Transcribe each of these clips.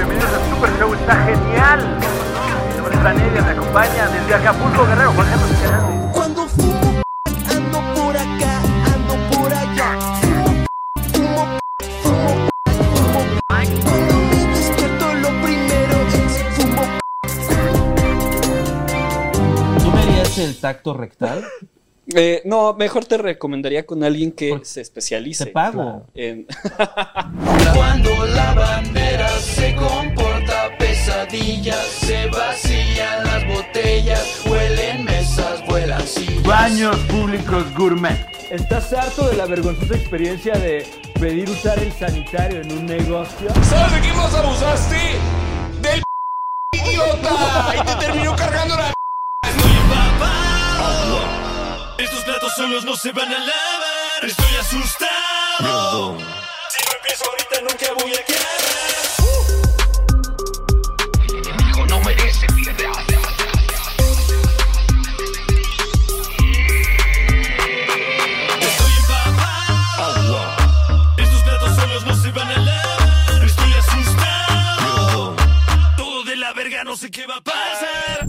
Super Show está genial. Mi nombre es Franelia, me acompaña desde Acapulco, Guerrero, Jorge Luciano. Cuando fumo, ando por acá, ando por allá. Fumo, fumo, fumo, fumo. Cuando me despierto, lo primero es fumo. ¿Tú me harías el tacto rectal? Eh, no, mejor te recomendaría con alguien que Porque se especialice. Te pago. en- Cuando la bandera se comporta pesadillas, se vacían las botellas, huelen mesas, vuelan sillas. Baños públicos gourmet. ¿Estás harto de la vergonzosa experiencia de pedir usar el sanitario en un negocio? ¿Sabes de quién más abusaste? ¡Del idiota! Y te terminó cargando la Estoy empapado Estos platos solos no se van a lavar Estoy asustado Si no empiezo ahorita nunca voy a quedar Estoy empapado Estos platos solos no se van a lavar Estoy asustado Todo de la verga no sé qué va a pasar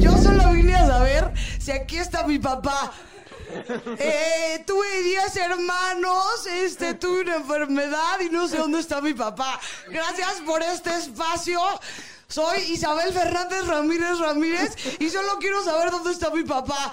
Yo solo vine a saber si aquí está mi papá. Eh, tuve 10 hermanos, este, tuve una enfermedad y no sé dónde está mi papá. Gracias por este espacio. Soy Isabel Fernández Ramírez Ramírez y solo quiero saber dónde está mi papá.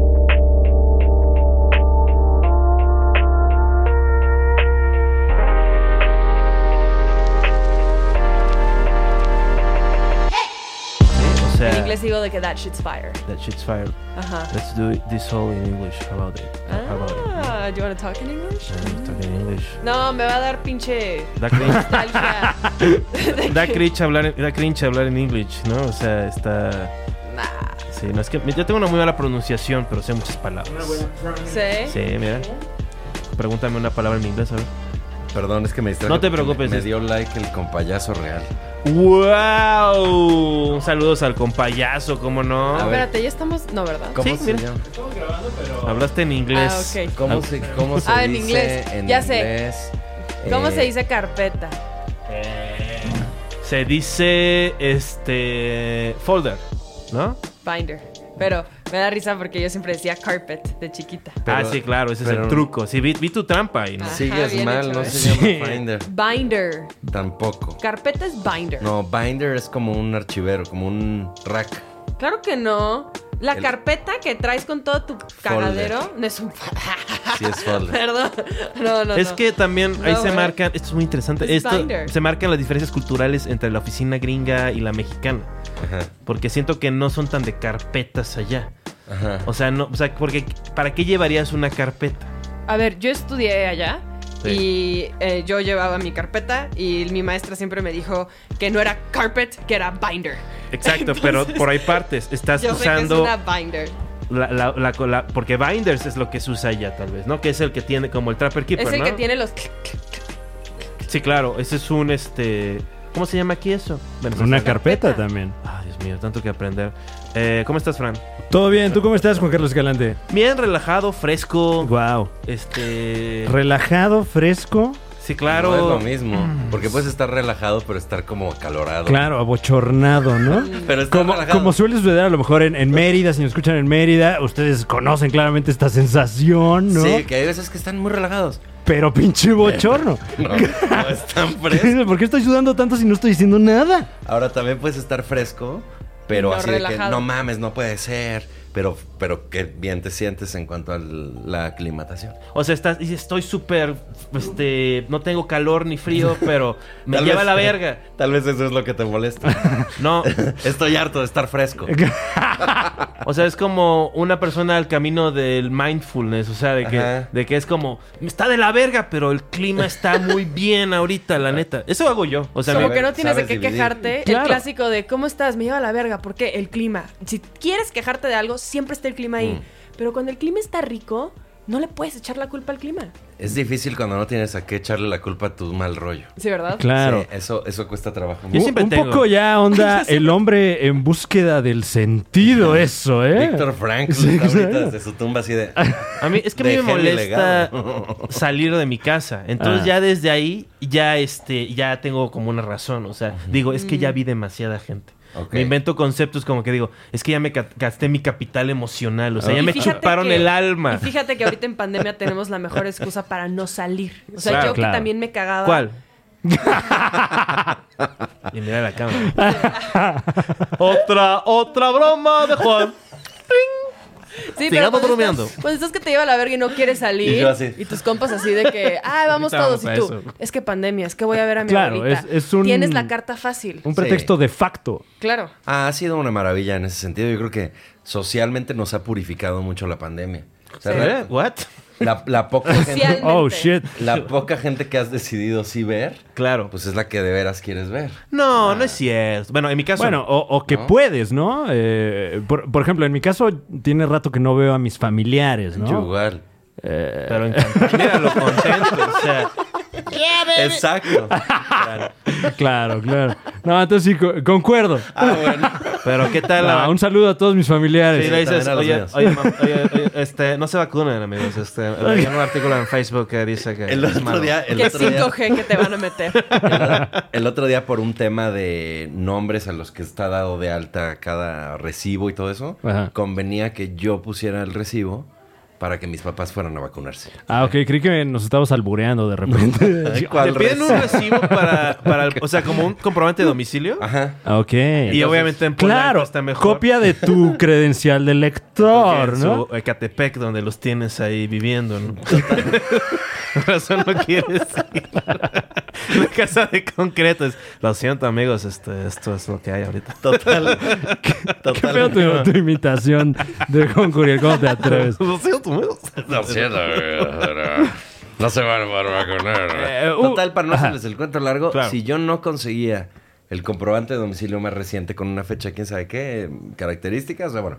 O sea, En inglés digo de que that shit's fire. that shit's fired. Ajá. Let's do it- this all in English. How about it? How about it? Ah, do you want to talk in English? I'm talking English. No, me va a dar pinche Da cringe, nostalgia. da cringe hablar, en- da cringe hablar en English, ¿no? O sea, está... Nah, Sí, no, es que yo tengo una muy mala pronunciación, pero sé muchas palabras. ¿Sí? Sí, ¿Eh? mira. Pregúntame una palabra en inglés, a ver. Perdón, es que me distraje. No te porque preocupes, Me, me es- dio like el compayazo real. ¡Wow! Un saludo al compayazo, ¿cómo no? Ah, ver. espérate, ya estamos. No, ¿verdad? ¿Cómo Sí, se mira. llama? Hablaste en inglés. Ah, ok. ¿Cómo se, cómo se Ah, en dice inglés. en Ya sé. inglés, ¿Cómo eh, se dice carpeta? Eh, Se dice este folder, ¿no? Binder. Pero me da risa porque yo siempre decía carpet de chiquita. ah, Pero- sí, claro, ese es pero- el truco. Sí, vi, vi tu trampa ahí, ¿no? Ah. Ajá, Sigues bien mal, hecho, no ¿eh? se Sí. llama Binder. Binder. Tampoco. Carpeta es binder. No, Binder es como un archivero, como un rack. Claro que no. La El- carpeta que traes con todo tu cagadero no es un. Sí, es folder. Perdón. No, no. Es no. que también ahí No, se güey. marcan, esto es muy interesante, ¿eh? Es esto, binder. se marcan las diferencias culturales entre la oficina gringa y la mexicana, Ajá, porque siento que no son tan de carpetas allá. ajá. O sea, no, o sea, porque ¿para qué llevarías una carpeta? A ver, yo estudié allá y eh, yo llevaba mi carpeta y mi maestra siempre me dijo que no era carpet, que era binder. Exacto, pero Entonces, por ahí partes, estás Yo usando sé que es una binder. la, la- la- la- porque binders es lo que se usa allá tal vez, ¿no? Que es el que tiene como el trapper keeper, es el pues, ¿no? que tiene los... clic, clic. Sí, claro, ese es un este. ¿Cómo se llama aquí eso? Bueno, eso Una es- carpeta también. Ah, Dios mío, tanto que aprender. Eh, ¿Cómo estás, Fran? Todo bien, ¿tú cómo estás, Juan Carlos Galante? Bien relajado, fresco. Wow. Este. Relajado, fresco. sí, claro. No es lo mismo. Porque puedes estar relajado, pero estar como acalorado. Claro, abochornado, ¿no? Pero estar Como, relajado. como suele suceder a lo mejor en, en Mérida, si nos escuchan en Mérida, ustedes conocen claramente esta sensación, ¿no? Sí, que hay veces que están muy relajados. Pero pinche bochorno. No, no están frescos. ¿Por qué estoy sudando tanto si no estoy diciendo nada? Ahora también puedes estar fresco, pero No, así de que relajado. no mames, no puede ser. Pero, pero qué bien te sientes en cuanto a la aclimatación. O sea, estás, dices, estoy súper. Este. No tengo calor ni frío, pero me Tal lleva vez- la verga. Tal vez eso es lo que te molesta. No. Estoy harto de estar fresco. O sea, es como una persona al camino del mindfulness. O sea, de que, Ajá. de que es como. Está de la verga, pero el clima está muy bien ahorita, la neta. Eso hago yo. O sea, Como me- que no tienes de sabes qué dividir. quejarte. Claro. El clásico de cómo estás, me lleva a la verga, ¿por qué? Mm. El clima. Si quieres quejarte de algo, siempre está el clima ahí. Pero cuando el clima está rico, no le puedes echar la culpa al clima. Es difícil cuando no tienes a qué echarle la culpa a tu mal rollo. Sí, ¿verdad? Claro. Sí, eso, eso cuesta trabajo. Un- un poco ya onda el hombre en búsqueda del sentido, eso, ¿eh? Víctor Frank Sí, está ahorita claro. desde su tumba así de. A mí es que a mí me Dejé mi molesta legado. salir de mi casa. Entonces Ah. ya desde ahí ya este ya tengo como una razón, o sea, digo, es que Mm. ya vi demasiada gente. Ok. Me invento conceptos como que digo, es que ya me ca- gasté mi capital emocional, o sea, Y ya me fíjate chuparon que- el alma. Y fíjate que ahorita en pandemia tenemos la mejor excusa para no salir. O sea, Claro. yo Claro. que también me cagaba. ¿Cuál? y mira la cámara. otra otra broma de Juan. Sí, Sigamos cuando bromeando. estás- Cuando estás que te lleva la verga y no quieres salir. Y yo así. y tus compas así de que, ah, vamos Ahorita todos. Y vamos tú, a eso. es que pandemia, es que voy a ver a mi Claro, abuelita. es- es un- Tienes la carta fácil. Un pretexto de facto. Claro. Ah, ha sido una maravilla en ese sentido. Yo creo que socialmente nos ha purificado mucho la pandemia. O Sí. la- ¿Eh? What? La, la poca gente, Socialmente. Oh, shit. La poca gente que has decidido sí ver. Claro. Pues ah. es la que de veras quieres ver. No, no es cierto. Bueno, en mi caso Bueno, no. o, o que puedes, ¿no? Eh, por, por ejemplo, en mi caso, tiene rato que no veo a mis familiares, ¿no? Eh, Yo igual. Pero en campaña lo contento, o sea. Exacto. Claro, claro. No, entonces sí, co- concuerdo. Ah, Ah, bueno. Pero ¿qué tal la- un saludo a todos mis familiares. Sí, le dices, oye, oye, mam- oye, oye, este, no se vacunen, amigos. Este, leí un artículo en Facebook que dice que. El es otro malo. día- el que otro día- 5G que te van a meter. El otro día por un tema de nombres a los que está dado de alta cada recibo y todo eso, Ajá. convenía que yo pusiera el recibo para que mis papás fueran a vacunarse. Ah, ok, creí que nos estabas albureando de repente. Ay, Te ¿cuál piden un recibo? recibo para, para el- o sea, como un comprobante de domicilio. Ajá. Ah, Ok. Y obviamente en Polanco claro, está mejor. copia de tu credencial de lector, en ¿no? su Ecatepec, donde los tienes ahí viviendo, ¿no? Por Eso no quieres ir. La casa de concretos. Lo siento, amigos, este, esto es lo que hay ahorita. Total. Qué feo tu, tu imitación de Juan Curiel, ¿cómo te atreves? Lo siento, amigos. No siento, No se van a vacunar. Total, para no ajá. hacerles el cuento largo, Claro. si yo no conseguía el comprobante de domicilio más reciente con una fecha, quién sabe qué, características, o sea, bueno,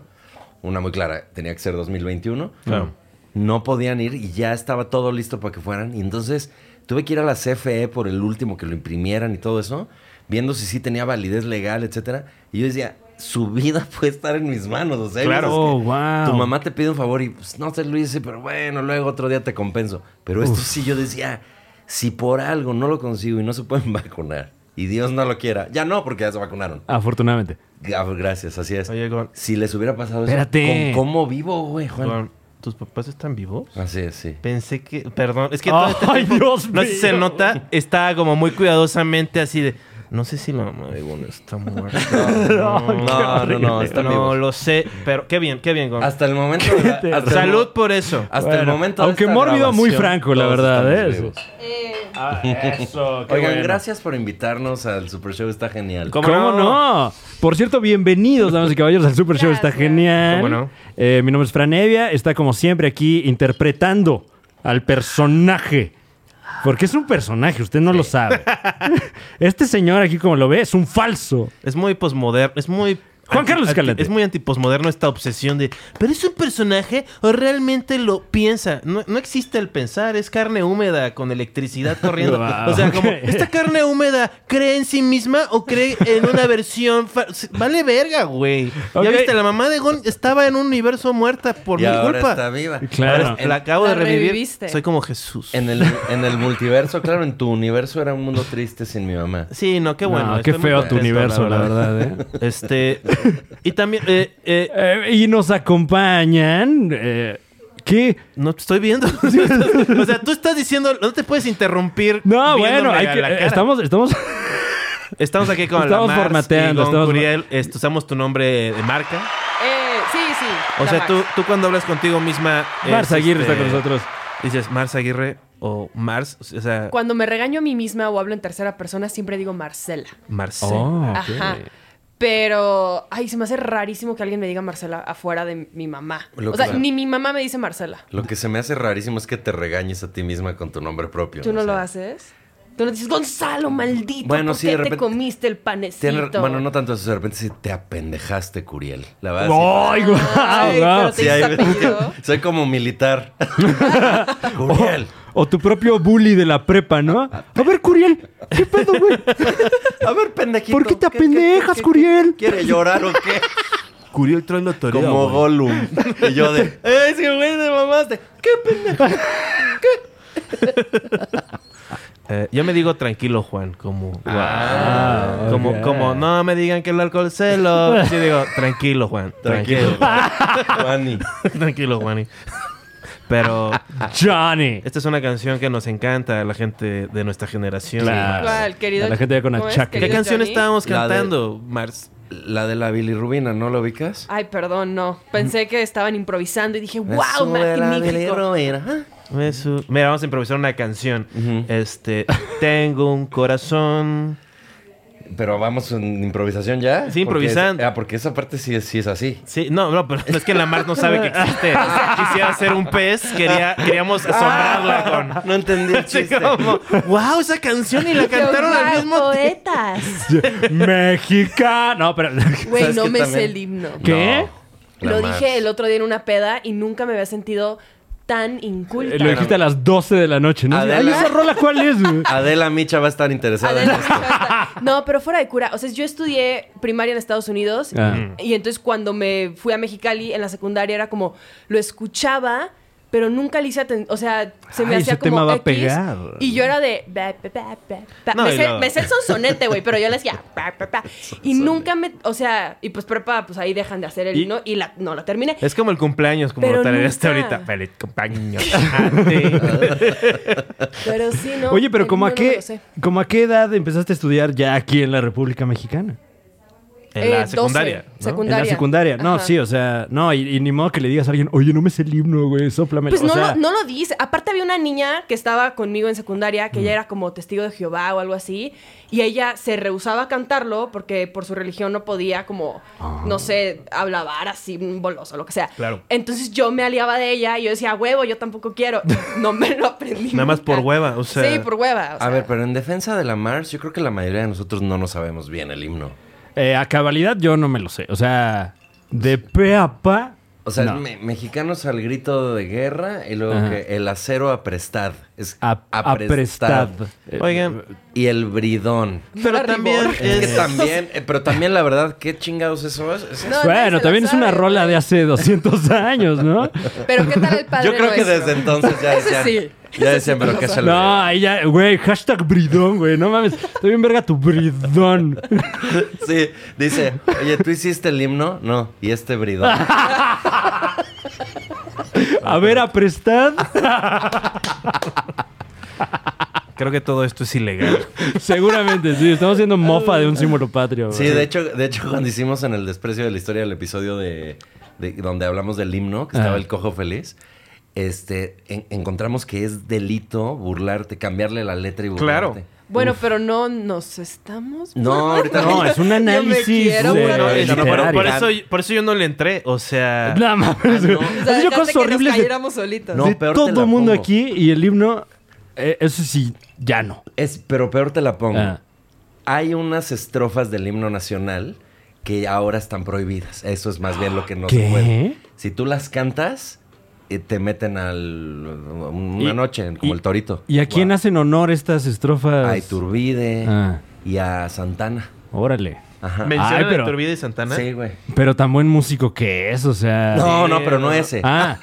una muy clara, tenía que ser 2021. Claro. No podían ir y ya estaba todo listo para que fueran. Y entonces tuve que ir a la CFE por el último que lo imprimieran y todo eso, viendo si sí tenía validez legal, etcétera. Y yo decía, su vida puede estar en mis manos. O sea, hay Claro. veces que Oh, wow. Tu mamá te pide un favor y pues, no te lo hice, pero bueno, luego otro día te compenso. Pero esto sí yo decía, si por algo no lo consigo y no se pueden vacunar y Dios no lo quiera, ya no, porque ya se vacunaron. Afortunadamente. Ah, Gracias, así es. si les hubiera pasado Espérate. eso, ¿con ¿cómo vivo, güey, Juan? Juan, ¿Tus papás están vivos? Así es, sí. Ah. Pensé que. Perdón, es que Ay, todo este tiempo, Dios no sé si se mío. nota, está como muy cuidadosamente así de. No sé si la mamá de Gon está muerta. No, no, no, no, están No vivos. lo sé, pero qué bien, qué bien, Gon. Hasta el momento. de la- hasta el Salud mo- por eso. Hasta el momento. de aunque esta mórbido, muy grabación, franco, la todos verdad, estamos ¿eh? vivos. Ah, qué Oigan, bueno. gracias por invitarnos al Super Show, está genial. ¿Cómo, no? Por cierto, bienvenidos, damas y caballeros, al Super Show. Está genial. ¿Cómo no? Eh, mi nombre es Fran Evia. Está, como siempre, aquí interpretando al personaje. Porque es un personaje, usted no lo sabe. este señor aquí, como lo ve, es un falso. Es muy posmoderno, es muy. Juan Carlos anti- Escalante. Es muy antiposmoderno esta obsesión de. ¿Pero es un personaje o realmente lo piensa? No, no existe el pensar, es carne húmeda con electricidad corriendo. Wow. O sea, como. Ok. ¿Esta carne húmeda cree en sí misma o cree en una versión. fa- Vale verga, güey. Ok. Ya viste, la mamá de Gon estaba en un universo muerta por Y mi ahora culpa. está viva. Claro. Ahora es- la acabo La de revivir. reviviste. Soy como Jesús. En el, en el multiverso, claro, en tu universo era un mundo triste sin mi mamá. Sí, no, qué bueno. No, qué estoy muy feo tu contento, universo, la verdad. Este. Y también. eh, eh, ¿eh? Eh, y nos acompañan. eh, ¿Qué? No te estoy viendo. o sea, tú estás diciendo, no te puedes interrumpir. No, viéndome bueno, hay a que- la cara. estamos, estamos Estamos aquí con estamos la Mars formateando, y con estamos- Curiel. Este, usamos tu nombre de marca. Eh, sí, sí. O la sea, Max. tú, tú cuando hablas contigo misma. es, Mars Aguirre este, está con nosotros. Dices Mars Aguirre o Mars. O sea, Cuando me regaño a mí misma o hablo en tercera persona, siempre digo Marcela. Marcel. Oh, Ajá. Pero, ay, se me hace rarísimo que alguien me diga Marcela afuera de mi mamá. Lo o que sea, sea. ni mi mamá me dice Marcela. Lo que se me hace rarísimo es que te regañes a ti misma con tu nombre propio. ¿Tú no o sea, lo haces? Tú no dices, Gonzalo, maldito, Bueno, ¿por sí, qué de repente- te comiste el Tiene- panecito? bueno, no tanto eso, de repente sí te apendejaste, Curiel. La verdad. ¡Ay, sí. guau, Ay, pero guau! te hizo hay veces que apellido. soy como militar. Curiel. O tu propio bully de la prepa, ¿no? A ver, Curiel, ¿qué pedo, güey? A ver, pendejito. ¿Por qué te apendejas, Curiel? ¿Quiere llorar o qué? Curiel trae la tarea. Como güey. Gollum. Y yo de. ¡Es que güey, te mamaste! ¡Qué pendejo! Eh, yo me digo tranquilo, Juan, como. Ah, como, ok. como, no me digan que el alcohol se lo. Yo digo, tranquilo, Juan. Tranquilo. Tranquilo. Juani. tranquilo, Juani. Pero Johnny. esta es una canción que nos encanta a la gente de nuestra generación. Claro. ¿Cuál, querido? A la gente ya con ¿Cómo es, achaque. ¿Qué querido canción Johnny? estábamos La de- cantando, Mars? La de la bilirrubina, ¿no la ubicas? Ay, perdón, no. Pensé que estaban improvisando y dije, wow, Eso de la magnífico. bilirrubina. Ah. Me su- Mira, vamos a improvisar una canción. Ujú. Este, tengo un corazón. Pero vamos en improvisación ya. Sí, Porque es- improvisando. ah, porque esa parte sí, es- sí es así. Sí, no, no, pero es que la Mars no sabe que existe. Quisiera ser un pez, quería, queríamos Ah. asombrarla con. Ah, No entendí el Así chiste. como, wow, esa canción y la cantaron al mismo poetas. Mexicano. Pero... Güey, ¿Sabes no qué me sé también? el himno. ¿Qué? No, Lo la Mars. dije el otro día en una peda y nunca me había sentido tan inculta. Eh, Lo dijiste a las 12 de la noche, ¿no? Adela. Ay, esa rola, ¿cuál es, güey? Adela Micha va a estar interesada Adela, en esto. chata. No, pero fuera de cura. O sea, yo estudié primaria en Estados Unidos Ah. y entonces cuando me fui a Mexicali en la secundaria era como lo escuchaba, pero nunca le hice atención. O sea, se me Ay, hacía ese tema como va a X, pegar. Y yo era de ba, ba, ba, ba, ba. No, me, y sé, luego- me sé el sonsonete, güey, pero yo le decía ba, ba, ba. y nunca me, o sea, y pues prepa, pues ahí dejan de hacer el Y- himno y la no la terminé. Es como el cumpleaños, como Pero lo tarareaste nunca. ahorita. Feliz cumpleaños. a ti. Pero sí, no. Oye, pero el ¿cómo a, himno no me qué, lo sé. ¿cómo a qué edad empezaste a estudiar ya aquí en la República Mexicana? en la Eh, 12, secundaria. ¿no? secundaria. En la secundaria. No, Ajá. sí, o sea, no, y, y ni modo que le digas a alguien, oye, no me sé el himno, güey, sóplame. Pues o no, sea, lo, no lo dice. Aparte había una niña que estaba conmigo en secundaria, que ella era como testigo de Jehová o algo así, y ella se rehusaba a cantarlo porque por su religión no podía como, no sé, hablar así, un boloso, lo que sea. Claro. Entonces yo me aliaba de ella y yo decía, huevo, yo tampoco quiero. No me lo aprendí. Nada más nunca. por hueva, o sea. Sí, por hueva. o sea. A ver, pues, pero en defensa de la Mars, yo creo que la mayoría de nosotros no nos sabemos bien el himno. eh, a cabalidad yo no me lo sé. O sea, de pe a pa. O sea, no. me- mexicanos al grito de guerra y luego Ajá. que el acero aprestad. Es A- aprestad. aprestad. Eh, Oigan, Y el bridón. pero también Es que es... también, eh, pero también la verdad, qué chingados eso es. Es- No, nadie se bueno, la también es una sabe, rola güey. de hace 200 años, ¿no? Pero ¿qué tal el padre yo creo que Nuestro? desde entonces ya Ese decían, sí. ya decían, pero qué se lo No, ahí ya, güey, hashtag bridón, güey, no mames. Está bien verga tu bridón. Sí, dice, oye, ¿tú hiciste el himno? No, y este bridón. A ver, aprestad. Creo que todo esto es ilegal. Seguramente, sí. Estamos haciendo mofa de un símbolo patrio. Sí, güey. de hecho, de hecho, cuando hicimos en el desprecio de la historia el episodio de, de- donde hablamos del himno, que estaba Ah. el cojo feliz, este, en- encontramos que es delito burlarte, cambiarle la letra y Claro. burlarte. Bueno, pero no nos estamos... No, ahorita No, es un Yo me análisis, quiero güey. burlar. No, es- no, pero por, literario. eso, por eso yo no le entré, o sea... No mames, Ah, O güey. Has sea, dicho dejaste Pues cosas que nos horribles de, cayéramos solitos. No, de peor te todo la el mundo pongo. aquí y el himno, eh, eso sí, ya no. Es, pero peor te la pongo. Ah. Hay unas estrofas del himno nacional que ahora están prohibidas. Eso es más bien lo que no ¿Qué? se puede. Si tú las cantas, eh, te meten al una Y- noche, como y- el torito. ¿Y a quién Guau. hacen honor estas estrofas? A Iturbide Ah. y a Santana. Órale. Ajá. Mencionan Ay, pero- a Iturbide y Santana. Sí, güey. Pero tan buen músico que es, o sea. No, Ah. Sí, no, pero no. no ese. Ah,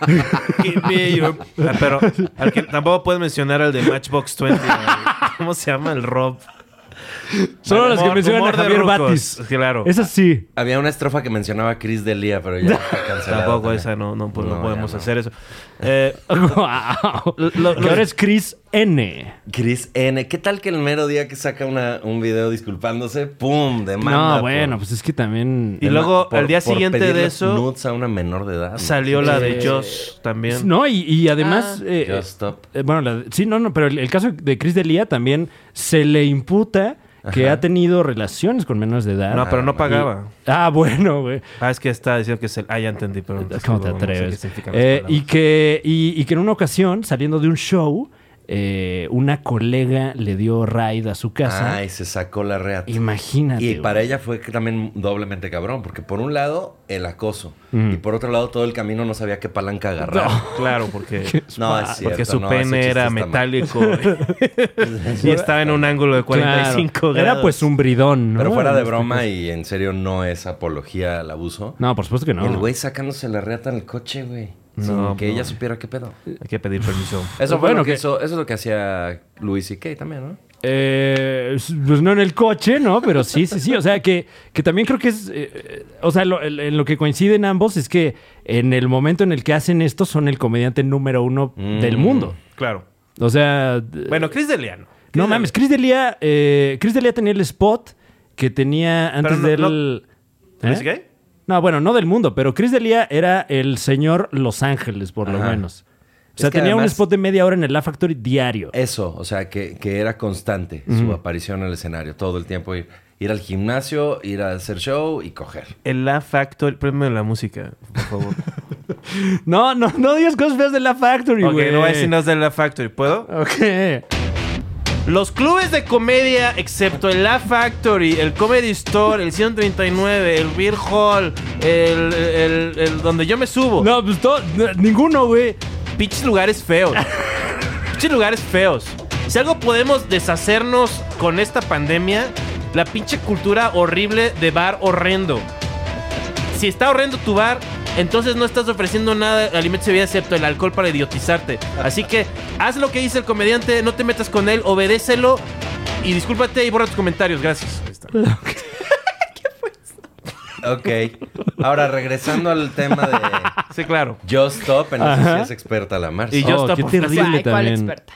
Qué bello. Ah, pero al que tampoco puedes mencionar al de Matchbox 20. güey. ¿Cómo se llama el Rob? solo los que Humor- mencionan a humor de Javier rucos. Batis. Claro. Esa sí. Había una estrofa que mencionaba a Cris Delia, pero ya está cancelada. Tampoco también. esa, no, no, pues, no No, podemos ya no. hacer eso. Eh, Wow. Lo- lo- que ahora es Chris N. Cris N. ¿Qué tal que el mero día que saca una- un video disculpándose, pum, demanda. No, por- bueno, pues es que también. Y luego, al día siguiente de pedirle eso, nudes a una menor de edad. ¿no? salió la de Eh, Joss también. No, y, y además. Ah. eh, Just stop. eh, bueno, la- sí, no, no, pero el, el caso de Chris Delia también se le imputa que ha tenido relaciones con menores de edad. No, pero no Ah, pagaba. Ah, bueno, güey. Ah, es que está diciendo que es el. Ah, ya entendí, pero. ¿Cómo te no sé qué atreves? significan las Eh, y, palabras. que, y, y que en una ocasión, saliendo de un show, eh, una colega le dio raid a su casa. Ay, se sacó la reata. Imagínate, Ah, Y güey. para ella fue que también doblemente cabrón, porque por un lado, el acoso. Mm. Y por otro lado, todo el camino no sabía qué palanca agarrar. No, claro, porque- No, Ah, es Porque Ah, cierto, su no, pene ese chiste era está mal. metálico. y estaba en un ángulo de 45 Claro. grados. Era pues un bridón, ¿no? Pero fuera de Este, broma pues. y en serio no es apología al abuso. No, por supuesto que no. El güey sacándose la reata en el coche, güey. No, sin que no. Eh, ella supiera qué pedo. Hay que pedir permiso. Eso, fue Bueno, lo que que- hizo- eso es lo que hacía Luis y Kay también, ¿no? Eh, pues no en el coche, ¿no? Pero sí, sí, sí. O sea, que, que también creo que es. eh, eh, o sea, lo, el- en lo que coinciden ambos es que en el momento en el que hacen esto son el comediante número uno del Mm. mundo. Claro. O sea. d- Bueno, Chris Deliano. no mames, Chris Delia. eh, Chris Delia tenía el spot que tenía antes no- del. ¿No ¿Eh? es gay? No, bueno, no del mundo, pero Chris Delia era el señor Los Ángeles, por lo Ajá. menos. O sea, Es que tenía un además- spot de media hora en el La Factory diario. Eh. Eso, o sea, que, que era constante su aparición en el escenario, todo el tiempo ir, ir al gimnasio, ir a hacer show y coger. El La Factor, premio de la música, por favor. No, no, no digas cosas feas de La Factory, ok, güey. no voy a decir nada de La Factory, ¿puedo? Ok. Los clubes de comedia, excepto el La Factory, el Comedy Store, el 139, el Beer Hall, el, el- el donde yo me subo. No, pues todo, n- ninguno, güey. Pinches lugares feos. pinches lugares feos. Si algo podemos deshacernos con esta pandemia, la pinche cultura horrible de bar horrendo. Si está horrendo tu bar, entonces no estás ofreciendo nada de alimentos y bebidas excepto el alcohol para idiotizarte. Así que haz lo que dice el comediante, no te metas con él, obedécelo y discúlpate y borra tus comentarios. Gracias. Ahí está. Ok. Ahora, regresando al tema de Sí, claro. Just Stop, en eso sí es experta la Marcia. Y yo Oh, estaba qué por- terrible Ay, ¿cuál también. experta?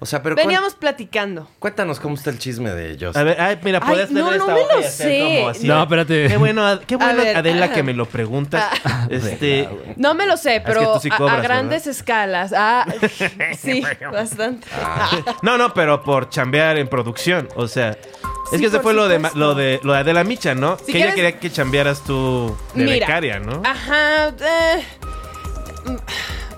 O sea, pero cuán- Veníamos platicando. cuéntanos cómo está el chisme de Just A ver, ay, mira, Ay, podías no, tener no esta me hoja lo y hacer sé. como así. eh. No, Ah, espérate. Qué bueno, Ad- qué bueno ver, Ah. Adela ajá. que me lo preguntas. este, No me lo sé, que pero tú sí a- a, cobras, grandes escalas. Ah, sí, bastante. no, no, pero por chambear en producción, o sea, Sí, es que ese por fue lo de, ma- supuesto. lo de lo de Adela Micha, ¿no? Si que quieres- ella quería que chambearas tú de Mira. Ah. becaria, ¿no? Ajá. eh,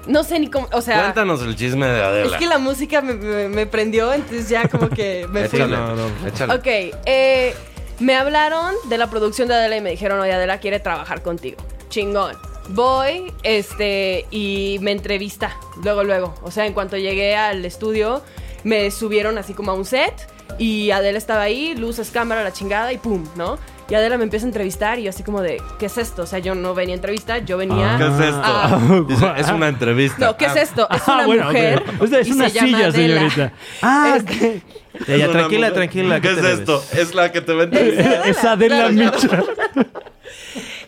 no sé ni cómo. O sea, Cuéntanos el chisme de Adela. es que la música me, me- me prendió, entonces ya como que me fui. Échale, no, no. échale. Ok, eh, me hablaron de la producción de Adela y me dijeron, oye, Adela quiere trabajar contigo. Chingón. Voy, este, y me entrevista, luego, luego. O sea, en cuanto llegué al estudio, me subieron así como a un set y Adela estaba ahí, luces, cámara, la chingada y pum, ¿no? Y Adela me empieza a entrevistar y yo así como de, ¿qué es esto? O sea, yo no venía a entrevistar, yo venía... Ah, ¿Qué es esto? a- Dice, es una entrevista. Ah. No, ¿qué es Ah, esto? Es una Ah, bueno, mujer. pero- o sea, es y una se llama silla, Adela. señorita. Ah, Este- ¿qué? Ya, ya, es una tranquila, mujer. tranquila. ¿Qué ¿qué es te debes? esto? Es la que te va a entrevistar. es Adela claro, Micha.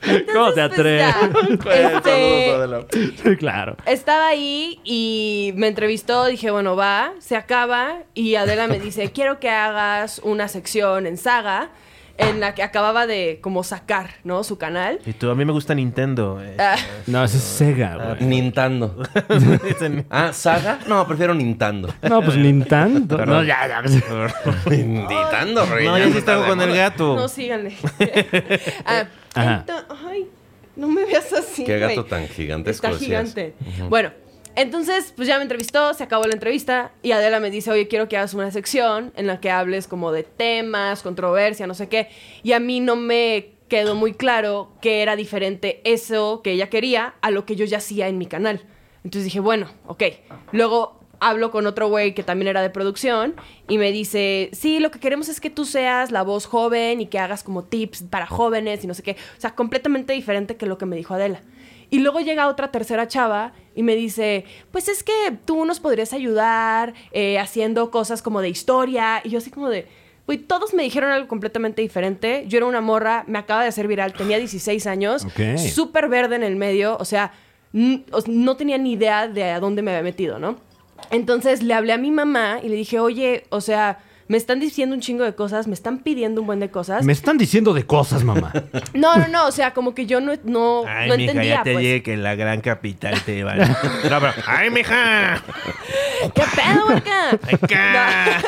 ¿Cómo te Entonces, atreves? pues, ya. Este, claro. Estaba ahí y me entrevistó, dije, bueno, va, se acaba y Adela me dice, quiero que hagas una sección en saga en la que acababa de como sacar, ¿no? Su canal. Y tú, a mí me gusta Nintendo. eh. Ah, No, eso es Sega, güey. Nintendo. Ah, ¿saga? No, prefiero Nintendo. No, pues Nintendo. No, ya, ya. Nintendo, rey. no, ya sí estaba con el gato. no, síganle. Ah, Ajá. ento- ay, no me veas así. Qué gato güey. tan gigantesco. Está decías. gigante. Bueno, entonces, pues ya me entrevistó, se acabó la entrevista y Adela me dice, oye, quiero que hagas una sección en la que hables como de temas, controversia, no sé qué. Y a mí no me quedó muy claro que era diferente eso que ella quería a lo que yo ya hacía en mi canal. Entonces dije, bueno, ok. Luego hablo con otro güey que también era de producción y me dice, sí, lo que queremos es que tú seas la voz joven y que hagas como tips para jóvenes y no sé qué. O sea, completamente diferente que lo que me dijo Adela. Y luego llega otra tercera chava y me dice, pues es que tú nos podrías ayudar eh, haciendo cosas como de historia. Y yo así como de, güey, todos me dijeron algo completamente diferente. Yo era una morra, me acaba de hacer viral, tenía 16 años, Ok. súper verde en el medio, o sea, n- o s- no tenía ni idea de a dónde me había metido, ¿no? Entonces le hablé a mi mamá y le dije, oye, o sea, me están diciendo un chingo de cosas, me están pidiendo un buen de cosas. Me están diciendo de cosas, mamá. No, no, no, o sea, como que yo no, no, Ay, no mija, entendía. ya te pues. llegué que en la gran capital te van. No, pero, ¡Ay, mija! ¿Qué pedo, huerca? ¡Acá!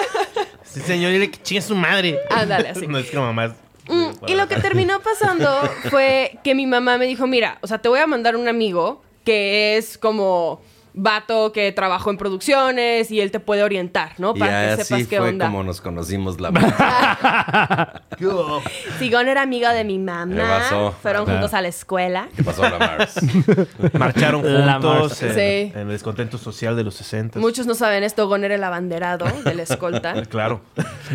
Sí, señor, dile que chingue su madre. Ándale, así. No es como más. Mm, y lo que terminó pasando fue que mi mamá me dijo, mira, o sea, te voy a mandar un amigo que es como vato que trabajó en producciones y él te puede orientar, ¿no? Para y que así sepas qué fue onda. como nos conocimos la verdad. Sigón era amiga de mi ¿Qué pasó? mamá. Fueron Ah. juntos a la escuela. ¿Qué pasó, la Mars? Marcharon La juntos Marcia. en, Sí. en el descontento social de los 60. Muchos no saben esto, Gon era el abanderado de la escolta. Claro.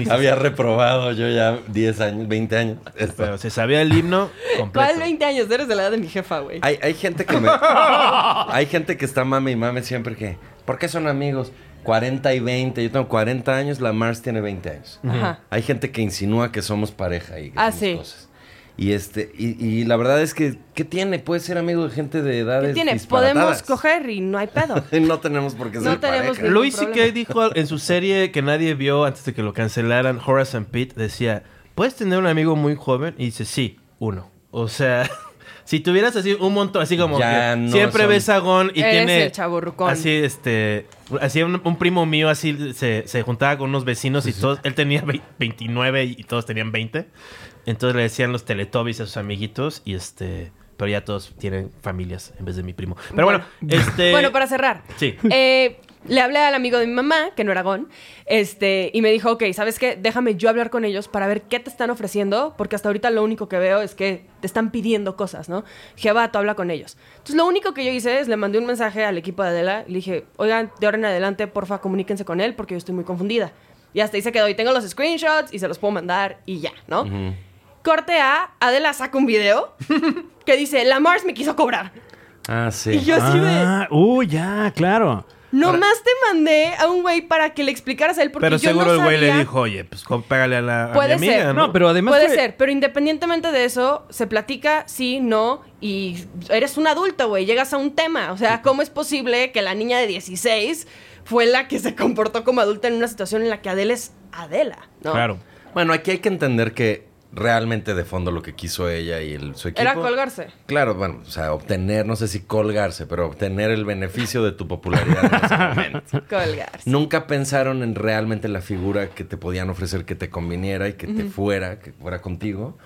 Había reprobado yo ya 10 años, 20 años. Pero se sabía el himno ¿Cuál 20 años? Eres de la edad de mi jefa, güey. Hay, hay gente que me- hay gente que está mame y mame siempre que. ¿Por qué son amigos? 40 y 20. Yo tengo 40 años, la Mars tiene 20 años. Ajá. Hay gente que insinúa que somos pareja y que Ah, somos sí. cosas. Y este, y, y la verdad es que, ¿qué tiene? Puede ser amigo de gente de edades. ¿Qué tiene? Podemos disparatadas. coger y no hay pedo. no tenemos por qué ser No tenemos pareja. ningún Louis problema. C.K. dijo en su serie que nadie vio antes de que lo cancelaran, Horace and Pete, decía, ¿puedes tener un amigo muy joven? Y dice, sí, uno. O sea, si tuvieras así un montón, así como Ya que no siempre son- ves a Gon y Eres tiene... el chavorrucón. Así, este... Así un, un primo mío así se, se juntaba con unos vecinos y todos... Él tenía vei- 29 y todos tenían 20. Entonces le decían los teletubbies a sus amiguitos y este... Pero ya todos tienen familias en vez de mi primo. Pero bueno, este... Bueno, para cerrar. Sí. Eh, le hablé al amigo de mi mamá, que no era Gon, este, y me dijo, ok, ¿sabes qué? Déjame yo hablar con ellos para ver qué te están ofreciendo, porque hasta ahorita lo único que veo es que te están pidiendo cosas, ¿no? Jebato, habla con ellos. Entonces, lo único que yo hice es le mandé un mensaje al equipo de Adela y le dije, oigan, de ahora en adelante, porfa, comuníquense con él, porque yo estoy muy confundida. Y hasta ahí se quedó. Y tengo los screenshots y se los puedo mandar y ya, ¿no? Corte A, Adela saca un video que dice, la Mars me quiso cobrar. Ah, sí. Y yo así de- Ah, uh, ya, claro. Nomás te mandé a un güey para que le explicaras a él porque pero yo seguro no el güey le sabía. dijo, oye, pues co- pégale a la a mi Puede amiga, ser. ¿no? pero además Puede fue- ser, pero independientemente de eso, se platica sí, no, y eres un adulto, güey, llegas a un tema. O sea, ¿cómo es posible que la niña de 16 fue la que se comportó como adulta en una situación en la que Adela es Adela, ¿no? Claro. Bueno, aquí hay que entender que realmente de fondo lo que quiso ella y el- su equipo. Era colgarse. Claro, bueno, o sea, obtener, no sé si colgarse, pero obtener el beneficio de tu popularidad en ese momento. Colgarse. Nunca pensaron en realmente la figura que te podían ofrecer que te conviniera y que te fuera, que fuera contigo.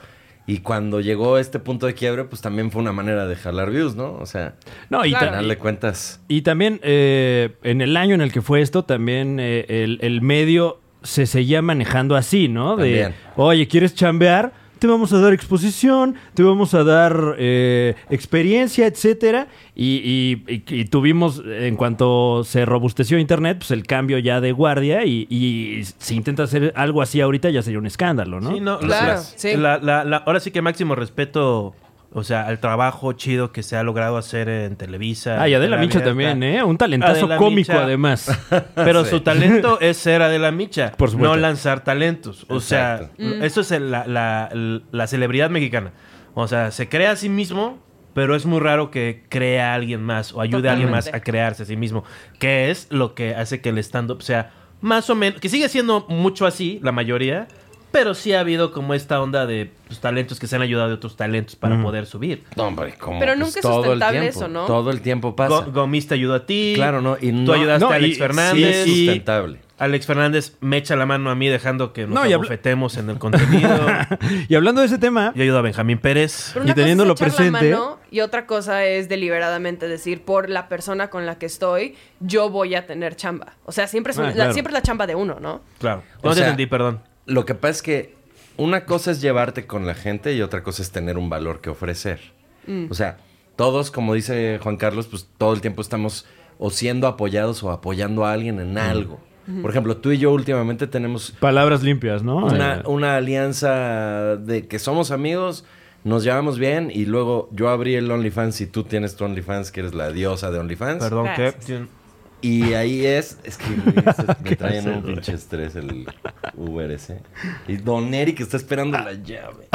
Y cuando llegó este punto de quiebre, pues también fue una manera de jalar views, ¿no? O sea, No, y al Claro. ta- final de cuentas. Y también eh, en el año en el que fue esto, también eh, el, el medio se seguía manejando así, ¿no? De, También. oye, ¿quieres chambear? Te vamos a dar exposición, te vamos a dar eh, experiencia, etcétera. Y, y- y- y tuvimos, en cuanto se robusteció Internet, pues el cambio ya de guardia. Y, y si intenta hacer algo así ahorita, ya sería un escándalo, ¿no? Sí, no, Claro, la- sí. la- la- la- ahora sí que máximo respeto, o sea, al trabajo chido que se ha logrado hacer en Televisa. Ah, y Adela en Micha Abierta. también, ¿eh? Un talentazo Adela cómico, Micha. además. Pero Sí. su talento es ser Adela Micha, Por supuesto. no lanzar talentos. O sea, Exacto. eso es el- la, la- la celebridad mexicana. O sea, se crea a sí mismo, pero es muy raro que crea a alguien más o ayude a alguien más a Totalmente. crearse a sí mismo, que es lo que hace que el stand-up sea más o menos, que sigue siendo mucho así, la mayoría, pero sí ha habido como esta onda de pues, talentos que se han ayudado de otros talentos para poder subir. No, hombre, como. Pero nunca es todo el sustentable tiempo, eso, ¿no? Todo el tiempo pasa. Go- Gomis te ayudó a ti. Claro, ¿no? Y tú no- ayudaste no, a y- Alex sí Fernández. es sustentable. Alex Fernández me echa la mano a mí dejando que nos No, y habla- abofetemos en el contenido. y hablando de ese tema, Yo ayudo a Benjamín Pérez. Pero Y una cosa es teniéndolo echar la presente- mano y otra cosa es deliberadamente decir, por la persona con la que estoy, yo voy a tener chamba. O sea, siempre es, Ah, un- la- claro. siempre es la chamba de uno, ¿no? Claro. O No te sea- entendí, perdón. Lo que pasa es que una cosa es llevarte con la gente y otra cosa es tener un valor que ofrecer. O sea, todos, como dice Juan Carlos, pues todo el tiempo estamos o siendo apoyados o apoyando a alguien en algo. Por ejemplo, tú y yo últimamente tenemos palabras limpias, ¿no? una, Eh, una alianza de que somos amigos, nos llevamos bien y luego yo abrí el OnlyFans y tú tienes tu OnlyFans, que eres la diosa de OnlyFans. Perdón, que Gracias. Y ahí es, es que güey, se- me traen haces, un güey? pinche estrés el Uber ese. Y Don Eric está esperando la llave.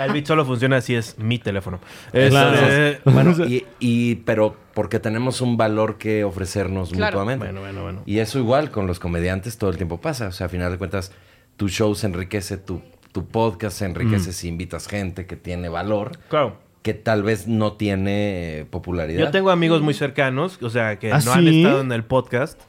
el bit solo funciona así, es mi teléfono. Claro. Este, Bueno, y, y- pero porque tenemos un valor que ofrecernos Claro. mutuamente. Bueno, bueno, bueno. Y eso igual con los comediantes todo el tiempo pasa. O sea, a final de cuentas, tu show se enriquece, tu, tu podcast se enriquece si invitas gente que tiene valor, Claro. que tal vez no tiene eh, popularidad. Yo tengo amigos muy cercanos, o sea, que ¿Ah, no han sí? estado en el podcast.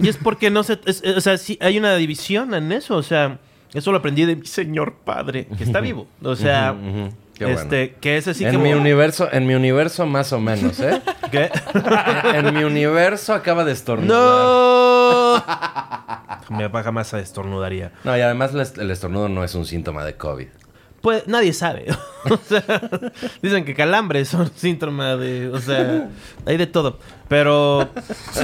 Y es porque no se... es- es- o sea, sí, hay una división en eso. O sea, eso lo aprendí de mi señor padre, que está vivo. O sea, Ujú, ujú. Qué bueno. este, que es así en como... mi universo, en mi universo más o menos, ¿eh? ¿Qué? En mi universo acaba de estornudar. ¡No! Mi papá jamás estornudaría. No, y además la est- el estornudo no es un síntoma de COVID. Pues nadie sabe. O sea, dicen que calambres son síntoma de. O sea, hay de todo. Pero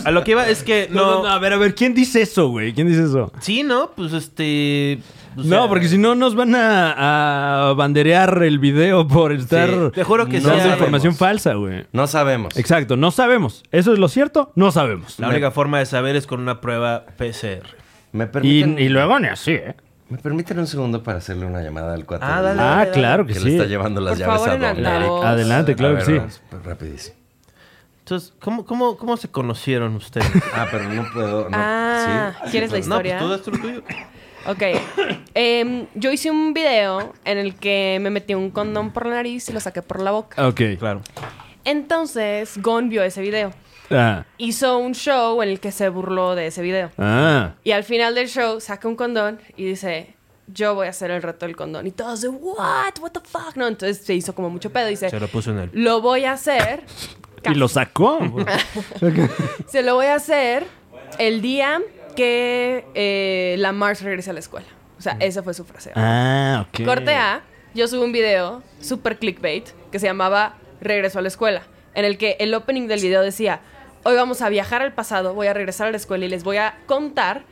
a lo que iba es que No, no, no. no, a ver, a ver, ¿quién dice eso, güey? ¿Quién dice eso? Sí, ¿no? Pues este. o sea, no, porque si no nos van a, a banderear el video por estar Sí, te juro que sí dando sabemos. información falsa, güey. No sabemos. Exacto, no sabemos. ¿Eso es lo cierto? No sabemos. La única forma de saber es con una prueba PCR. ¿Me Y, permiten, y luego ni así, ¿eh? ¿Me permiten un segundo para hacerle una llamada al cuate? Ah, del- dale. Ah, claro que, Que le sí. está llevando las Por llaves favor, a en Don altavoz. Eric. Adelante, claro A que ver, sí. vamos, pues, Rapidísimo. Entonces, ¿cómo, cómo, cómo se conocieron ustedes? Ah, pero no puedo. No. Ah, ¿Sí? ¿quieres la historia? No, pues tú das lo tuyo. Ok. Em, yo hice un video en el que me metí un condón por la nariz y lo saqué por la boca. Ok. Claro. Entonces, Gon vio ese video. Ah, Hizo un show en el que se burló de ese video. ah. Y al final del show saca un condón y dice, yo voy a hacer el reto del condón. Y todos de, what, what the fuck. No, entonces se hizo como mucho pedo y dice, Se lo puso en el. lo voy a hacer, Y lo sacó. güey. se lo voy a hacer el día que eh, la Mars regrese a la escuela. O sea, esa fue su frase. ah, ok. Corte A, yo subo un video super clickbait que se llamaba Regreso a la escuela, en el que el opening del video decía, hoy vamos a viajar al pasado, voy a regresar a la escuela y les voy a contar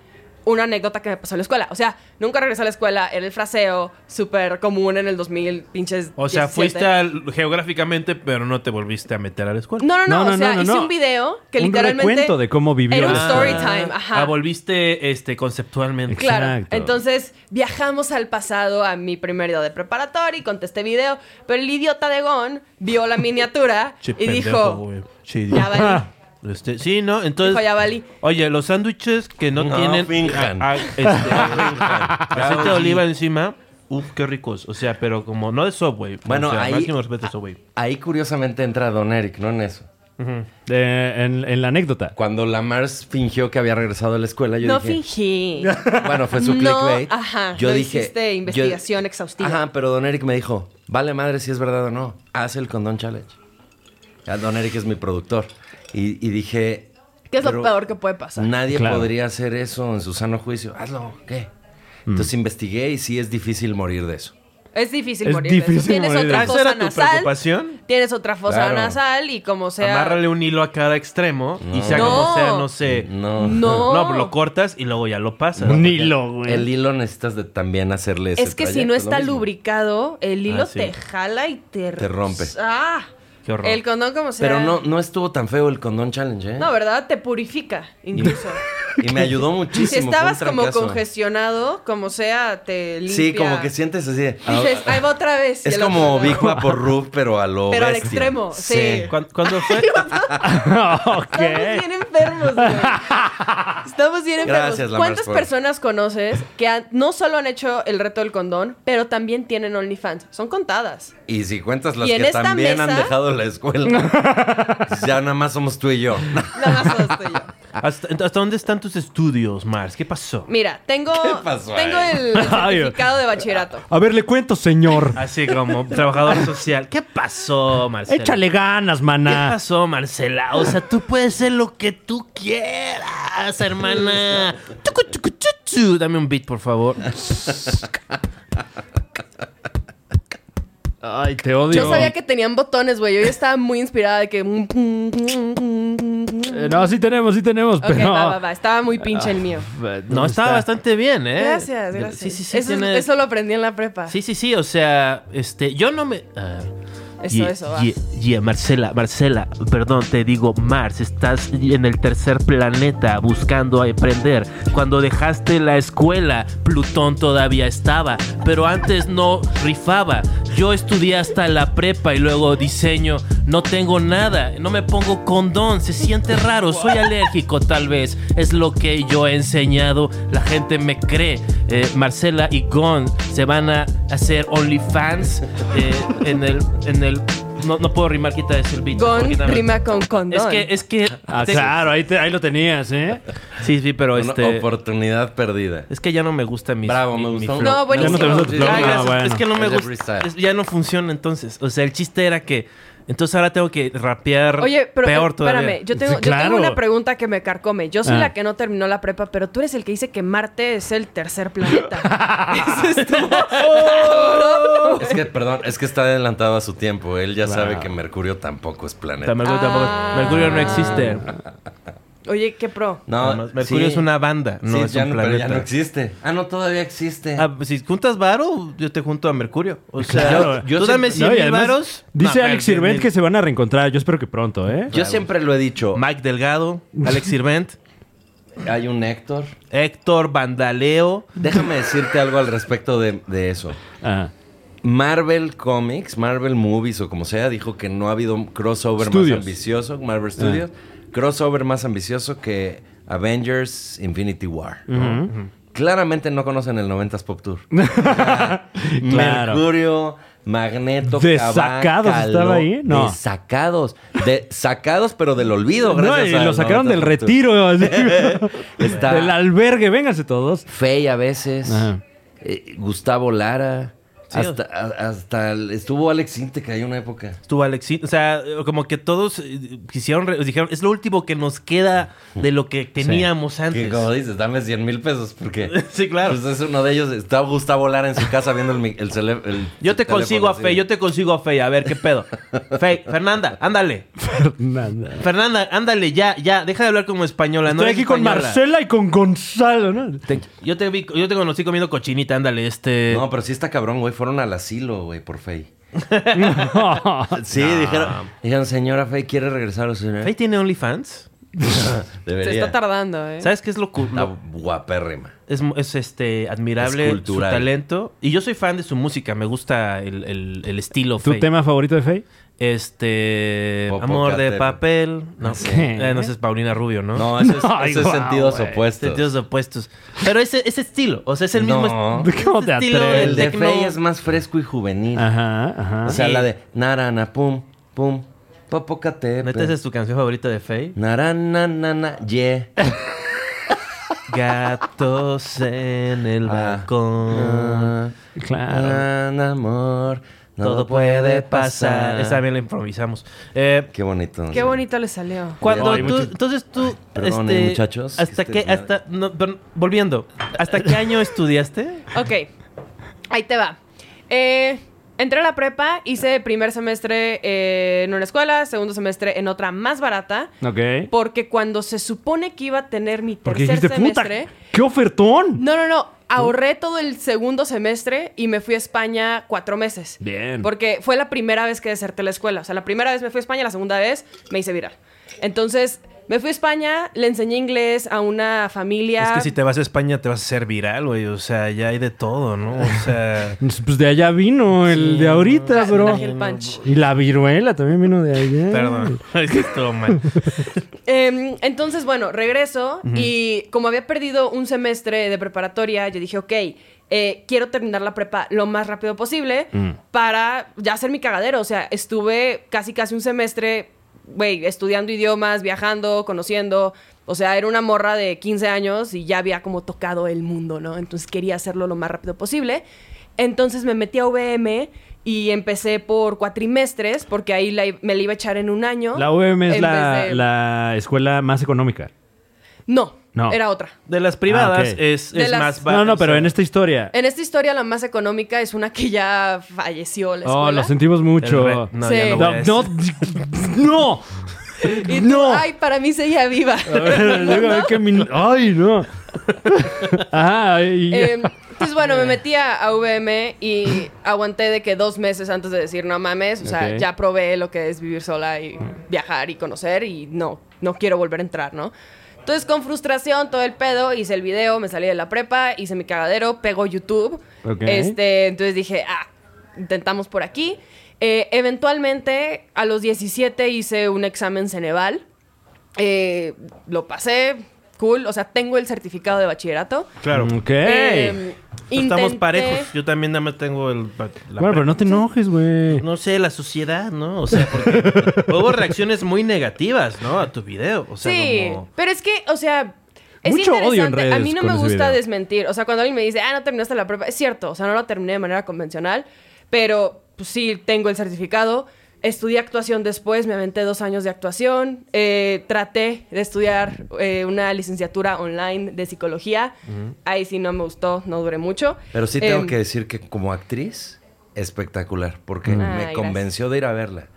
una anécdota que me pasó en la escuela. O sea, nunca regresé a la escuela, era el fraseo súper común en el 2000, pinches. O sea, 17. fuiste al- geográficamente, pero no te volviste a meter a la escuela. No, no, no, No, no, o sea, no, no, hice no. un video que Un literalmente... recuento de cómo vivió Era un la story escuela. time, ajá. Ah, volviste este, conceptualmente. Exacto. Claro. Entonces viajamos al pasado a mi primer día de preparatoria y contesté video, pero el idiota de Gon vio la miniatura Che, y pendejo, dijo, güey. Che, ya valí. "Ah, Este, sí, ¿no? Entonces. Dijo, "Ya valí". Oye, los sándwiches que no, No, tienen. finjan. a- a- este, aceite de oliva encima. Uf, qué ricos. O sea, pero como no de Subway. Bueno, o sea, ahí- Máximo respeto a Subway. Ahí curiosamente entra Don Eric, ¿no? En eso. Eh, en, en la anécdota. Cuando la Mars fingió que había regresado a la escuela, yo No dije... fingí. Bueno, fue su No, clickbait. ajá, yo no dije, hiciste yo- eh, investigación exhaustiva. Ajá, pero Don Eric me dijo, vale madre si es verdad o no, haz el condón challenge. Ya, Don Eric es mi productor. Y, y dije... ¿Qué es lo "Pero Mm. peor que puede pasar? Nadie Claro. podría hacer eso en su sano juicio. Hazlo, ¿qué? Mm. Entonces investigué y sí es difícil morir de eso. Es difícil Es morir. de eso. difícil Tienes morir de otra eso. fosa ¿Esa era tu nasal. preocupación? Tienes otra fosa Claro. nasal y como sea. Amárrale un hilo a cada extremo y sea como No. sea, no sé. No. No. No, pues lo cortas y luego ya lo pasas. Un hilo, güey. El hilo necesitas de también hacerle ese Es que si trayecto, no lo está mismo. lubricado, el hilo Ah, sí. te jala y te. Te rompe. Ah. Qué horror. El condón como sea. Pero no, no estuvo tan feo el condón challenge, ¿eh? No, ¿verdad? Te purifica, incluso. y me ayudó muchísimo. si fue un estabas como trancazo. congestionado, como sea, te limpia. Sí, como que sientes así. de, ah, Dices, ahí va otra vez. y es el otro como lado. Big Por Roof, pero a lo Pero al bestia. extremo, sí. ¿Cuán- ¿Cuándo fue? Estamos bien enfermos, güey. Estamos bien enfermos. Gracias, Lamar ¿Cuántas Sport. personas conoces que han- no solo han hecho el reto del condón, pero también tienen OnlyFans? Son contadas. Y si cuentas las Y en que esta también han mesa- dejado la escuela, pues ya nada más somos tú y yo. Nada más dos tú y yo. ¿Hasta, hasta dónde están tus estudios, Mars? ¿Qué pasó? Mira, tengo, pasó tengo ahí? el Ay, certificado de bachillerato. A ver, le cuento, señor. Así como trabajador social. ¿Qué pasó, Marcela? Échale ganas, ¿Qué maná. pasó, Marcela? O sea, tú puedes ser lo que tú quieras, hermana. Tucu, tucu, chu, chu. Dame un beat, por favor. Ay, te odio. Yo sabía que tenían botones, güey. Yo ya estaba muy inspirada de que... Ok, Eh, No, sí tenemos, sí tenemos, pero. va, va, va. Estaba muy pinche el mío. No, estaba bastante bien, ¿eh? Gracias, gracias. Sí, sí, sí. Eso, es- tiene- eso lo aprendí en la prepa. Sí, sí, sí. O sea, este, yo no me. ah. Eso, Yeah, eso, va. yeah, yeah, Marcela, Marcela, perdón, te digo, Mars, estás en el tercer planeta buscando aprender. Cuando dejaste la escuela, Plutón todavía estaba, pero antes no rifaba. Yo estudié hasta la prepa y luego diseño. No tengo nada, no me pongo condón, se siente raro, soy alérgico tal vez. Es lo que yo he enseñado, la gente me cree. Eh, Marcela y Gon se van a hacer OnlyFans eh, en el... En el no, no puedo rimar, quita ese el beat. Gon porque también- rima con condón. Es que... Es que Ah, te- claro, ahí, te- ahí lo tenías, ¿eh? Sí, sí, pero Una este... oportunidad perdida. Es que ya no me gusta mi... Bravo, mi- me mi gustó. flow. No, buenísimo. Ya no te gusta tu Ah, Ah, flow, no, gracias. gracias. bueno. Es que no me Es de gusta. freestyle. es- ya no funciona entonces. O sea, el chiste era que Entonces ahora tengo que rapear Oye, pero peor eh, todavía. espérame, yo tengo, Sí, yo tengo claro. una pregunta que me carcome. Yo soy Ah. la que no terminó la prepa, pero tú eres el que dice que Marte es el tercer planeta. Eso estuvo cabrón. Es que, perdón, es que está adelantado a su tiempo. Él ya Claro. sabe que Mercurio tampoco es planeta. Ta- Mercurio, tampoco- Ah. Mercurio no existe. Oye, qué pro. No, Además, Mercurio sí. es una banda, no Sí, es ya un no- pero ya planeta. no existe. Ah, no, todavía existe. Ah, si juntas varo, yo te junto a Mercurio. O sea, Claro. yo, tú dame 100 No, y mil además, varos. Dice No, Alex pero 100 Sirvent mil. que se van a reencontrar. Yo espero que pronto, ¿eh? Yo siempre lo he dicho. Mike Delgado, Alex Sirvent, Hay un Héctor. Héctor Vandaleo. Déjame decirte algo al respecto de, de eso. Ah. Marvel Comics, Marvel Movies o como sea, dijo que no ha habido un crossover Studios. Ah. más ambicioso, Marvel Studios, crossover más ambicioso que Avengers Infinity War. ¿no? Claramente no conocen el 90s Pop Tour. Mercurio, Magneto, Cabá, ¿Desacados Caló, estaba ahí? No. Desacados. De, sacados, pero del olvido, No, gracias y al lo sacaron 90s del Pop Tour. retiro. así. Está- Del albergue, vénganse todos. Fey a veces, Ajá. eh, Gustavo Lara, Sí, hasta, a- hasta el- estuvo Alex Intec ahí una época. Estuvo Alexi. O sea, como que todos eh, quisieron, re- dijeron, es lo último que nos queda de lo que teníamos Que antes. como dices, dame 100 mil pesos porque... Sí, claro. Pues es uno de ellos, está Gustavo Lara en su casa viendo el... mi- el, cele- el yo te teléfono consigo a así. Fey, yo te consigo a Fey, a ver qué pedo. Fey, Fernanda, ándale. Fernanda. Fernanda, ándale, ya, ya, deja de hablar como española. no Estoy eres aquí con española. Marcela y con Gonzalo, ¿no? Te- yo, te vi- yo te conocí comiendo cochinita, ándale, este. No, pero sí está cabrón, güey. Fueron al asilo, güey, por Fey. Sí, dijeron, dijeron, señora Fey, ¿quiere regresar a su... Ah, ¿Fey tiene OnlyFans? Se Debería. está tardando, ¿eh? ¿Sabes qué es lo, cu- Está lo- guapérrima. es, es, este admirable Es su cultural. talento? Y yo soy fan de su música, me gusta el, el- el estilo ¿Tu Fey. tema favorito de Fey? Este Popocatépetl. Amor de papel. No, ¿Qué? eh, no ese es Paulina Rubio, ¿no? No, eso es, No, eso es guau, sentidos güey. opuestos. Sentidos opuestos. Pero ese, ese estilo, o sea, es el mismo No. est- ¿Cómo te estilo atreves? El de tecno. Fey es más fresco y juvenil. Ajá, ajá. O sea, Sí. la de narana, pum, pum, popocate. ¿Neta esa es tu canción favorita de Faye? Narana, nana, ye. Gatos en el Ah. balcón. Ah, claro. gran amor, no Todo puede pasar. Esa bien la improvisamos. Eh, Qué bonito. Qué bonito le salió. Cuando Ay, tú, mucho- entonces tú, perdone, este, muchachos, hasta que que, ustedes hasta, no, perdón, volviendo, ¿hasta qué año estudiaste? Ok, ahí te va. Eh, entré a la prepa, hice primer semestre eh, en una escuela, segundo semestre en otra más barata, Ok. porque cuando se supone que iba a tener mi Porque tercer dijiste, puta, semestre... qué ofertón. No, no, no. Ahorré todo el segundo semestre y me fui a España cuatro meses. Bien. Porque fue la primera vez que deserté la escuela. O sea, la primera vez me fui a España, la segunda vez me hice viral. Entonces, me fui a España, le enseñé inglés a una familia. Es que si te vas a España te vas a hacer viral, güey. O sea, ya hay de todo, ¿no? O sea, Pues de allá vino el de ahorita, Ah, bro. Ángel Panch. Y la viruela también vino de allá. perdón. Mm. Es que estuvo mal. Em, entonces, bueno, regreso y como había perdido un semestre de preparatoria, yo dije, ok, eh, quiero terminar la prepa lo más rápido posible Mm. para ya hacer mi cagadero. O sea, estuve casi casi un semestre, güey, estudiando idiomas, viajando, conociendo. O sea, era una morra de 15 años y ya había como tocado el mundo, ¿no? Entonces quería hacerlo lo más rápido posible. Entonces me metí a VM y empecé por cuatrimestres porque ahí la i- me la iba a echar en un año. La UVM es en la, vez de- la escuela más económica. no, No. era otra. De las privadas Ah, ok. es, De es las- más No, no, pero en este esta historia. En esta historia la más económica es una que ya falleció la escuela. Oh, lo sentimos mucho. re- no, Sí. ya no, voy a decir. No, no. Y tú, No. ay, para mí seguía viva. Ah, A ver, luego, a ver qué min- Ay, no. Ajá, y- Eh, entonces, bueno, me metí a a VM y aguanté de que dos meses antes de decir, no mames, o sea, Ok. Ah. ya probé lo que es vivir sola y viajar y conocer y no, no quiero volver a entrar, ¿no? Entonces, con frustración, todo el pedo, hice el video, me salí de la prepa, hice mi cagadero, pegó YouTube. Ok. Este, entonces dije, ah, intentamos por aquí. Eh, eventualmente, a los 17 hice un examen Ceneval. Eh, lo pasé, cool. O sea, tengo el certificado de bachillerato. Claro. Ok. Eh, Estamos intenté- parejos. Yo también nada más tengo el. pa- la bueno, pero no te enojes, güey. pre- No sé, la sociedad, ¿no? O sea, porque hubo reacciones muy negativas, ¿no? A tu video. O sea, sí, como. pero es que, o sea, es Mucho interesante. odio en a redes mí no con me ese gusta video. desmentir. O sea, cuando alguien me dice, ah, no terminaste la prueba, es cierto. O sea, no la terminé de manera convencional, pero pues, sí tengo el certificado. Estudié actuación después, me aventé dos años de actuación. eh, traté de estudiar eh, una licenciatura online de psicología. Ujú. Ahí sí no me gustó, no duré mucho. Pero sí tengo Em, que decir que como actriz, espectacular, porque Mm. Ay, me gracias. convenció de ir a verla.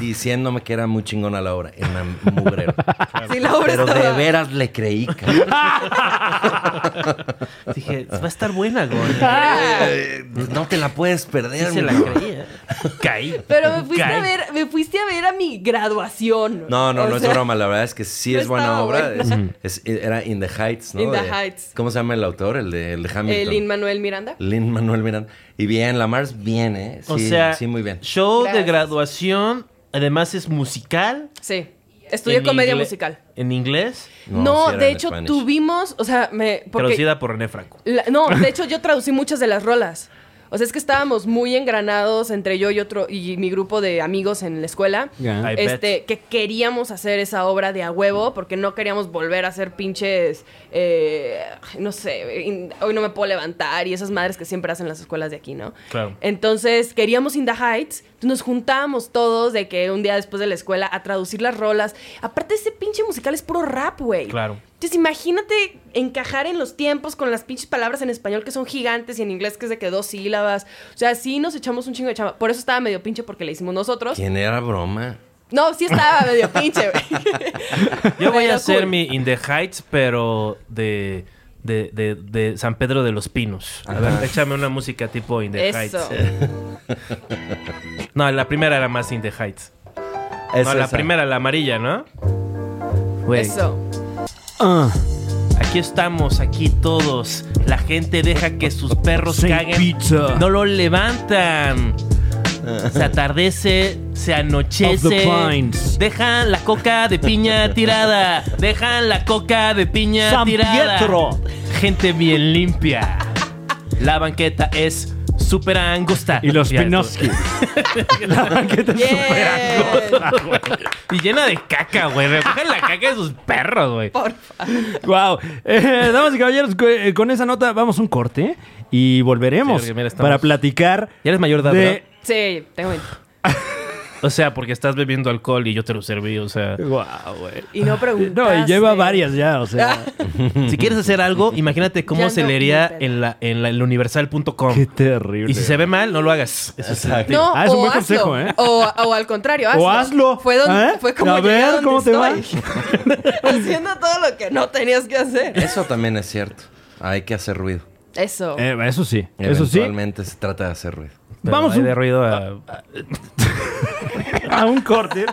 Diciéndome que era muy chingona la obra, en la mugrero. Sí, la obra Pero de estaba- veras le creí. cabrón. Dije, va a estar buena, güey. Ah, Eh, no te la puedes perder. Sí se la mi bro. creí, ¿eh? Caí. Pero me fuiste, a Caí. ver, me fuiste a ver a mi graduación. No, no, O no sea, es broma. La verdad es que sí no es buena estaba obra. Es- buena. es- era In the Heights, ¿no? In the De- Heights. ¿Cómo se llama el autor? El de, el de eh, Hamilton. Lin Manuel Miranda. Lin Manuel Miranda. Y bien, la Mars, bien, ¿eh? Sí, o sea, sí, muy bien. show Gracias. de graduación, además es musical. Sí. Estudié en comedia ingle- musical. ¿En inglés? No, de hecho tuvimos, o sea, me porque Traducida por René Franco. la- no, de hecho yo traducí muchas de las rolas. O sea, es que estábamos muy engranados entre yo y otro y mi grupo de amigos en la escuela. Ya. I bet. Este, que queríamos hacer esa obra de a huevo porque no queríamos volver a hacer pinches eh, no sé, in- hoy no me puedo levantar y esas madres que siempre hacen las escuelas de aquí, ¿no? Claro. Entonces queríamos In the Heights, entonces nos juntábamos todos de que un día después de la escuela a traducir las rolas. Aparte ese pinche musical es puro rap, güey. Claro. Entonces imagínate encajar en los tiempos con las pinches palabras en español que son gigantes y en inglés que es de que dos sílabas. O sea, sí nos echamos un chingo de chamba. Por eso estaba medio pinche porque le hicimos nosotros. ¿Quién era broma? No, sí estaba medio pinche, güey. Yo voy Pero a hacer cool. mi In the Heights, pero de, de, de, de San Pedro de los Pinos. A ver, Ajá. échame una música tipo In the Eso. Heights. No, la primera era más In the Heights. Es no, la esa. primera, la amarilla, ¿no? Güey. Eso. Ah, Aquí estamos, aquí todos. La gente deja que sus perros Saint caguen. Pizza. No lo levantan. Se atardece, se Of the anochece. pines. Dejan la coca de piña tirada. Dejan la coca de piña San tirada. Pietro. Gente bien limpia. La banqueta es súper angosta. Y los Ya, esto- Pinoski. La banqueta es Yeah. súper angosta, güey. Ah, Y llena de caca, güey. Recogen la caca de sus perros, güey. Wow. damas y caballeros, co- eh, con esa nota vamos a un corte y volveremos Sí, porque mira, estamos- para platicar Ya eres mayor de edad, de... Sí, tengo 20. O sea, porque estás bebiendo alcohol y yo te lo serví, o sea. Wow, güey. Y no preguntaste. No, y lleva varias ya, o sea, Hmm. Si quieres hacer algo, imagínate cómo Ya se no, leería ni pedo. en la, en la- en universal.com. qué terrible. Y si se ve mal, no lo hagas. Eso es- No, Ah, es o un buen hazlo. consejo, ¿eh? O, o al contrario, hazlo. O hazlo. Fue, donde, ¿eh? fue como A llegué ver donde cómo te va. estoy. Haciendo todo lo que no tenías que hacer. Eso también es cierto. Hay que hacer ruido. Eso. Eh, eso sí, eso sí. Eventualmente se trata de hacer ruido. Pero Vamos hay un- de ruido ah. a- A un corte.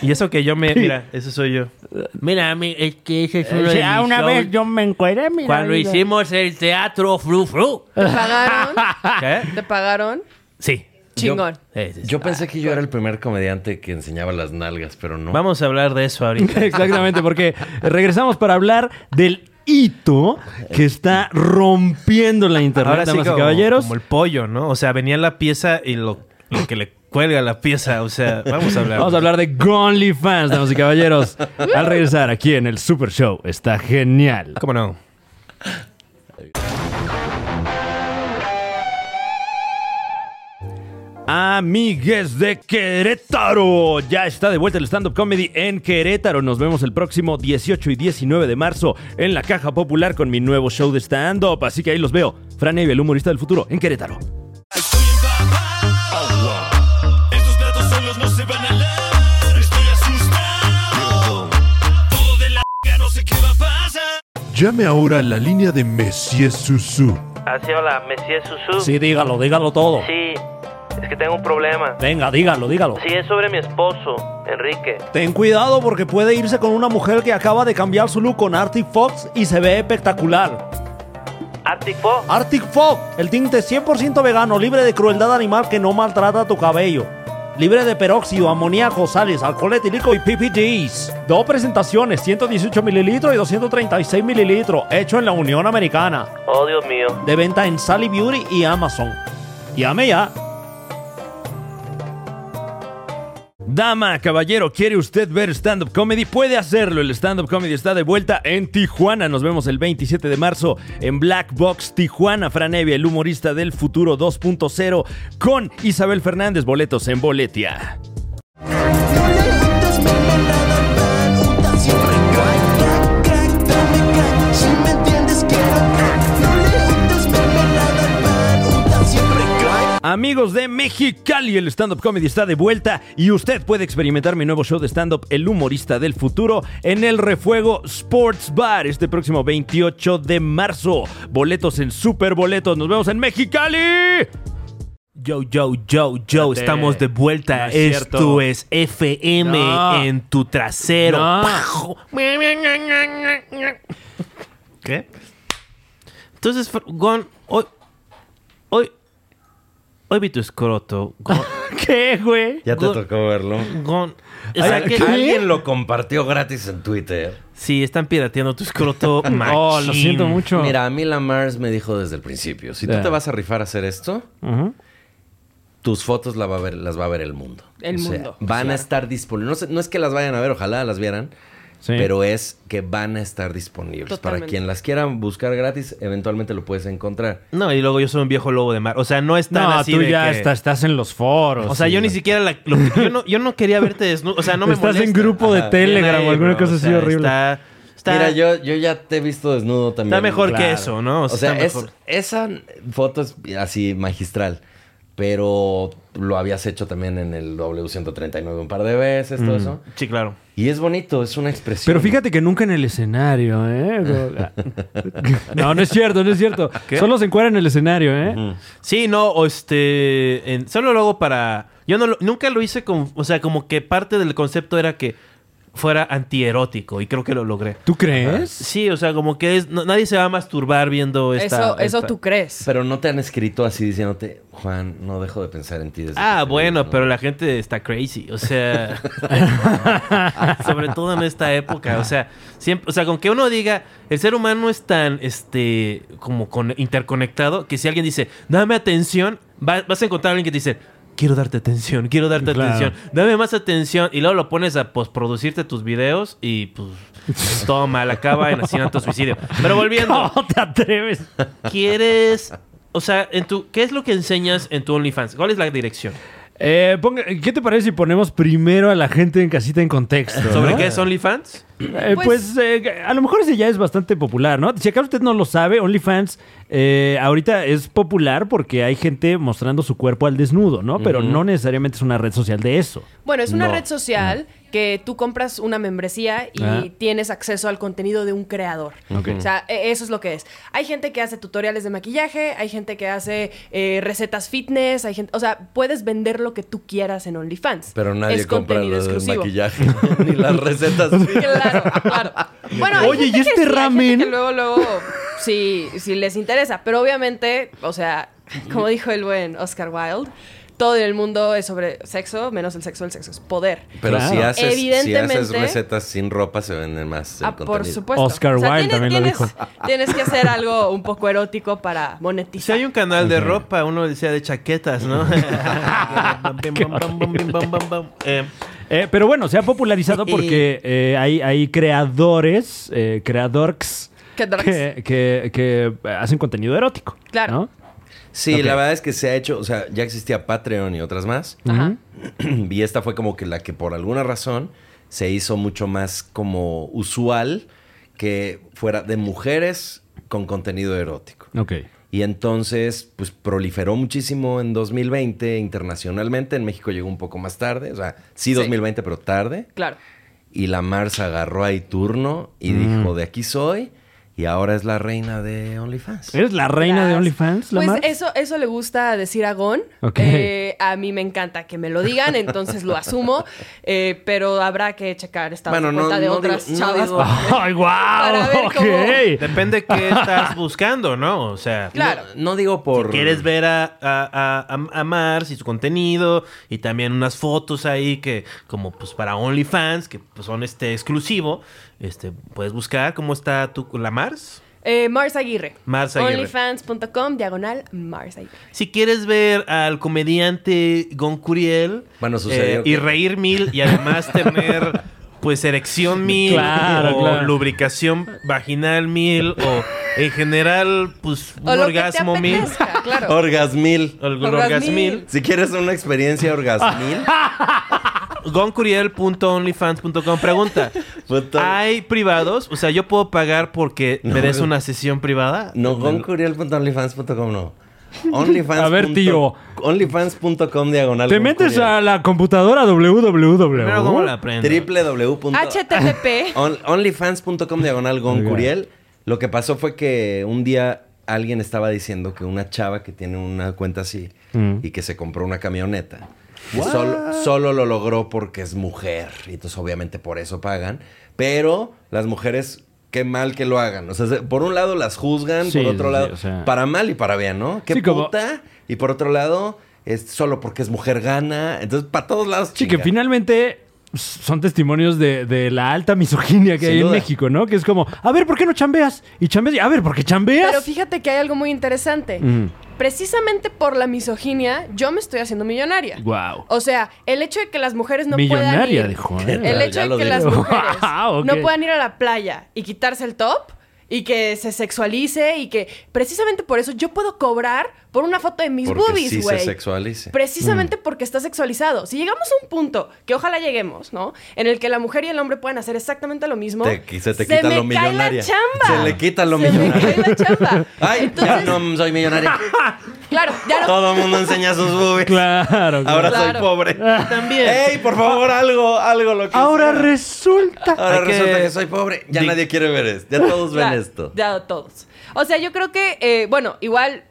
Y eso que yo me... Mira, eso soy yo. Eh, ah, Mira, mi- es que ese es Eh, uno de ah, mis shows. me encueré, mira. Cuando hicimos el teatro Fru Fru. ¿Te pagaron? ¿Qué? ¿Te pagaron? Sí. Chingón. Sí, sí, sí. Yo pensé que yo era el primer comediante que enseñaba las nalgas, pero no. Vamos a hablar de eso ahorita. Exactamente, porque regresamos para hablar del hito que está rompiendo la internet, Ahora sí, damas y como, caballeros. como el pollo, ¿no? O sea, venía la pieza y lo, lo que le cuelga la pieza. O sea, vamos a hablar. Vamos a hablar de Gonly Fans, damas y caballeros. Al regresar aquí en el Super Show, está genial. ¿Cómo no? Amigues de Querétaro, ya está de vuelta el stand-up comedy en Querétaro. Nos vemos el próximo 18 y 19 de marzo en la Caja Popular con mi nuevo show de stand-up. Así que ahí los veo. Fran Evia, el humorista del futuro, en Querétaro. Estoy empapado. Estos platos solos no se van a lavar. Estoy asustado. Todo de la no sé qué va a pasar. Llame ahora a la línea de Messier Susu. Así, hola, Messi Susu. Sí, dígalo, dígalo todo. Sí, es que tengo un problema. Venga, dígalo, dígalo. Sí, es sobre mi esposo, Enrique. Ten cuidado porque puede irse con una mujer que acaba de cambiar su look con Arctic Fox y se ve espectacular. Arctic Fox. Arctic Fox, el tinte 100% vegano, libre de crueldad animal que no maltrata tu cabello. Libre de peróxido, amoníaco, sales, alcohol etílico y PPDs. Dos presentaciones, 118 mililitros y 236 mililitros, hecho en la Unión Americana. Oh, Dios mío. De venta en Sally Beauty y Amazon. Llame ya. Dama, caballero, ¿quiere usted ver stand-up comedy? Puede hacerlo. El stand-up comedy está de vuelta en Tijuana. Nos vemos el 27 de marzo en Black Box Tijuana. Fran Evia, el humorista del futuro 2.0, con Isabel Fernández. Boletos en Boletia. Si me entiendes quiero crack No le untas mermelada al pan Untas siempre crack Amigos de Mexicali, el stand-up comedy está de vuelta y usted puede experimentar mi nuevo show de stand-up El humorista del futuro en el Refuego Sports Bar este próximo 28 de marzo. Boletos en Superboletos. Nos vemos en Mexicali. Yo, yo, yo, yo, Espérate. Oh, estamos de vuelta. No es Esto cierto. es FM No. en tu trasero. No. Pajo. ¿Qué? Entonces, Fer- Gon, hoy, hoy, hoy vi tu escroto. Gon. ¿Qué, güey? Ya te Gon- tocó verlo. Gon, o sea, que- Alguien lo compartió gratis en Twitter. Sí, están pirateando tu escroto. Oh, lo siento machín. mucho. Mira, a mí la Mars me dijo desde el principio, si tú Ya. te vas a rifar a hacer esto, tus fotos la va a ver- las va a ver el mundo. El O sea, mundo, Van a estar disponibles. No, sé- no es que las vayan a ver, ojalá las vieran. Pero es que van a estar disponibles. Para Totalmente. quien las quieran buscar gratis, eventualmente lo puedes encontrar. No, y luego yo soy un viejo lobo de mar. O sea, no es tan No, así tú de ya que- estás, estás en los foros. O sea, Sí. yo ni siquiera la- lo- yo, no, yo no quería verte desnudo. O sea, no me Estás en molesta. grupo de Telegram bien o alguna cosa así horrible. Está, está- Mira, yo, yo ya te he visto desnudo también. Está mejor que eso, ¿no? O O sea, sea, está es- mejor. esa foto es así magistral. Pero lo habías hecho también en el W139 un par de veces, todo Mm. eso. Sí, claro. Y es bonito, es una expresión. Pero fíjate que nunca en el escenario, ¿eh? No, no es cierto, no es cierto. ¿Qué? Solo se encuentra en el escenario, ¿eh? Sí, no, o este. en- solo lo hago para. Yo no lo- nunca lo hice con. O sea, como que parte del concepto era que fuera antierótico y creo que lo logré. ¿Tú crees? Sí, o sea, como que es, no- nadie se va a masturbar viendo esta. Eso, eso esta- tú crees. Pero no te han escrito así diciéndote, Juan, no dejo de pensar en ti desde Ah, que te bueno, vi", ¿no? pero la gente está crazy. O sea, sobre todo en esta época. O sea, siempre, o sea, con que uno diga, el ser humano es tan este como con- interconectado que si alguien dice, dame atención, va- vas a encontrar a alguien que te dice, quiero darte atención, quiero darte Claro. atención, dame más atención. Y luego lo pones a postproducirte tus videos y pues todo mal, acaba en asesinato suicidio. Pero volviendo. ¿Cómo te atreves? ¿Quieres? O sea, en tu, ¿qué es lo que enseñas en tu OnlyFans? ¿Cuál es la dirección? Eh, ponga- ¿Qué te parece si ponemos primero a la gente en casita en contexto? ¿Sobre no? qué es OnlyFans? Eh, pues eh, a lo mejor ese ya es bastante popular, ¿no? Si acaso usted no lo sabe, OnlyFans eh, ahorita es popular porque hay gente mostrando su cuerpo al desnudo, ¿no? Pero Ujú. no necesariamente es una red social de eso. Bueno, es una No. red social que tú compras una membresía y Ah. tienes acceso al contenido de un creador. Ok. O sea, e- eso es lo que es. Hay gente que hace tutoriales de maquillaje, hay gente que hace eh, recetas fitness, hay gente, o sea, puedes vender lo que tú quieras en OnlyFans. Pero nadie es compra contenido lo del exclusivo. maquillaje ni las recetas. Bueno, hay Oye, gente ¿y que este sí, hay gente ramen? que luego, luego, si les interesa. Pero obviamente, o sea, como dijo el buen Oscar Wilde, todo en el mundo es sobre sexo, menos el sexo, el sexo es poder. Pero si, Claro. haces, si haces Evidentemente- recetas sin ropa, se venden más. el Ah, por contenido. supuesto. Oscar O sea, Wilde tienes- también lo tienes- dijo. Tienes que hacer algo un poco erótico para monetizar. Si hay un canal de ropa, uno decía de chaquetas, ¿no? Eh, Eh, pero bueno, se ha popularizado porque eh, hay, hay creadores, eh, creadorks, ¿Qué drogas? que, que- que hacen contenido erótico. Claro. ¿no? Sí, Ok. la verdad es que se ha hecho, o sea, ya existía Patreon y otras más. Ajá. y esta fue como que la que por alguna razón se hizo mucho más como usual que fuera de mujeres con contenido erótico. Ok. Y entonces, pues proliferó muchísimo en 2020 internacionalmente. En México llegó un poco más tarde, o sea, sí Sí. 2020, pero tarde. Claro. Y la Mars agarró ahí turno y Mm. dijo, de aquí soy. Y ahora es la reina de OnlyFans. ¿Eres la reina de OnlyFans, la Pues Mar? eso, eso le gusta decir a Gon. Ok. Eh, a mí me encanta que me lo digan, entonces lo asumo. Eh, pero habrá que checar esta Bueno, no- cuenta de no otras digo- no chavas. digo- ¡Ay, Para ver wow! cómo- Ok. depende qué estás buscando, ¿no? O sea, Claro. No digo por... si quieres ver a, a, a- a- a Mars y su contenido y también unas fotos ahí que como pues para OnlyFans que pues, son este exclusivo, este puedes buscar cómo está tu la Mars. Eh, Mars Aguirre. Mars Aguirre. Onlyfans.com, diagonal Mars Aguirre. Si quieres ver al comediante Gon Curiel eh, Bueno, sucedió que- y reír mil y además tener pues erección mil Claro, o claro. lubricación vaginal mil o en general pues un O lo que te orgasmo mil. apetezca, claro. Orgasmil. Algún Orgasmil. orgasmil. Si quieres una experiencia orgasmil. Goncuriel.onlyfans.com pregunta. Pues, ¿Hay privados? O sea, ¿yo puedo pagar porque me des una sesión privada? No, goncuriel.onlyfans.com no. Onlyfans. A ver, tío. Onlyfans.com diagonal. Te metes a la computadora www. www. HTTP. On- Onlyfans.com diagonal goncuriel. Lo que pasó fue que un día alguien estaba diciendo que una chava que tiene una cuenta así Mm. y que se compró una camioneta. que Solo, solo lo logró porque es mujer. Y entonces obviamente por eso pagan. Pero las mujeres, qué mal que lo hagan. O sea, se- por un lado las juzgan, Sí, por otro sí, lado, o sea. para mal y para bien, ¿no? Qué Sí, como- puta. Y por otro lado, es solo porque es mujer gana. Entonces, para todos lados. Sí, que chinga. finalmente son testimonios de, de la alta misoginia que Sin hay duda. en México, ¿no? Que es como, a ver, ¿por qué no chambeas? Y chambeas, y, a ver, ¿por qué chambeas? Pero fíjate que hay algo muy interesante. Mm. Precisamente por la misoginia, yo me estoy haciendo millonaria. Wow. O sea, el hecho de que las mujeres no puedan Millonaria, ir, dijo. ¿eh? el hecho de que las mujeres Ah, Wow, ok. no puedan ir a la playa y quitarse el top y que se sexualice y que precisamente por eso yo puedo cobrar por una foto de mis Porque sí boobies, güey. se sexualice. Mm. Precisamente porque está sexualizado. Si llegamos a un punto, que ojalá lleguemos, ¿no? En el que la mujer y el hombre puedan hacer exactamente lo mismo. Te- se te quita me lo cae la millonaria. Se chamba. le quita lo Se me millonario. cae la chamba. Ay, Entonces- ya no soy millonaria. Claro, ya no. Todo el mundo enseña sus boobies. Claro. Ahora soy Claro. pobre. También. ¡Ey, por favor, algo, algo lo que Ahora sea. resulta. Ahora Hay que- resulta que... soy pobre. Ya Di- nadie quiere ver esto. Ya todos ven Ya, esto. Ya todos. O sea, yo creo que, eh, bueno, igual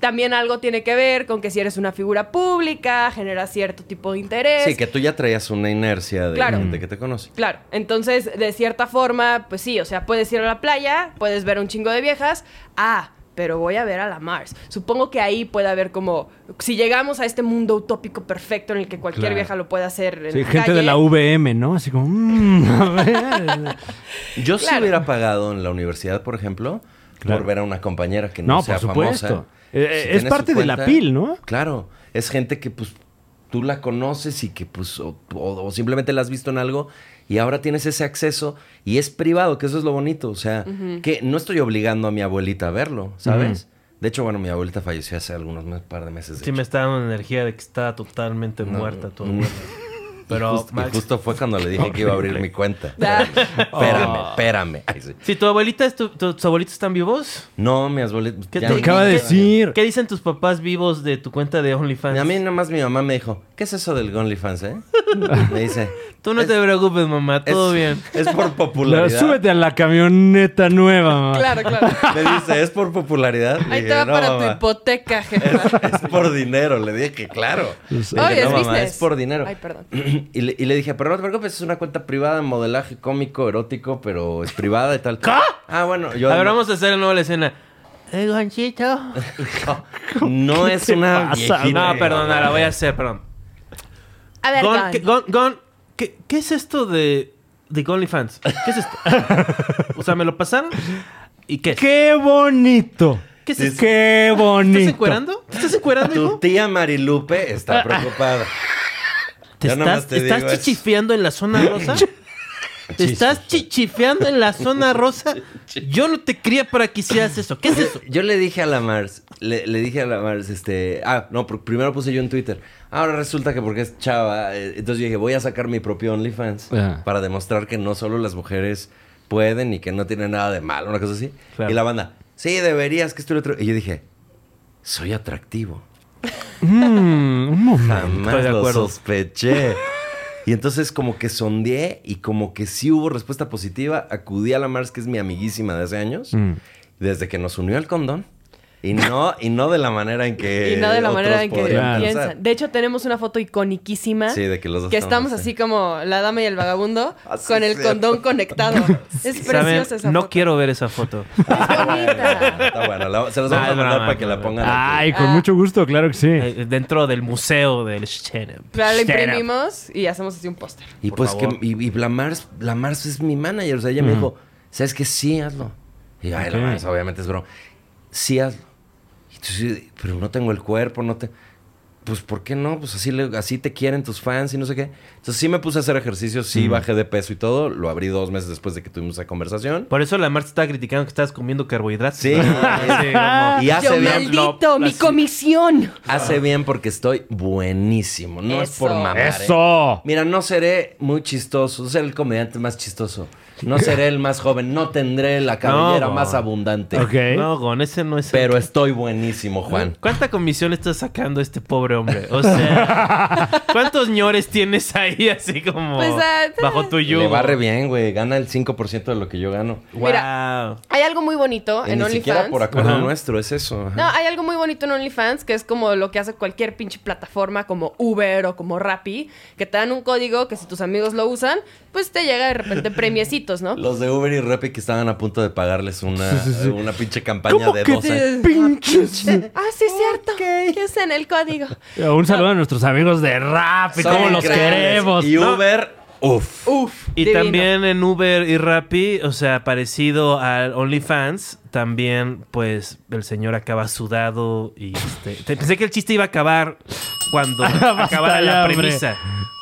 también algo tiene que ver con que si eres una figura pública, genera cierto tipo de interés. Sí, que tú ya traías una inercia de Claro. gente que te conoce. Claro, entonces de cierta forma, pues sí, o sea, puedes ir a la playa, puedes ver un chingo de viejas, ah, pero voy a ver a la Mars. Supongo que ahí puede haber como, si llegamos a este mundo utópico perfecto en el que cualquier Claro. vieja lo puede hacer en Sí, la gente calle, de la VM, ¿no? Así como, mm, a ver. Yo sí Claro. hubiera pagado en la universidad, por ejemplo, Claro. por ver a una compañera que no, No, sea por supuesto. famosa. Eh, eh, es tiene su parte de la pil, ¿no? Claro. Es gente que, pues, tú la conoces y que, pues, o, o- o simplemente la has visto en algo y ahora tienes ese acceso y es privado, que eso es lo bonito. O sea, que no estoy obligando a mi abuelita a verlo, ¿sabes? De hecho, bueno, mi abuelita falleció hace algunos meses, par de meses. de Sí hecho. me está dando una energía de que está totalmente No, muerta tu no. abuela. Pero y, justo, y Max- justo fue cuando le dije que iba a abrir mi cuenta. Ah. Espérame, Oh. espérame. Ay, sí. Si tu abuelita, es tu- tu- tus abuelitos están vivos. No, mi abuelita. ¿Qué ya- te- Lo acaba de ¿qué- decir. ¿Qué dicen tus papás vivos de tu cuenta de OnlyFans? A mí nomás mi mamá me dijo, ¿qué es eso del OnlyFans, eh? Me dice, Tú no te preocupes, mamá, es, todo bien. es por La- popularidad. súbete a la camioneta nueva, mamá. Claro, claro. Me dice, es por popularidad. Le Ahí te dije, va "No, para tu mamá, hipoteca, jefa. Es por dinero. Le dije que claro. Le dije, Ay, es "No, mamá, business". es por dinero. Ay, perdón. Y le, y le dije, pero no te preocupes, es una cuenta privada, modelaje cómico, erótico, pero es privada y tal. Ah, bueno, yo. a ver, vamos a hacer la nueva escena. Eh, Gonchito. No es una viejita. No, perdón, no, la voy a hacer, perdón. A ver, Gon, Gon. ¿qué, Gon- Gon, ¿qué- qué es esto de, de OnlyFans? ¿Qué es esto? o sea, ¿me lo pasaron? ¿Y qué? es? ¡Qué bonito! ¿Qué es esto? ¡Qué bonito! ¿Estás encuerando? ¿Te estás encuerando, Tu hijo? tía Marilupe está preocupada. ¿Te Yo nomás estás, te estás digo eso. chichifeando en la zona rosa? ¿Te estás chichifeando en la zona rosa? Yo no te cría para que hicieras eso. ¿Qué es eso? Yo le dije a la Mars, le, le dije a la Mars, este, ah, no, pr- primero puse yo en Twitter. Ahora resulta que porque es chava, eh, entonces yo dije, voy a sacar mi propio OnlyFans Ajá. para demostrar que no solo las mujeres pueden y que no tiene nada de malo, una cosa así. Claro. Y la banda, sí, deberías que esto y lo otro. Y yo dije, soy atractivo. Mm, un momento. Jamás Estoy de lo acuerdo. sospeché. Y entonces como que sondeé y como que sí hubo respuesta positiva, acudí a la Mars, que es mi amiguísima de hace años, Mm. desde que nos unió el condón. Y no, y no de la manera en que... Y no de la Eh, otros manera en que podrían Claro. piensan. pensar. De hecho, tenemos una foto iconiquísima. Sí, de que los dos Que estamos estamos, sí. así como la dama y el vagabundo Así con el es cierto. condón conectado. Es ¿Saben? preciosa esa No foto. quiero ver esa foto. Es bonita. Está bueno, la- se los No, vamos a es broma, mandar para es que la broma. pongan. aquí. Ay, con Ah. mucho gusto, claro que sí. Eh, Dentro del museo del Shenem. Pero la imprimimos y hacemos así un póster. Y por pues favor. que y, y la Mars, la Mars es mi manager, o sea, ella me dijo, "¿Sabes qué? Sí, hazlo." Y yo, ay, la Ok. madre, eso obviamente es broma. Sí, hazlo. Y tú sí, pero no tengo el cuerpo, no te... Pues, ¿por qué no? Pues así, le- así te quieren tus fans y no sé qué. Entonces, sí me puse a hacer ejercicio, sí Mm. bajé de peso y todo. Lo abrí dos meses después de que tuvimos esa conversación. Por eso la Marta estaba criticando que estabas comiendo carbohidratos. Sí. Y hace Yo, bien. maldito, mi comisión. Hace bien porque estoy buenísimo. No es por Eso. mamar. ¿eh? Eso. Mira, no seré muy chistoso. Seré el comediante más chistoso. No seré el más joven. No tendré la cabellera No. más abundante. No, con ese no es. Pero estoy buenísimo, Juan. ¿Cuánta comisión le estás sacando a este pobre hombre? O sea, ¿cuántos ñores tienes ahí así Oh, como Pues, ah, bajo tu yugo? Le va re bien, güey. Gana el 5% de lo que yo gano. Mira, Hay algo muy bonito Y en ni siquiera OnlyFans. por acuerdo Ajá. nuestro, es eso. No, hay algo muy bonito en OnlyFans que es como lo que hace cualquier pinche plataforma como Uber o como Rappi, que te dan un código que si tus amigos lo usan, pues te llega de repente premiecitos, ¿no? Los de Uber y Rappi que estaban a punto de pagarles una, Sí, sí, sí. una pinche campaña de 12. pinches? Ah, sí, cierto. ¿Qué es en el código? Un saludo a nuestros amigos de Rap y Son cómo los increíbles. queremos. Y ¿no? Uber, uff. Uf. Y divino. también en Uber y Rappi, o sea, parecido al OnlyFans, también, pues, el señor acaba sudado y este, te- pensé que el chiste iba a acabar cuando Basta acabara la ya, hombre. premisa,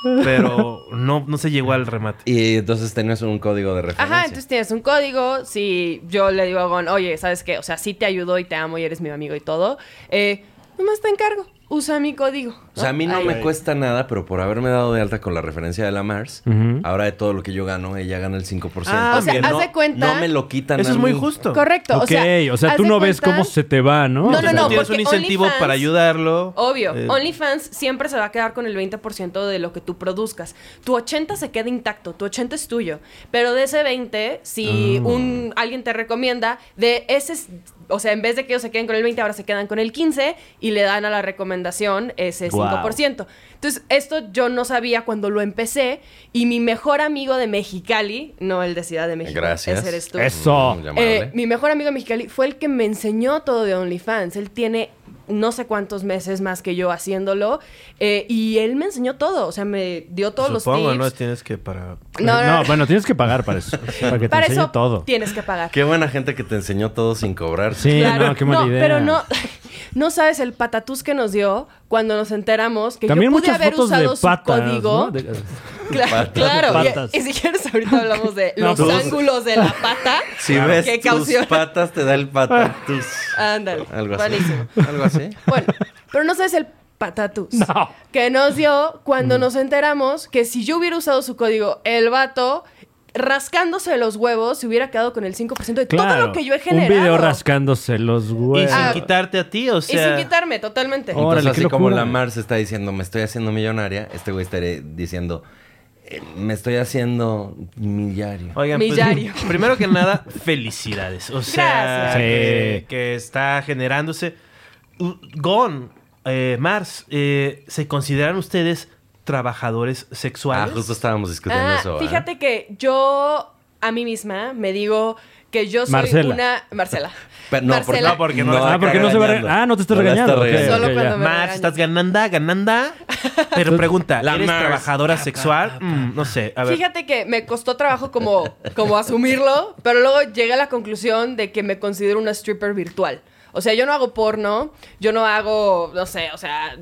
pero no, no se llegó al remate. Y entonces tenías un código de referencia. Ajá, entonces tienes un código. Si yo le digo a Gon, oye, ¿sabes qué? O sea, sí te ayudo y te amo y eres mi amigo y todo. Eh, nomás te encargo. Usa mi código. O sea, a mí no Ahí. me cuesta nada, pero por haberme dado de alta con la referencia de la Mars, Ujú. ahora de todo lo que yo gano, ella gana el 5%. Ah, o sea, Que no, haz de cuenta- No me lo quitan. Eso a es muy mí. justo. Correcto. Ok, o sea, o sea, haz tú de no ves cuenta- cómo se te va, ¿no? No, no, no, Tienes un porque incentivo OnlyFans- para ayudarlo. Obvio, Eh, OnlyFans siempre se va a quedar con el 20% de lo que tú produzcas. Tu 80 se queda intacto, tu 80 es tuyo, pero de ese 20, si Ah. un alguien te recomienda, de ese, es- o sea, en vez de que ellos se queden con el 20, ahora se quedan con el 15 y le dan a la recomendación ese Guau. 5%. Entonces, esto yo no sabía cuando lo empecé y mi mejor amigo de Mexicali, no el de Ciudad de México, Gracias. ese eres tú. Eso. Mm, Eh, llamable. mi mejor amigo de Mexicali fue el que me enseñó todo de OnlyFans. Él tiene no sé cuántos meses más que yo haciéndolo eh, y él me enseñó todo. O sea, me dio todos Supongo, ¿no? los tips. Tienes que para... No, no, no. bueno, tienes que pagar para eso. Para que te Para enseñe eso todo. tienes que pagar. Qué buena gente que te enseñó todo sin cobrar. Sí, Claro. no, qué mala idea. Pero no, no sabes el patatús que nos dio cuando nos enteramos que También yo pude muchas haber fotos de usado su patas. código. ¿no? De- Cla- Patas. claro, y- Patas. pues, Y, si quieres ahorita hablamos de No, los pues- ángulos de la pata. Si ves que tus causó- patas, te da el patatus. Ándale. Algo así. buenísimo. Algo así. Bueno, pero no sabes el patatus No. Mm. que nos dio cuando nos enteramos que si yo hubiera usado su código, el vato, rascándose los huevos, se hubiera quedado con el 5% de todo Claro, lo que yo he Un generado. video rascándose los Y huevos. sin Ah. quitarte a ti, o Y sin sea... quitarme, totalmente. Oh. Órale, Entonces, qué así como locura. la Mars está diciendo, me estoy haciendo millonaria, este güey estaré diciendo, eh, me estoy haciendo millario. Oigan, pues, Millario. primero que nada, felicidades. O sea, Gracias. que, Sí. que está generándose. U- Gon, eh, Mars, eh, ¿se consideran ustedes trabajadores Ah, sexuales? justo estábamos discutiendo Ah, ¿eh? eso. ¿ah? fíjate que yo a mí misma me digo que yo soy Marcela. una... Marcela. Pero no, por- Marcela. no, porque no, la Ah, está porque no se va a re- regañando. Ah, no te estoy No la regañando. está ok, regañando. Solo ok, cuando me- Mars, regaño. estás gananda, gananda. Pero pregunta, La ¿eres Mars. trabajadora Ah, sexual? Mm, no sé, a ver. Fíjate que me costó trabajo como, como asumirlo, pero luego llegué a la conclusión de que me considero una stripper virtual. O sea, yo no hago porno, yo no hago, no sé, o sea,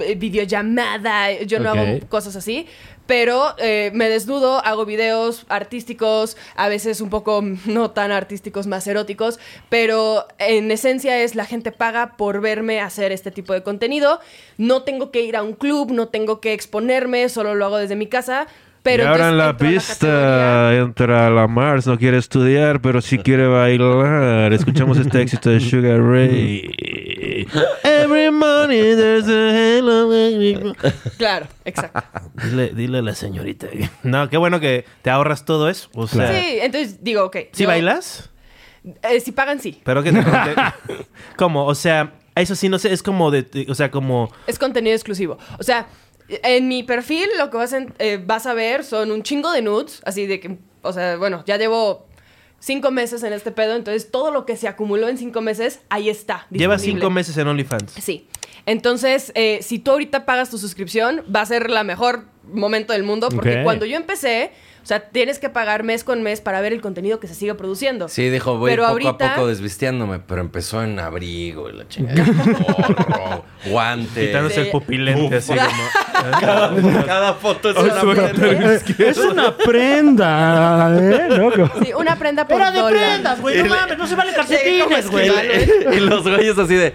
eh, videollamada, yo no Ok. hago cosas así, pero eh, me desnudo, hago videos artísticos, a veces un poco no tan artísticos, más eróticos, pero en esencia es la gente paga por verme hacer este tipo de contenido. No tengo que ir a un club, no tengo que exponerme, solo lo hago desde mi casa. Pero y abran entonces la entro a pista, categoría- entra la Mars, no quiere estudiar, pero sí quiere bailar. Escuchamos este éxito de Sugar Ray. Every morning there's a halo. Claro, exacto. Dile, dile a la señorita. que- No, qué bueno que te ahorras todo eso. O sea, ¿sí, Sí, entonces digo, ok. yo- bailas? eh, si pagan, sí. Pero que te, te- ¿Cómo? O sea, eso sí, no sé, es como de... O sea, como... Es contenido exclusivo. O sea, en mi perfil lo que vas, en- eh, vas a ver son un chingo de nudes, así de que, o sea, bueno, ya llevo cinco meses en este pedo, entonces todo lo que se acumuló en cinco meses, ahí está. Llevas disponible. cinco meses en OnlyFans. Sí. Entonces, eh, si tú ahorita pagas tu suscripción, va a ser la mejor momento del mundo, porque Ok. cuando yo empecé, o O sea, tienes que pagar mes con mes para ver el contenido que se sigue produciendo. Sí, dijo, voy Pero poco ahorita- a poco desvistiéndome, pero empezó en abrigo y la chingada. gorro, guante. Quitándose el pupilente, así ¿eh? como- cada, cada foto es Oh, una suena prenda. Es una prenda, ¿eh? Loco. Sí, una prenda por Era de dólar. prendas, güey. No mames, no se vale calcetines, güey. Y los güeyes así de.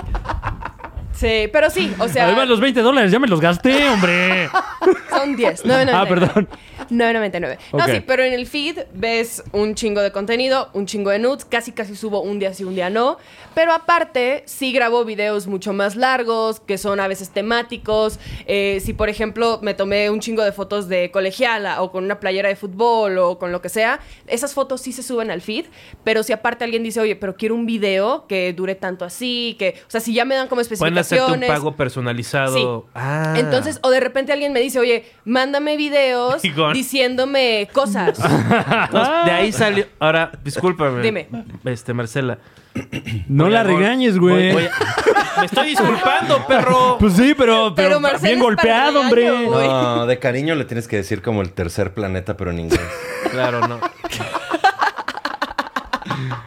Sí, pero sí, o sea, Además, los 20 dólares ya me los gasté, hombre. son 10. 9.99. ah, perdón. 9.99. No, Ok. sí, pero en el feed ves un chingo de contenido, un chingo de nudes, casi casi subo un día sí, un día no. Pero aparte, sí grabo videos mucho más largos, que son a veces temáticos. Eh, si, por ejemplo, me tomé un chingo de fotos de colegiala o con una playera de fútbol o con lo que sea, esas fotos sí se suben al feed. Pero si aparte alguien dice, oye, pero quiero un video que dure tanto así, que, o sea, si ya me dan como Pueden especificaciones. hacerte un pago personalizado. Sí. Ah. Entonces, o de repente alguien me dice, oye, mándame videos Digo- diciéndome cosas. Entonces, Pues, de ahí salió. Ahora, discúlpame. Dime. Este, Marcela. No Voy la a gol- regañes, güey. voy- voy Me estoy disculpando, perro. Pues sí, Pero pero, pero, Marcelo bien es golpeado, para hombre. regaño, güey. No, de cariño le tienes que decir como el tercer planeta, pero en inglés. Claro, no.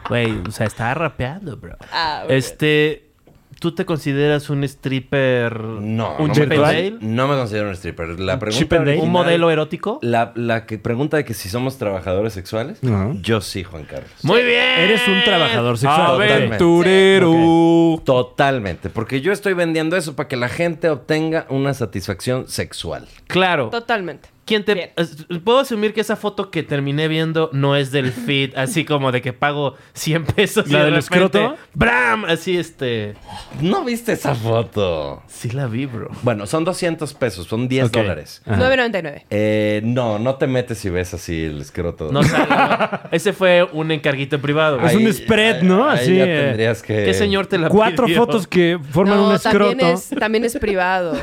Güey, o sea, estaba rapeando, bro. Ah, bueno. Este, ¿tú te consideras un stripper? No, ¿Un no, chip me and consi- dale? no me considero un stripper. La chip pregunta and dale? original- ¿Un modelo erótico? La, la que pregunta de que si somos trabajadores sexuales, Ajá. yo sí, Juan Carlos. Muy bien. Eres un trabajador sexual. Aventurero. Totalmente. Totalmente, Porque yo estoy vendiendo eso para que la gente obtenga una satisfacción sexual. Claro. Totalmente. ¿Quién te- es- Puedo asumir que esa foto que terminé viendo no es del feed, así como de que pago 100 pesos. y ¿La de del repente, escroto? ¡Bram! Así este. ¿No viste esa foto? Sí la vi, bro. Bueno, son 200 pesos, son 10 Ok. dólares. 9.99. Eh, no, no te metes si ves así el escroto. No sale, ¿no? Ese fue un encarguito privado. Es un spread, ¿no? ahí Así. ya eh, tendrías que- ¿Qué señor te la Cuatro pidió? fotos que forman No, un también escroto. es, también es privado.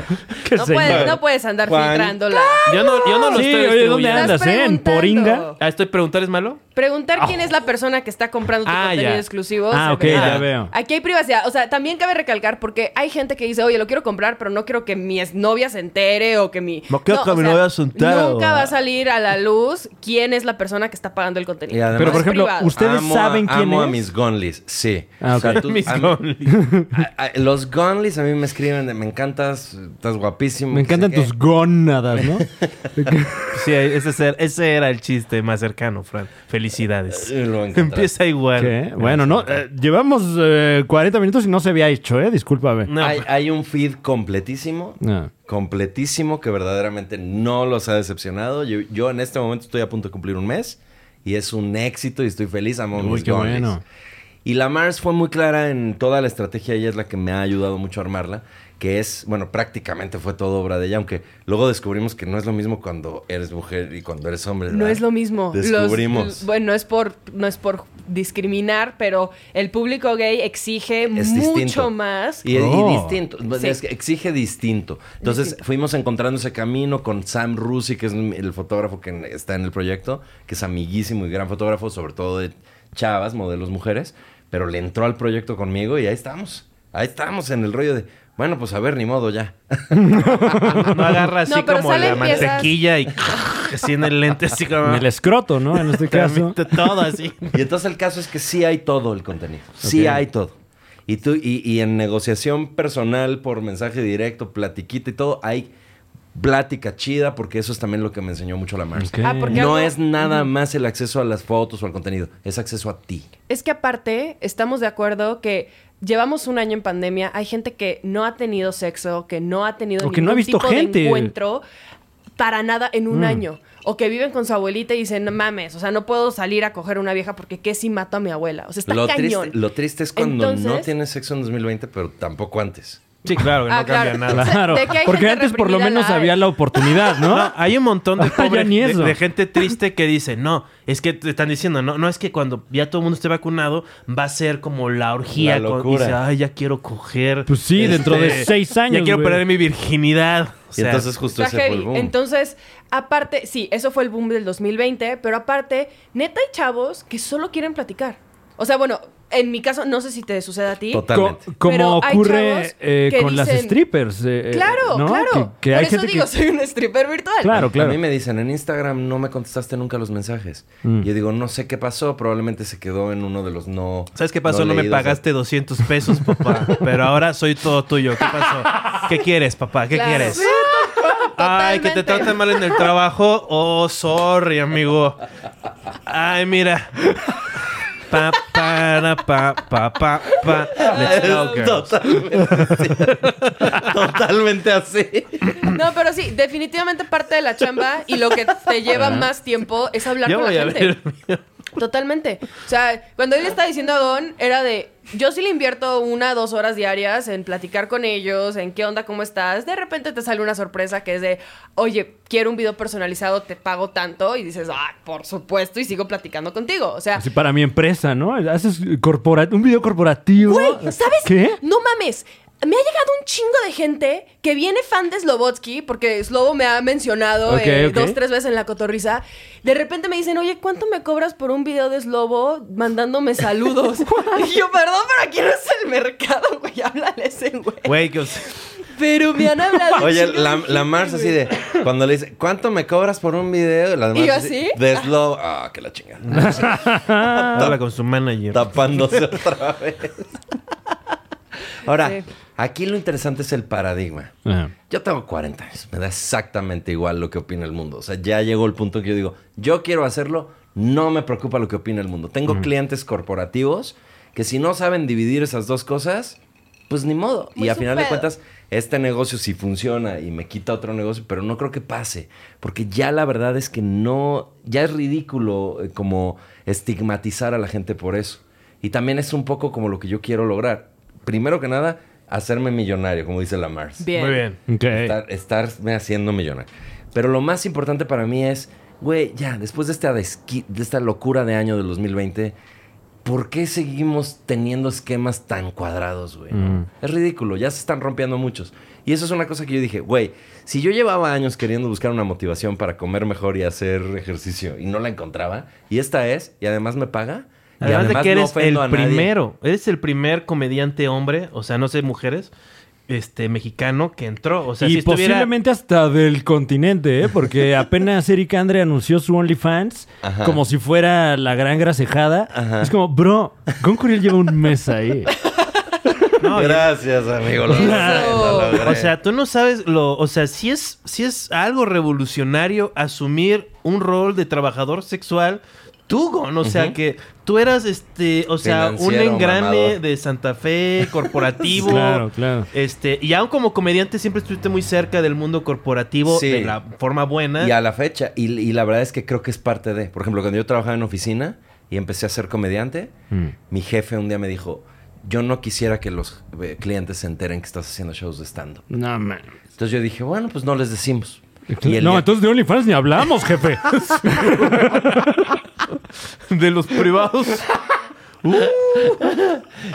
¿Qué No señor? puedes, no puedes andar Juan filtrándola. Yo no, yo no lo Sí, estoy oye, ¿dónde distribuyendo. andas, eh? ¿En Poringa? Ah, estoy preguntar es malo. Preguntar quién es la persona que está comprando tu Oh. Ah, contenido ya. exclusivo. Ah, se ok, ve. ya veo. Aquí hay privacidad. O sea, también cabe recalcar porque hay gente que dice, oye, lo quiero comprar, pero no quiero que mi novia se entere o que mi. No quiero que o mi novia se entere, Nunca o- va a salir a la luz quién es la persona que está pagando el contenido. Y además- Pero, por Es ejemplo, privado. ¿ustedes Amo a- saben quién amo a es? mis Gonlis, sí. Ah, ok. Mis a mí- a- a- los Gonlis a mí me escriben de me encantas, estás guapísimo. Me encantan que sé tus gónadas, ¿no? Sí, ese, ser- ese era el chiste más cercano, Fran. Felicidades. Empieza igual. Eh, ¿Qué? Bueno, no. eh, llevamos eh, 40 minutos y no se había hecho, ¿eh? Discúlpame. qué. hay, hay un feed completísimo, No. completísimo que verdaderamente no los ha decepcionado. Yo, yo en este momento estoy a punto de cumplir un mes y es un éxito y estoy feliz. Amo a Uy, mis qué Gonlis. bueno. Y la Mars fue muy clara en toda la estrategia, ella es la que me ha ayudado mucho a armarla, que es, bueno, prácticamente fue todo obra de ella, aunque luego descubrimos que no es lo mismo cuando eres mujer y cuando eres hombre. No ¿verdad? es lo mismo. Los- Descubrimos. l- bueno, no es por no es por discriminar, pero el público gay exige Es mucho distinto. más. Y, y Oh. distinto. Sí. Es que exige distinto. Entonces fuimos encontrando ese camino con Sam Rusi, que es el fotógrafo que en- está en el proyecto, que es amiguísimo y gran fotógrafo, sobre todo de chavas, modelos mujeres, pero le entró al proyecto conmigo y ahí estamos. Ahí estamos en el rollo de, bueno, pues a ver, ni modo ya. No agarra así No, pero como la salen piezas- mantequilla y así en el lente, así como. En el escroto, ¿no? En este caso. Todo así. Y entonces el caso es que sí hay todo el contenido. Sí Ok. hay todo. Y, tú, y, y en negociación personal, por mensaje directo, platiquita y todo, hay plática chida, porque eso es también lo que me enseñó mucho la Mars. Ok. Ah, porque no algo- es nada más el acceso a las fotos o al contenido, es acceso a ti. Es que aparte, estamos de acuerdo que llevamos un año en pandemia, hay gente que no ha tenido sexo, que no ha tenido O que no ha ningún visto tipo gente. de encuentro para nada en un Mm. año. O que viven con su abuelita y dicen, "No mames, o sea, no puedo salir a coger una vieja porque qué si mato a mi abuela. O sea, está Lo cañón. triste, lo triste es cuando no Entonces- tienes sexo en 2020, pero tampoco antes. Sí, claro, que no Ah, cambia claro. nada. Claro, De que hay porque gente antes por lo reprimida la menos hay. había la oportunidad, ¿no? No, hay un montón de, Ya pobre- ni de- eso. de gente triste que dice, no, es que te están diciendo, no, no es que cuando ya todo el mundo esté vacunado va a ser como la orgía. La con- y locura. dice, ay, ya quiero coger. este, Pues sí, dentro de seis años, Ya quiero güey. perder mi virginidad. O sea, entonces justo Está heavy. Entonces, aparte, sí, eso fue el boom del 2020, pero aparte, neta hay chavos que solo quieren platicar. O sea, bueno, en mi caso, no sé si te sucede a ti. Co- como pero hay ocurre chavos eh, que con las dicen, strippers. eh, eh, Claro, ¿no? claro. Que, que Por hay eso gente digo, que... soy un stripper virtual. A mí me dicen, en Instagram no me contestaste nunca los mensajes. Yo digo, no sé qué pasó, probablemente se quedó en uno de los no. ¿Sabes qué pasó? No, me leídos". pagaste 200 pesos, papá. Pero ahora soy todo tuyo. ¿Qué pasó? ¿Qué quieres, papá? ¿Qué Claro. quieres? Sí, Ay, que te tratan mal en el trabajo. Oh, sorry, amigo. Ay, mira. Pa, para, pa, pa, pa, pa. Let's go, girls. Totalmente así. No, pero sí, definitivamente parte de la chamba y lo que te lleva Ajá. más tiempo es hablar Yo con voy la a gente. ver. Totalmente. O sea, cuando él le estaba diciendo a Don, era de, yo sí le invierto una, dos horas diarias en platicar con ellos, en qué onda, cómo estás. De repente te sale una sorpresa que es de, oye, quiero un video personalizado, te pago tanto. Y dices, ah, por supuesto, y sigo platicando contigo. O sea, Así para mi empresa, ¿no? Haces corpora- un video corporativo. Güey, ¿sabes? ¿Qué? No mames. Me ha llegado un chingo de gente que viene fan de Slobotsky, porque Slobo me ha mencionado Ok, eh, ok. dos, tres veces en la cotorriza. De repente me dicen, oye, ¿cuánto me cobras por un video de Slobo mandándome saludos? y yo, perdón, pero aquí no es el mercado, güey. Háblale a ese güey. Güey, que Pero me han hablado. Oye, chingo la, de la Mars así de, cuando le dice, ¿cuánto me cobras por un video? La ¿Y Mars yo así? De slow. Ah, que la chingada. Ah. Habla con su manager. Tapándose otra vez. Ahora, Sí. aquí lo interesante es el paradigma. Ajá. Yo tengo 40 años, me da exactamente igual lo que opina el mundo. O sea, ya llegó el punto en que yo digo, yo quiero hacerlo, no me preocupa lo que opina el mundo. Tengo Ujú. clientes corporativos que si no saben dividir esas dos cosas, pues ni modo. Muy y a su final de pedo. cuentas, este negocio sí funciona y me quita otro negocio, pero no creo que pase. Porque ya la verdad es que no, ya es ridículo eh, como estigmatizar a la gente por eso. Y también es un poco como lo que yo quiero lograr. Primero que nada, hacerme millonario, como dice la Mars. Bien. Muy bien. Estar- estarme haciendo millonario. Pero lo más importante para mí es, güey, ya, después de esta, desqui- de esta locura de año del 2020, ¿por qué seguimos teniendo esquemas tan cuadrados, güey? Mm. Es ridículo, ya se están rompiendo muchos. Y eso es una cosa que yo dije, güey, si yo llevaba años queriendo buscar una motivación para comer mejor y hacer ejercicio y no la encontraba, y esta es, y además me paga, y Además, de que no eres ofendo a el nadie. primero, eres el primer comediante hombre, o sea, no sé, mujeres, este mexicano que entró. O sea, y si estuviera. posiblemente hasta del continente, ¿eh? porque apenas Eric Andre anunció su OnlyFans Ajá. como si fuera la gran grasejada. Es como, bro, Gon Curiel lleva un mes ahí. Gracias, amigo. lo logré, lo logré. O sea, tú no sabes lo, o sea, si es, si es algo revolucionario asumir un rol de trabajador sexual, tú, Gon, o sea Ujú. que tú eras este, o sea, un Financiero, engrane mamador. de Santa Fe corporativo. Claro, claro. Este, y aún como comediante siempre estuviste muy cerca del mundo corporativo Sí. de la forma buena. Y a la fecha. Y, y la verdad es que creo que es parte de. Por ejemplo, cuando yo trabajaba en oficina y empecé a ser comediante, Mm. mi jefe un día me dijo: Yo no quisiera que los eh, clientes se enteren que estás haciendo shows de stand-up. No, man. Entonces yo dije: Bueno, pues no les decimos. Y el No, día- entonces de OnlyFans ni hablamos, jefe. de los privados.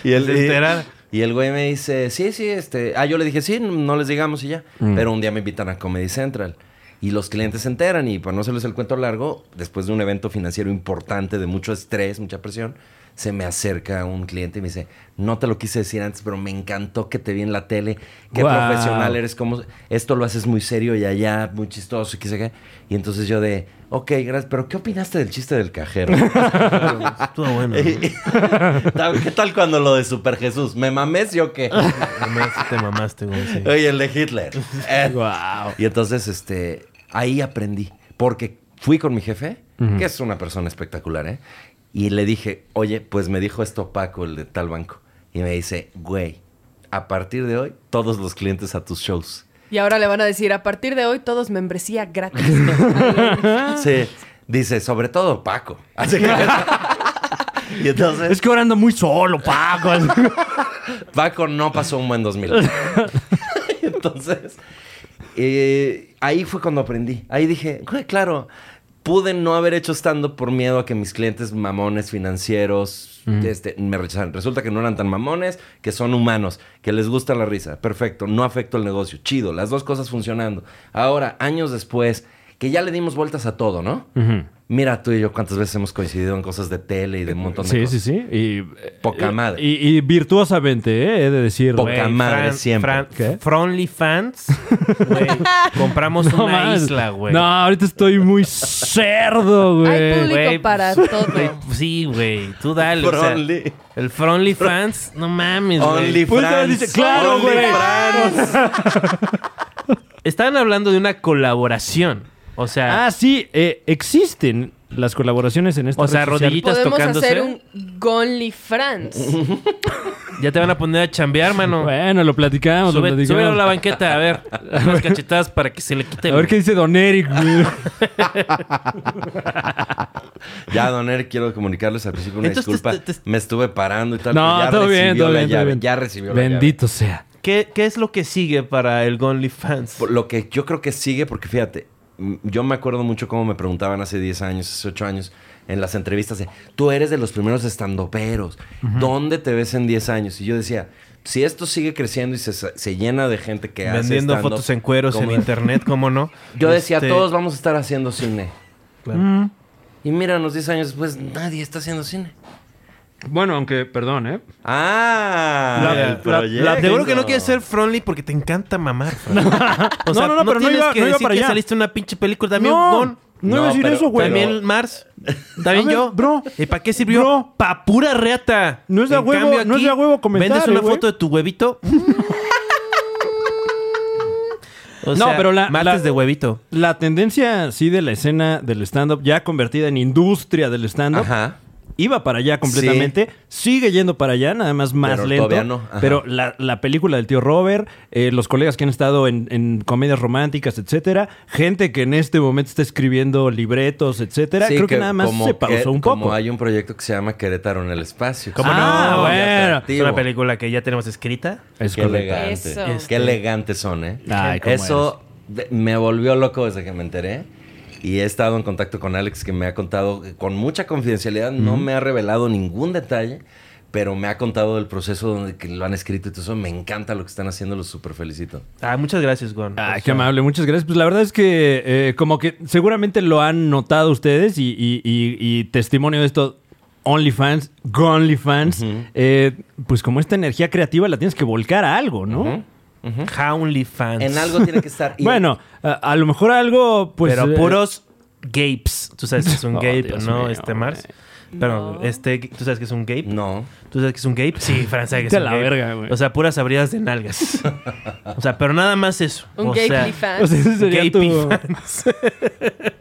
y el Se enteraron. y el güey me dice, sí, sí, este... Ah, yo le dije, sí, no les digamos y ya. Mm. Pero un día me invitan a Comedy Central. Y los clientes se enteran y para no hacerles el cuento largo, después de un evento financiero importante, de mucho estrés, mucha presión, se me acerca un cliente y me dice, no te lo quise decir antes, pero me encantó que te vi en la tele, qué Guau. profesional eres, cómo, esto lo haces muy serio y allá, muy chistoso y qué sé qué. Y entonces yo de, ok, gracias, pero ¿qué opinaste del chiste del cajero? Estuvo bueno. Tal- ¿Qué tal cuando lo de Super Jesús? ¿Me mames yo qué? te mamaste, güey. sí. Oye, el de Hitler. Eh. Y entonces, este, ahí aprendí. Porque fui con mi jefe, Ujú. que es una persona espectacular, ¿eh? Y le dije, oye, pues me dijo esto Paco, el de tal banco. Y me dice, güey, a partir de hoy, todos los clientes a tus shows. Y ahora le van a decir, a partir de hoy todos membresía gratis. Ah. Sí. Dice, sobre todo Paco. Así que- y entonces... Es que ahora ando muy solo, Paco. Paco no pasó un buen 2000. Entonces, eh, ahí fue cuando aprendí. Ahí dije, "Güey, claro, pude no haber hecho stand-up por miedo a que mis clientes mamones financieros Mm. este, me rechazaran. Resulta que no eran tan mamones, que son humanos, que les gusta la risa. Perfecto, no afecto el negocio. Chido, las dos cosas funcionando. Ahora, años después, que ya le dimos vueltas a todo, ¿no? Mira tú y yo cuántas veces hemos coincidido en cosas de tele y de un montón de Sí, cosas. sí, sí. Y, Poca y- madre. Y, y virtuosamente, ¿eh? He de decir. Poca Güey, madre Fran- siempre. Fran- Fronly fans. Güey, compramos No una más. isla, güey. No, ahorita estoy muy cerdo, güey. Güey, para pues, todo. güey, sí, güey. Tú dale. o sea, Fronly. el Fronly fans, no mames, güey. Only Pues, Frans. dice, claro, Only güey. Estaban hablando de una colaboración. O sea, Ah, sí, eh, existen las colaboraciones en esta O sea, red social. rodillitas Podemos tocándose. hacer un Gonly France. ya te van a poner a chambear, mano. Bueno, lo platicamos, lo Sube, platicamos. súbelo a la banqueta, a ver. Unas cachetadas para que se le quite. A ver qué dice Don Eric, güey. Ya, don Eric, quiero comunicarles al principio una Entonces, disculpa. te- te- Me estuve parando y tal. No, pero ya todo recibió bien, todo la bien, todo llave, bien. Ya recibió Bendito sea. ¿Qué, ¿Qué es lo que sigue para el Gonly Fans? Lo que yo creo que sigue, porque fíjate, mm, yo me acuerdo mucho cómo me preguntaban hace 10 años, hace 8 años, en las entrevistas de, tú eres de los primeros estandoperos, Ujú. ¿dónde te ves en 10 años? Y yo decía, si esto sigue creciendo y se, se llena de gente que hace Vendiendo stand-up, fotos en cueros en ¿cómo- internet, ¿cómo no? Yo decía, Este, todos vamos a estar haciendo cine. Claro. Y mira, unos 10 años después, nadie está haciendo cine. Bueno, aunque, perdón, ¿eh? Ah, La- el la- la- proyecto. seguro que no quieres ser Fronly porque te encanta mamar. Fran. O sea, No, no, no, pero no tienes iba- que no iba decir para que allá. saliste en una pinche película. También No, Gon. no iba a decir eso, güey. También Pero- Mars. También A ver, yo. Bro. ¿Y para qué sirvió? Pa' pura reata. No es de En a huevo- cambio, no es aquí de a huevo Vendes comentario, una güey. foto de tu huevito. O no, sea, pero la, mates la- de huevito. La tendencia, sí, de la escena del stand-up, ya convertida en industria del stand-up, iba para allá completamente. Sigue yendo para allá, nada más más Pero lento. todavía no, ajá. Pero la, la película del tío Robert, eh, los colegas que han estado en, en comedias románticas, etcétera, gente que en este momento está escribiendo libretos, etcétera. Sí, Creo que, nada más como se pausó que- un poco. Como hay un proyecto que se llama Querétaro en el espacio. ¿Cómo Ah, no? bueno. Es una película que ya tenemos escrita. Es Qué correcto. elegante. Eso. Qué elegantes son, ¿eh? Ay, cómo Eso de- me volvió loco desde que me enteré. Y he estado en contacto con Alex, que me ha contado eh, con mucha confidencialidad. No Ujú. me ha revelado ningún detalle, pero me ha contado del proceso donde que lo han escrito y todo eso. Me encanta lo que están haciendo, los súper felicito. Ah, muchas gracias, Gon. Ay, qué amable, muchas gracias. Pues la verdad es que eh, como que seguramente lo han notado ustedes y, y- y- y testimonio de esto, OnlyFans, GonlyFans, eh, pues como esta energía creativa la tienes que volcar a algo, ¿no? Only fans. En algo tiene que estar. Y- bueno, a, a lo mejor algo, pues... pero eh, puros gapes. Tú sabes que es un Oh, gape, Dios ¿no? mío, este Mars. Pero, este, ¿tú sabes que es un gape? No. ¿Tú sabes que es un gape? Sí, Fran sabe que es Vete un a la gape. verga, güey. O sea, puras abridas de nalgas. o sea, pero nada más eso. Un o gapey sea, Ah. fans. O sea, ese sería gapey tu- fans.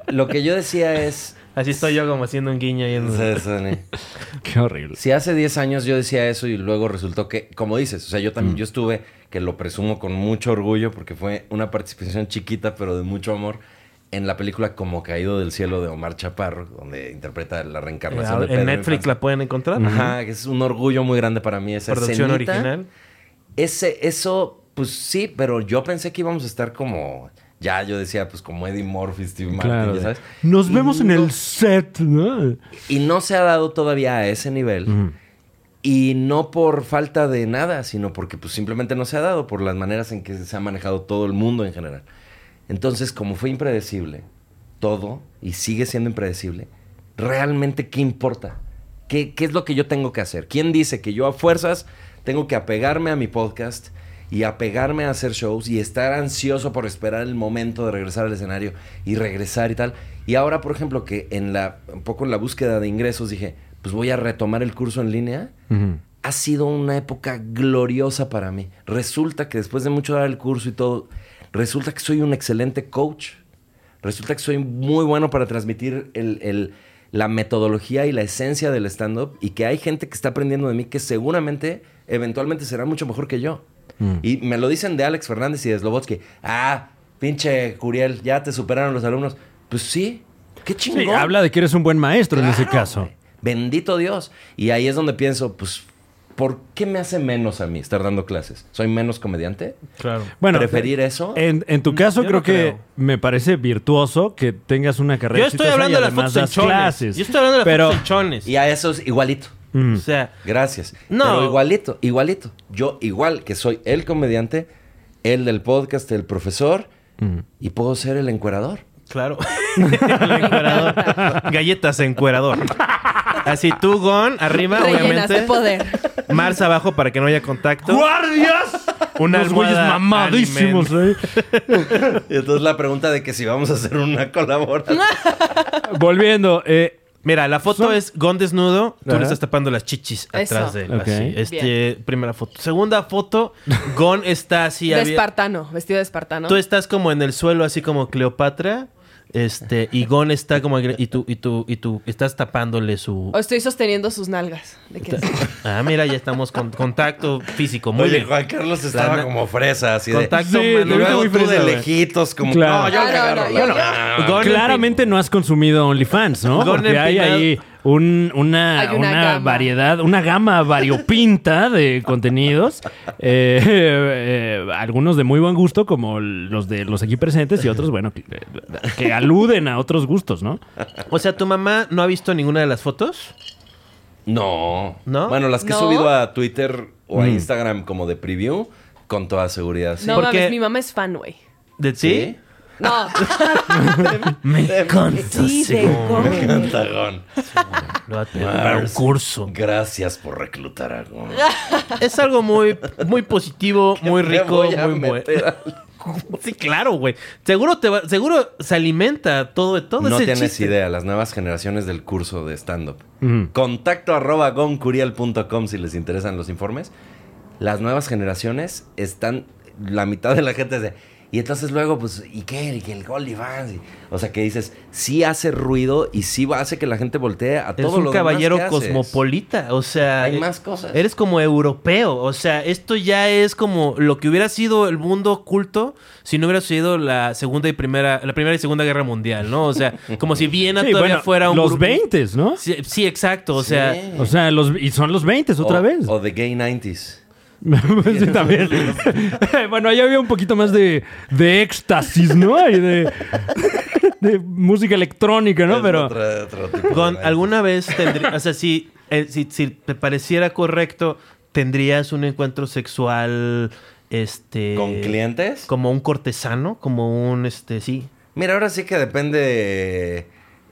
Lo que yo decía es. Así estoy yo como haciendo un guiño ahí en eh, Sí, Sony. Qué horrible. Si hace 10 años yo decía eso y luego resultó que, como dices, o sea, yo también, yo estuve, que lo presumo con mucho orgullo porque fue una participación chiquita pero de mucho amor en la película Como Caído del Cielo de Omar Chaparro, donde interpreta la reencarnación de Ah, en Pedro Netflix Infante. la pueden encontrar. Ajá, que es un orgullo muy grande para mí esa Producción escenita. original. Ese, eso, pues sí, pero yo pensé que íbamos a estar como... Ya, yo decía, pues como Eddie Murphy, Steve Martin, Claro, ya sabes. Nos vemos en el set, ¿no? Y no se ha dado todavía a ese nivel. Mm-hmm. Y no por falta de nada, sino porque pues, simplemente no se ha dado por las maneras en que se ha manejado todo el mundo en general. Entonces, como fue impredecible todo y sigue siendo impredecible, realmente qué importa? ¿Qué, qué es lo que yo tengo que hacer? ¿Quién dice que yo a fuerzas tengo que apegarme a mi podcast y apegarme a hacer shows y estar ansioso por esperar el momento de regresar al escenario y regresar y tal? Y ahora, por ejemplo, que en la un poco en la búsqueda de ingresos dije, pues voy a retomar el curso en línea ha sido una época gloriosa para mí. Resulta que después de mucho dar el curso y todo, resulta que soy un excelente coach. Resulta que soy muy bueno para transmitir el- el- la metodología y la esencia del stand-up y que hay gente que está aprendiendo de mí que seguramente, eventualmente será mucho mejor que yo. Mm. Y me lo dicen de Alex Fernández y de Slobotsky. Ah, pinche Curiel, ya te superaron los alumnos. Pues sí, qué chingón. Sí, habla de que eres un buen maestro en ese caso. Bendito Dios. Y ahí es donde pienso, pues, ¿por qué me hace menos a mí estar dando clases? ¿Soy menos comediante? Claro. Bueno, eh, ¿Preferir eso? En, en Mm, tu caso, yo creo no que creo. me parece virtuoso que tengas una carrera. Yo estoy exitosa y hablando de las además fotos en das chones. clases. Yo estoy hablando de las Pero- mm. fotos en chones. Y a Mm. eso es igualito. O sea, Gracias. No. Pero igualito, igualito. Yo igual que soy el comediante, el del podcast, el profesor, y puedo ser el encuerador. claro. Galletas encuerador. Así tú, Gon, arriba, Rellenas de obviamente. poder. Mars abajo para que no haya contacto. ¡Guardias! Una Los güeyes almohada mamadísimos, ¿eh? anime. Y entonces la pregunta de que si vamos a hacer una colaboración. Volviendo. eh, Mira, la foto es Gon desnudo. Tú Ajá. le estás tapando las chichis Eso. atrás de él. Ok. así. Este, primera foto. Segunda foto, Gon está así. de abie- espartano, vestido de espartano. Tú estás como en el suelo, así como Cleopatra. Este, y Gon está como. agre- Y tú, y tú, y tú, estás tapándole su. O estoy sosteniendo sus nalgas. ¿De qué? Ah, mira, ya estamos con contacto físico. Muy Oye, bien. Juan Carlos estaba La- como fresa, así de. Contacto Sí, humano. te veo muy Tú de fresa, güey. lejitos, como, Claro. "No, yo le agarro, no, no, no". Gon Claramente no has consumido OnlyFans, ¿no? Gon Porque hay empinado. ahí un- una, Hay una una gama. variedad, una gama variopinta de contenidos. Eh, eh, algunos de muy buen gusto, como los de los aquí presentes, y otros, bueno, que, que aluden a otros gustos, ¿no? O sea, ¿tu mamá no ha visto ninguna de las fotos? No. ¿No? Bueno, las que No. he subido a Twitter o a Mm. Instagram como de preview, con toda seguridad. No mames, mi mamá es fan, güey. ¿De sí? No, Me encanta. Sí, de Gon. Me encanta Gon. Lo para un curso. Gracias por reclutar a Gon. Es algo muy, muy positivo, muy me rico, voy a muy bueno. meter Sí, claro, güey. Seguro te va- seguro se alimenta todo, todo no ese tienes chiste. idea, las nuevas generaciones del curso de stand-up. Ujú. Contacto arroba goncurial.com si les interesan los informes. Las nuevas generaciones están, la mitad de la gente dice, y entonces luego, pues, ¿y qué? ¿Y que el OnlyFans? Y- O sea, que dices, sí hace ruido y sí va- hace que la gente voltee a todo Eres lo un demás caballero que haces. cosmopolita, o sea... Hay eh, más cosas. Eres como europeo, o sea, esto ya es como lo que hubiera sido el mundo culto si no hubiera sido la segunda y primera, la primera y segunda guerra mundial, ¿no? O sea, como si Viena Sí, todavía bueno, fuera un los grupo- 20, ¿no? Sí, sí, exacto, o sea... O sea, los, y son los 20 otra O- vez. O The Gay 90s. Sí, también. bueno, ahí había un poquito más de, de éxtasis, ¿no? Y de, de música electrónica, ¿no? Pero. Gon, ¿alguna vez tendrías, o sea, si, eh, si, si te pareciera correcto, tendrías un encuentro sexual, este... ¿Con clientes? Como un cortesano, como un, este, sí. Mira, ahora sí que depende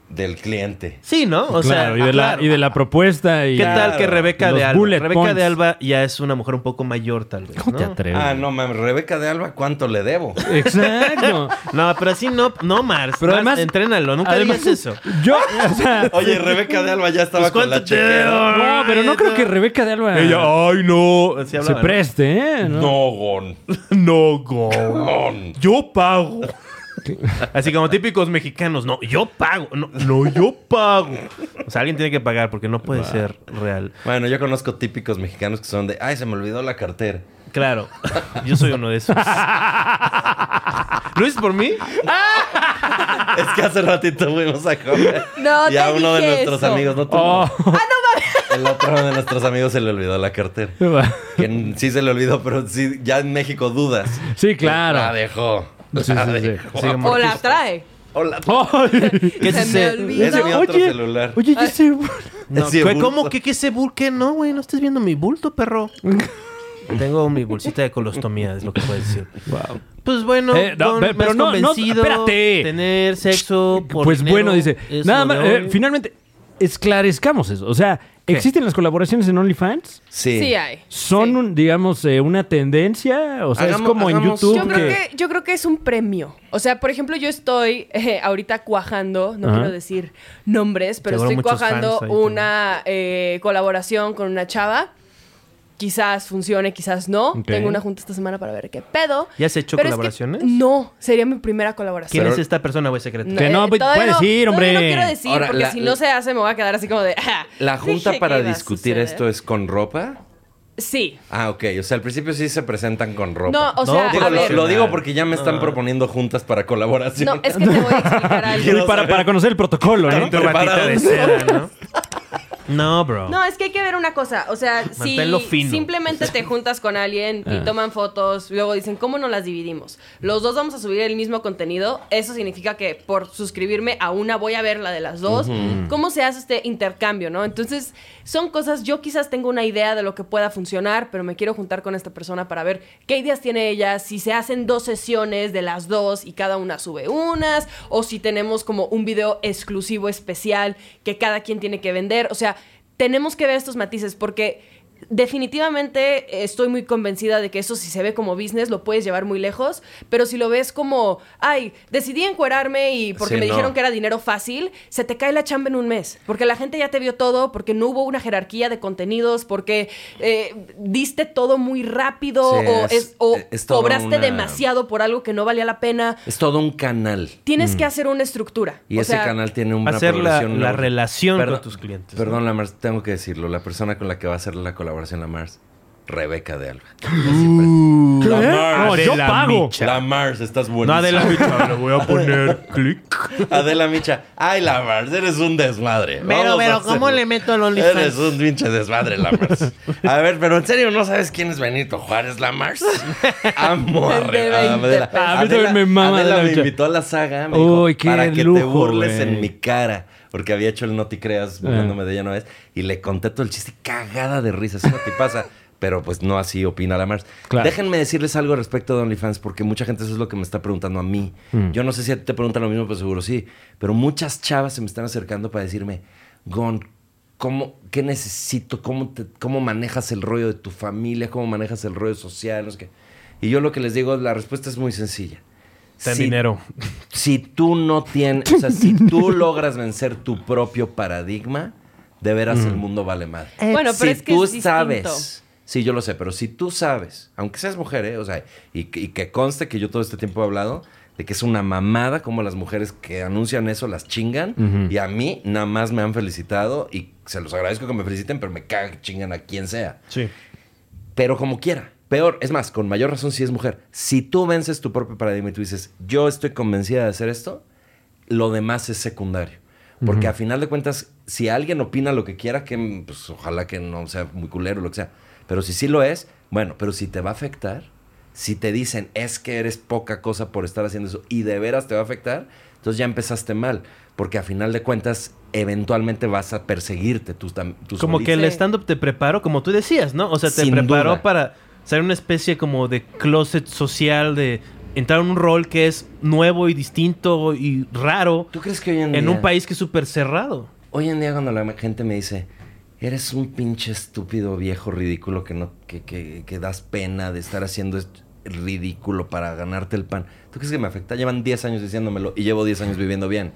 del cliente. Sí, ¿no? O claro, Ah, sea, ah, y de, claro. la, y de la propuesta. Y ¿Qué tal que Rebeca los de Alba? bullet Rebeca points. de Alba ya es una mujer un poco mayor, tal vez. ¿no? te atreves? Ah, no mames, Rebeca de Alba, ¿cuánto le debo? Exacto. no, pero así no, no, Mars. Pero además- entrénalo, nunca además- digas eso. Yo, o sea. Oye, Rebeca de Alba ya estaba Pues, con la ¿cuánto te chequera. No, pero no creo que Rebeca de Alba. Ella, ay, no. se preste, ¿eh? No, Gon. No, Gon. Gon. Yo pago. Así como típicos mexicanos, no, yo pago, no, no, yo pago. O sea, alguien tiene que pagar porque no puede Va. ser real. Bueno, yo conozco típicos mexicanos que son de, ay, se me olvidó la cartera. Claro, yo soy uno de esos. ¿Lo dices por mí? es que hace ratito fuimos a comer. No, y a te uno de dije nuestros eso. amigos no tuvo. El otro de nuestros amigos se le olvidó la cartera. Que n- sí se le olvidó, pero sí, ya en México dudas. Sí, claro. La dejó. La Sí, sí, sí. dejó. Sí, como- o la trae. Hola. ¿Qué es Se me ese? olvidó. Ese mi otro Oye, celular. Oye, ya se. No, Ese ¿qué- bulto. ¿Cómo que, que ese bulto? ¿Qué no, güey? No estás viendo mi bulto, perro. Tengo mi bolsita de colostomía, es lo que puedo decir. Wow. Pues bueno, Eh, no, Don, pe- me pero has no, no, convencido espérate. Tener sexo por pues dinero bueno, dice. es Nada lo más, de eh, hoy. finalmente, esclarezcamos eso. O sea, ¿existen las colaboraciones en OnlyFans? Sí. Sí hay. Son, un- digamos, eh, una tendencia. O sea, Hagamos- es como en hagamos- YouTube. Yo creo que- que, yo creo que es un premio. O sea, por ejemplo, yo estoy eh, ahorita cuajando, no Ajá. quiero decir nombres, pero Seguro estoy muchos cuajando fans ahí una eh, colaboración con una chava. Quizás funcione, quizás no. Ok. Tengo una junta esta semana para ver qué pedo. ¿Ya has hecho Pero es que colaboraciones? no, sería mi primera colaboración. ¿Quién es esta persona, güey, secreta? eh, todavía no- todavía No quiero decir, Ahora, porque la- si no se hace, me voy a quedar así como de. "Ah, La dije junta que para iba a discutir suceder". esto es con ropa. Sí. Ah, ok. O sea, al principio sí se presentan con ropa. No, o No, sea, Digo, a lo, ver. lo digo porque ya me están Ah. proponiendo juntas para colaboración. No, es que te voy a explicar Sí, algo. para, para conocer el protocolo, ¿no? Preparado. Batita de cera, ¿no? No, bro. No, es que hay que ver una cosa. O sea, si Manténlo fino. simplemente te juntas con alguien y Ah. toman fotos, luego dicen, ¿cómo no las dividimos? Los dos vamos a subir el mismo contenido. Eso significa que por suscribirme a una voy a ver la de las dos. Ujú. ¿Cómo se hace este intercambio, no? Entonces, son cosas. Yo quizás tengo una idea de lo que pueda funcionar, pero me quiero juntar con esta persona para ver qué ideas tiene ella, si se hacen dos sesiones de las dos y cada una sube unas, o si tenemos como un video exclusivo especial que cada quien tiene que vender. O sea, tenemos que ver estos matices porque definitivamente estoy muy convencida de que eso si se ve como business lo puedes llevar muy lejos, pero si lo ves como, ay, decidí encuerarme y porque Sí, me no. dijeron que era dinero fácil, se te cae la chamba en un mes, porque la gente ya te vio todo, porque no hubo una jerarquía de contenidos, porque eh, diste todo muy rápido Sí, o, es- es- o es toda cobraste una- demasiado por algo que no valía la pena. Es todo un canal. Tienes Mm. que hacer una estructura. Y o ese sea, canal tiene una hacer la- progresión, la ¿no? relación con tus clientes, Perdón, Lamars, tengo que decirlo. La persona con la que va a hacer la colaboración Lamars, Rebeca de Alba. Uh. ¿Qué? Lamars. No, yo Adela pago. Micha. Lamars, estás bueno. Adela Micha, le voy a poner clic. Adela Micha, ay Lamars, eres un desmadre. Pero, Vamos a pero, hacer- ¿cómo le meto al Eres OnlyFans? un pinche desmadre, Lamars. A ver, pero en serio, ¿no sabes quién es Benito Juárez Lamars? Amo a De Rebeca. veinte pesos. A mí también me mama Adela Adela me Micha. invitó a la saga. Me Uy, dijo, qué para que te lujo, burles güey. Eh. en mi cara. Porque había hecho el no te creas burlándome de ella una vez. Y le conté todo el chiste cagada de risa. Eso no te pasa. Pero pues no así opina la Mars. Claro. Déjenme decirles algo respecto de OnlyFans, porque mucha gente eso es lo que me está preguntando a mí. Mm. Yo no sé si a ti te preguntan lo mismo, pero seguro sí. Pero muchas chavas se me están acercando para decirme, Gon, ¿cómo, ¿qué necesito? ¿Cómo, te- ¿Cómo manejas el rollo de tu familia? ¿Cómo manejas el rollo social? No sé qué. Y yo lo que les digo, la respuesta es muy sencilla. Ten dinero. Si tú no tienes, o sea, si tú logras vencer tu propio paradigma, de veras Mm. el mundo vale madre. Bueno, Eh, pero si es que tú es distinto. sabes, sí, yo lo sé, pero si tú sabes, aunque seas mujer, ¿eh? o sea, y, que- y que conste que yo todo este tiempo he hablado de que es una mamada como las mujeres que anuncian eso las chingan Ujú. y a mí nada más me han felicitado y se los agradezco que me feliciten, pero me cagan que chingan a quien sea. Sí. Pero como quiera. Peor, es más, con mayor razón si es mujer. Si tú vences tu propio paradigma y tú dices, yo estoy convencida de hacer esto, lo demás es secundario. Porque a Ujú. final de cuentas, si alguien opina lo que quiera, que mm, pues, ojalá que no sea muy culero, lo que sea. Pero si sí lo es, bueno, pero si te va a afectar, si te dicen es que eres poca cosa por estar haciendo eso y de veras te va a afectar, entonces ya empezaste mal. Porque a final de cuentas, eventualmente vas a perseguirte tú, tam- tú Como solito. que el stand-up te preparó, como tú decías, ¿no? O sea, te Pues Sin preparó duda. para ser una especie como de closet social, de entrar en un rol que es nuevo y distinto y raro. ¿Tú crees que hoy en, En día- un país que es súper cerrado. Hoy en día cuando la gente me dice, eres un pinche estúpido viejo ridículo que no que, que- que das pena de estar haciendo esto ridículo para ganarte el pan. ¿Tú crees que me afecta? Llevan 10 años diciéndomelo y llevo 10 años viviendo bien.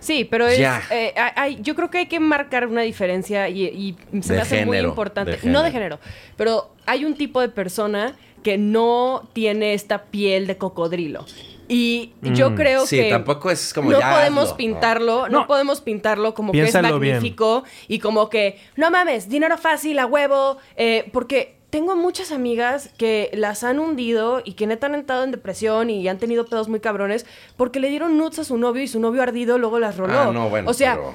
Sí, pero es, Ya. eh, hay- hay- yo creo que hay que marcar una diferencia y, y se De me hace muy género, importante. de no género. de género, pero hay un tipo de persona que no tiene esta piel de cocodrilo. Y yo Mm. creo Sí, que... tampoco es como, No "Ya podemos hazlo". pintarlo, no. No. podemos pintarlo como que Piénsalo es bien. magnífico y como que, no mames, dinero fácil, a huevo, eh, porque... Tengo muchas amigas que las han hundido y que neta han entrado en depresión y han tenido pedos muy cabrones porque le dieron nuts a su novio y su novio ardido luego las roló. Ah, no, bueno, o sea, pero-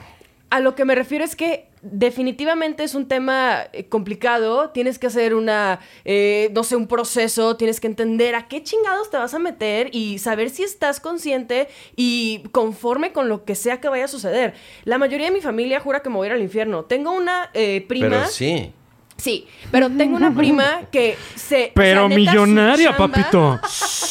a lo que me refiero es que definitivamente es un tema eh, complicado, tienes que hacer una, eh, no sé, un proceso, tienes que entender a qué chingados te vas a meter y saber si estás consciente y conforme con lo que sea que vaya a suceder. La mayoría de mi familia jura que me voy a ir al infierno. Tengo una eh, prima... Pero sí. Sí, pero tengo una prima que se... Pero o sea, neta, su millonaria, chamba- papito.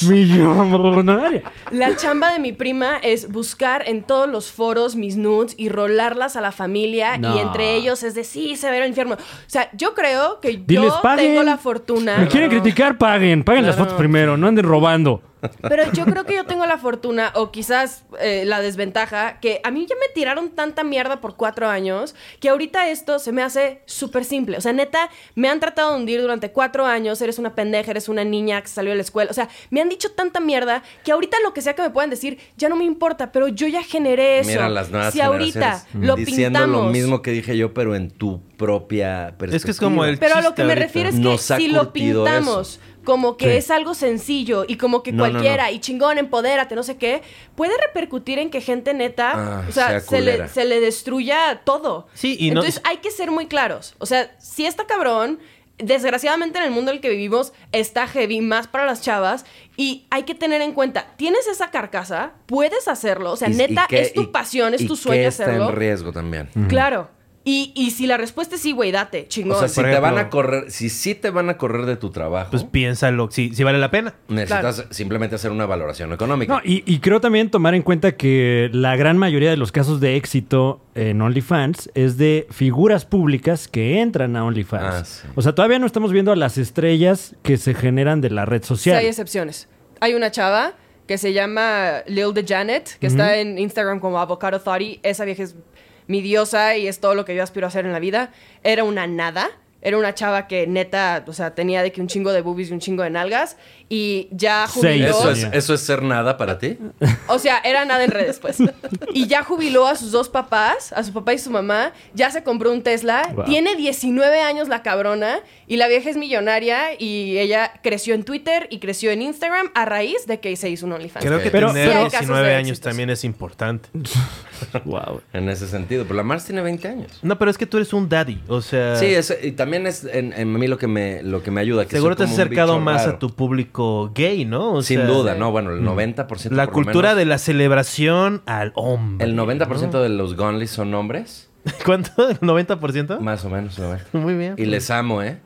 millonaria. La chamba de mi prima es buscar en todos los foros mis nudes y rolarlas a la familia No. y entre ellos es de sí, se verá el infierno. O sea, yo creo que Diles, yo "Paguen". tengo la fortuna. Me quieren criticar, paguen. Paguen las Claro. fotos primero, no anden robando. Pero yo creo que yo tengo la fortuna, o quizás eh, la desventaja, que a mí ya me tiraron tanta mierda por cuatro años, que ahorita esto se me hace súper simple. O sea, neta, me han tratado de hundir durante cuatro años, eres una pendeja, eres una niña que salió de la escuela. O sea, me han dicho tanta mierda que ahorita lo que sea que me puedan decir ya no me importa, pero yo ya generé eso. Mira las nuevas si ahorita generaciones lo diciendo pintamos. lo mismo que dije yo, pero en tu propia perspectiva. Es que es como el Pero a lo que me refiero es que Nos ha si lo curtido eso. pintamos como que Sí. es algo sencillo y como que No, no, cualquiera no. y chingón, empodérate, no sé qué, puede repercutir en que gente neta, Ah, o sea, sea se le, culera. se le destruya todo. Sí, y no- Entonces hay que ser muy claros. O sea, si está cabrón, desgraciadamente en el mundo en el que vivimos está heavy más para las chavas y hay que tener en cuenta, tienes esa carcasa, puedes hacerlo, o sea, Y- y neta, qué- es tu y- pasión, es y tu qué sueño está hacerlo. en riesgo también. Mm. Claro. Y, y si la respuesta es sí, güey, date, chingón. O sea, si te van a correr, si sí te van a correr de tu trabajo. Pues piénsalo, si, vale la pena. Necesitas simplemente hacer una valoración económica. No, y, y creo también tomar en cuenta que la gran mayoría de los casos de éxito en OnlyFans es de figuras públicas que entran a OnlyFans. O sea, todavía no estamos viendo a las estrellas que se generan de la red Sí, social. hay excepciones. Hay una chava que se llama Lil de Janet, que está Ujú. en Instagram como Avocado Thoughty. Esa vieja es mi diosa y es todo lo que yo aspiro a hacer en la vida. Era una nada. Era una chava que neta, o sea, tenía de que un chingo de boobies y un chingo de nalgas. Y ya jubiló. ¿Eso es, ¿Eso es ser nada para ti? O sea, era nada en redes, pues. Y ya jubiló a sus dos papás, a su papá y su mamá. Ya se compró un Tesla. Wow. Tiene 19 años la cabrona. Y la vieja es millonaria. Y ella creció en Twitter y creció en Instagram a raíz de que se hizo un OnlyFans. Creo que Pero- tener Sí hay casos de 19 años éxito. también es importante. wow. En ese sentido. Pero la Mars tiene 20 años. No, pero es que tú eres un daddy, o sea... Sí, es- y también es en, en mí lo que me, lo que me ayuda. Que Seguro soy te has como un acercado bicho más raro. a tu público gay, ¿no? O Sin sea, duda, no, bueno, el Mm. 90% La por lo cultura menos. de Ah. la celebración al hombre. El 90% ¿no? de los gonlis son hombres. ¿Cuánto? ¿El 90%? Más o menos, ¿no? Muy bien. Y les amo, ¿eh?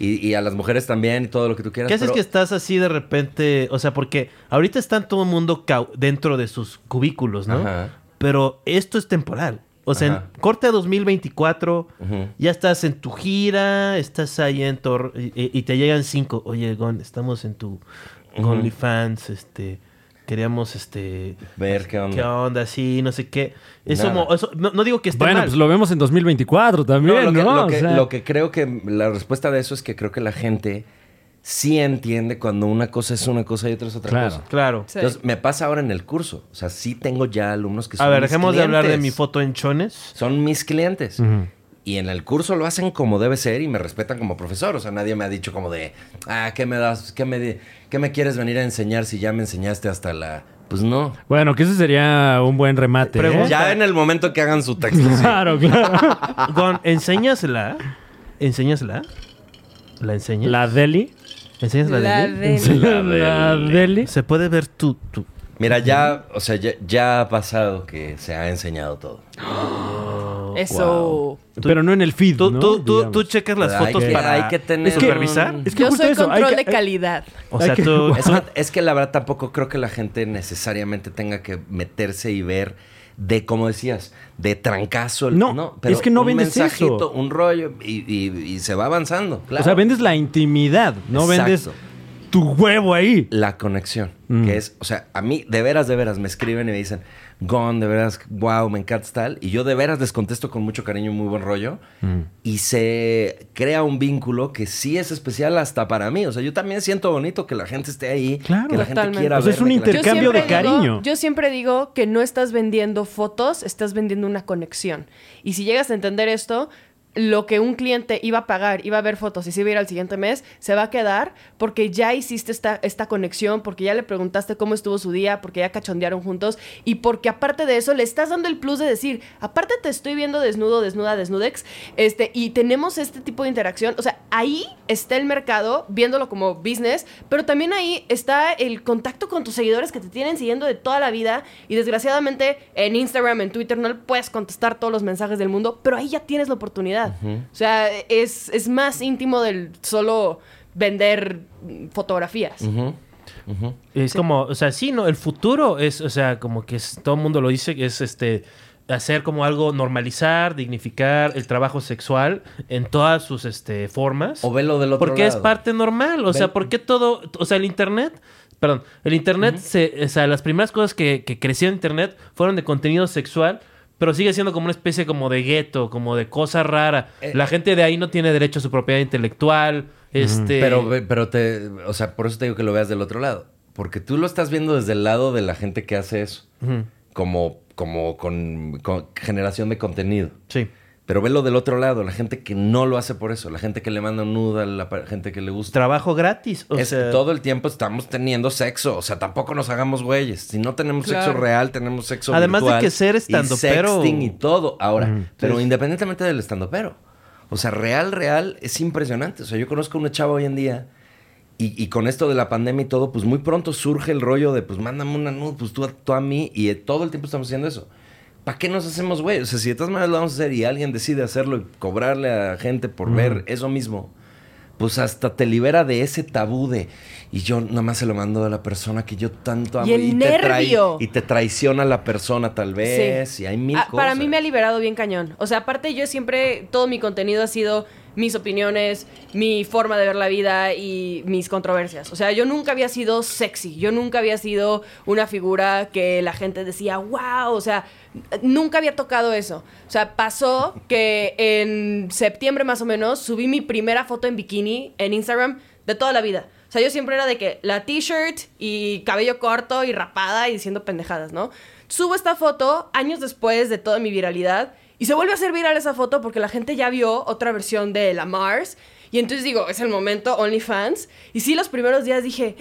Y, y a las mujeres también y todo lo que tú quieras. ¿Qué haces pero- que estás así de repente? O sea, porque ahorita están todo el mundo cau- dentro de sus cubículos, ¿no? Ajá. Pero esto es temporal. O sea, en- Ajá. corte a 2024, Ujú. ya estás en tu gira, estás ahí en Tor y, y te llegan cinco. Oye, Gon, estamos en tu Ujú. OnlyFans, este, queríamos, este, Ver qué onda. qué onda, sí, no sé qué. Eso, Nada. mo- eso- no, no digo que esté Bueno, mal. pues lo vemos en 2024 también, No, ¿no? lo, que, lo O que- sea, lo que creo que la respuesta de eso es que creo que la gente sí entiende cuando una cosa es una cosa y otra es otra Claro, cosa. claro. Sí. Entonces, me pasa ahora en el curso. O sea, sí tengo ya alumnos que son a ver, mis dejemos de hablar de clientes. mi foto en chones. Son mis clientes. Y en el curso lo hacen como debe ser y me respetan como profesor. O sea, nadie me ha dicho como de, ah, ¿qué me das? ¿Qué me, di- qué me quieres venir a enseñar si ya me enseñaste hasta la... Pues no. Bueno, que ese sería un buen remate. ¿eh? Ya en el momento que hagan su texto. sí. Claro, claro. Gon, enséñasla. Enséñasla. ¿La enseñas? ¿La Deli? ¿Enseñas la, La Deli? Deli. La Deli. Se puede ver tú. tú. Mira, ya, o sea, ya, ya ha pasado que se ha enseñado todo. Eso. Pero no en el feed. Tú, ¿no? tú, tú, Digamos. tú checas las Hay fotos que- para hay que tener- supervisar. Es Yo soy control de calidad. O sea, tú- Es, es que la verdad tampoco creo que la gente necesariamente tenga que meterse y ver de, como decías, de trancazo. el- No, es que no un vendes eso. mensajito, un rollo y, y- y se va avanzando. Claro. O sea, vendes la intimidad, no Exacto. vendes tu huevo ahí. La conexión, Mm. que es, o sea, a mí de veras, de veras, me escriben y me dicen, Gon, de veras, wow, me encantas tal. Y yo de veras les contesto con mucho cariño y muy buen rollo. Y se crea un vínculo que sí es especial hasta para mí. O sea, yo también siento bonito que la gente esté ahí, que la gente Totalmente. quiera O sea, es verme, un que la gente- intercambio de siempre digo- cariño. yo siempre digo que no estás vendiendo fotos, estás vendiendo una conexión. Y si llegas a entender esto, lo que un cliente iba a pagar, iba a ver fotos y se iba a ir al siguiente mes, se va a quedar porque ya hiciste esta, esta conexión, porque ya le preguntaste cómo estuvo su día, porque ya cachondearon juntos y porque aparte de eso le estás dando el plus de decir, aparte te estoy viendo desnudo, desnuda, desnudex, este, y tenemos este tipo de interacción. O sea, ahí está el mercado viéndolo como business, pero también ahí está el contacto con tus seguidores que te tienen siguiendo de toda la vida y desgraciadamente en Instagram, en Twitter no le puedes contestar todos los mensajes del mundo, pero ahí ya tienes la oportunidad. Ujú. O sea, es, es más íntimo del solo vender mm, fotografías. Es como, o sea, sí, no, el futuro es, o sea, como que es- todo el mundo lo dice, que es este hacer como algo normalizar, dignificar el trabajo sexual en todas sus este formas. O velo del otro Porque es lado. parte normal, o sea, Ve- porque todo, o sea, el internet, perdón, el internet se, o sea, las primeras cosas que, que creció en internet fueron de contenido sexual. Pero sigue siendo como una especie como de gueto, como de cosa rara. Eh, La gente de ahí no tiene derecho a su propiedad intelectual. Este... Pero, ve- pero te, o sea, por eso te digo que lo veas del otro lado. Porque tú lo estás viendo desde el lado de la gente que hace eso. Ujú. Como, como con, con generación de contenido. Sí. Pero velo del otro lado, la gente que no lo hace por eso, la gente que le manda un nudo, a la pa- gente que le gusta. Trabajo gratis. o Es- sea- Todo el tiempo estamos teniendo sexo, o sea, tampoco nos hagamos güeyes. Si no tenemos Claro. sexo real, tenemos sexo Además de virtual que ser y estandopero- sexting y todo. Ahora, Mm, pero sí. independientemente del estandopero. O sea, real, real es impresionante. O sea, yo conozco a una chava hoy en día y, y con esto de la pandemia y todo, pues muy pronto surge el rollo de, pues mándame una nud, pues tú, a- tú a mí, y eh, todo el tiempo estamos haciendo eso. ¿Para qué nos hacemos, güey? O sea, si de todas maneras lo vamos a hacer y alguien decide hacerlo y cobrarle a gente por Mm. ver eso mismo, pues hasta te libera de ese tabú de, y yo nada más se lo mando a la persona que yo tanto amo. Y el te trai- nervio. y te traiciona la persona tal vez, y hay mil Ah, cosas. para mí me ha liberado bien cañón. O sea, aparte yo siempre, todo mi contenido ha sido mis opiniones, mi forma de ver la vida y mis controversias. O sea, yo nunca había sido sexy, yo nunca había sido una figura que la gente decía, wow, o sea, nunca había tocado eso. O sea, pasó que en septiembre más o menos subí mi primera foto en bikini en Instagram de toda la vida. O sea, yo siempre era de que la t-shirt y cabello corto y rapada y diciendo pendejadas, ¿no? Subo esta foto años después de toda mi viralidad y se vuelve a hacer viral esa foto porque la gente ya vio otra versión de la Mars. Y entonces digo, es el momento OnlyFans. Y sí, los primeros días dije,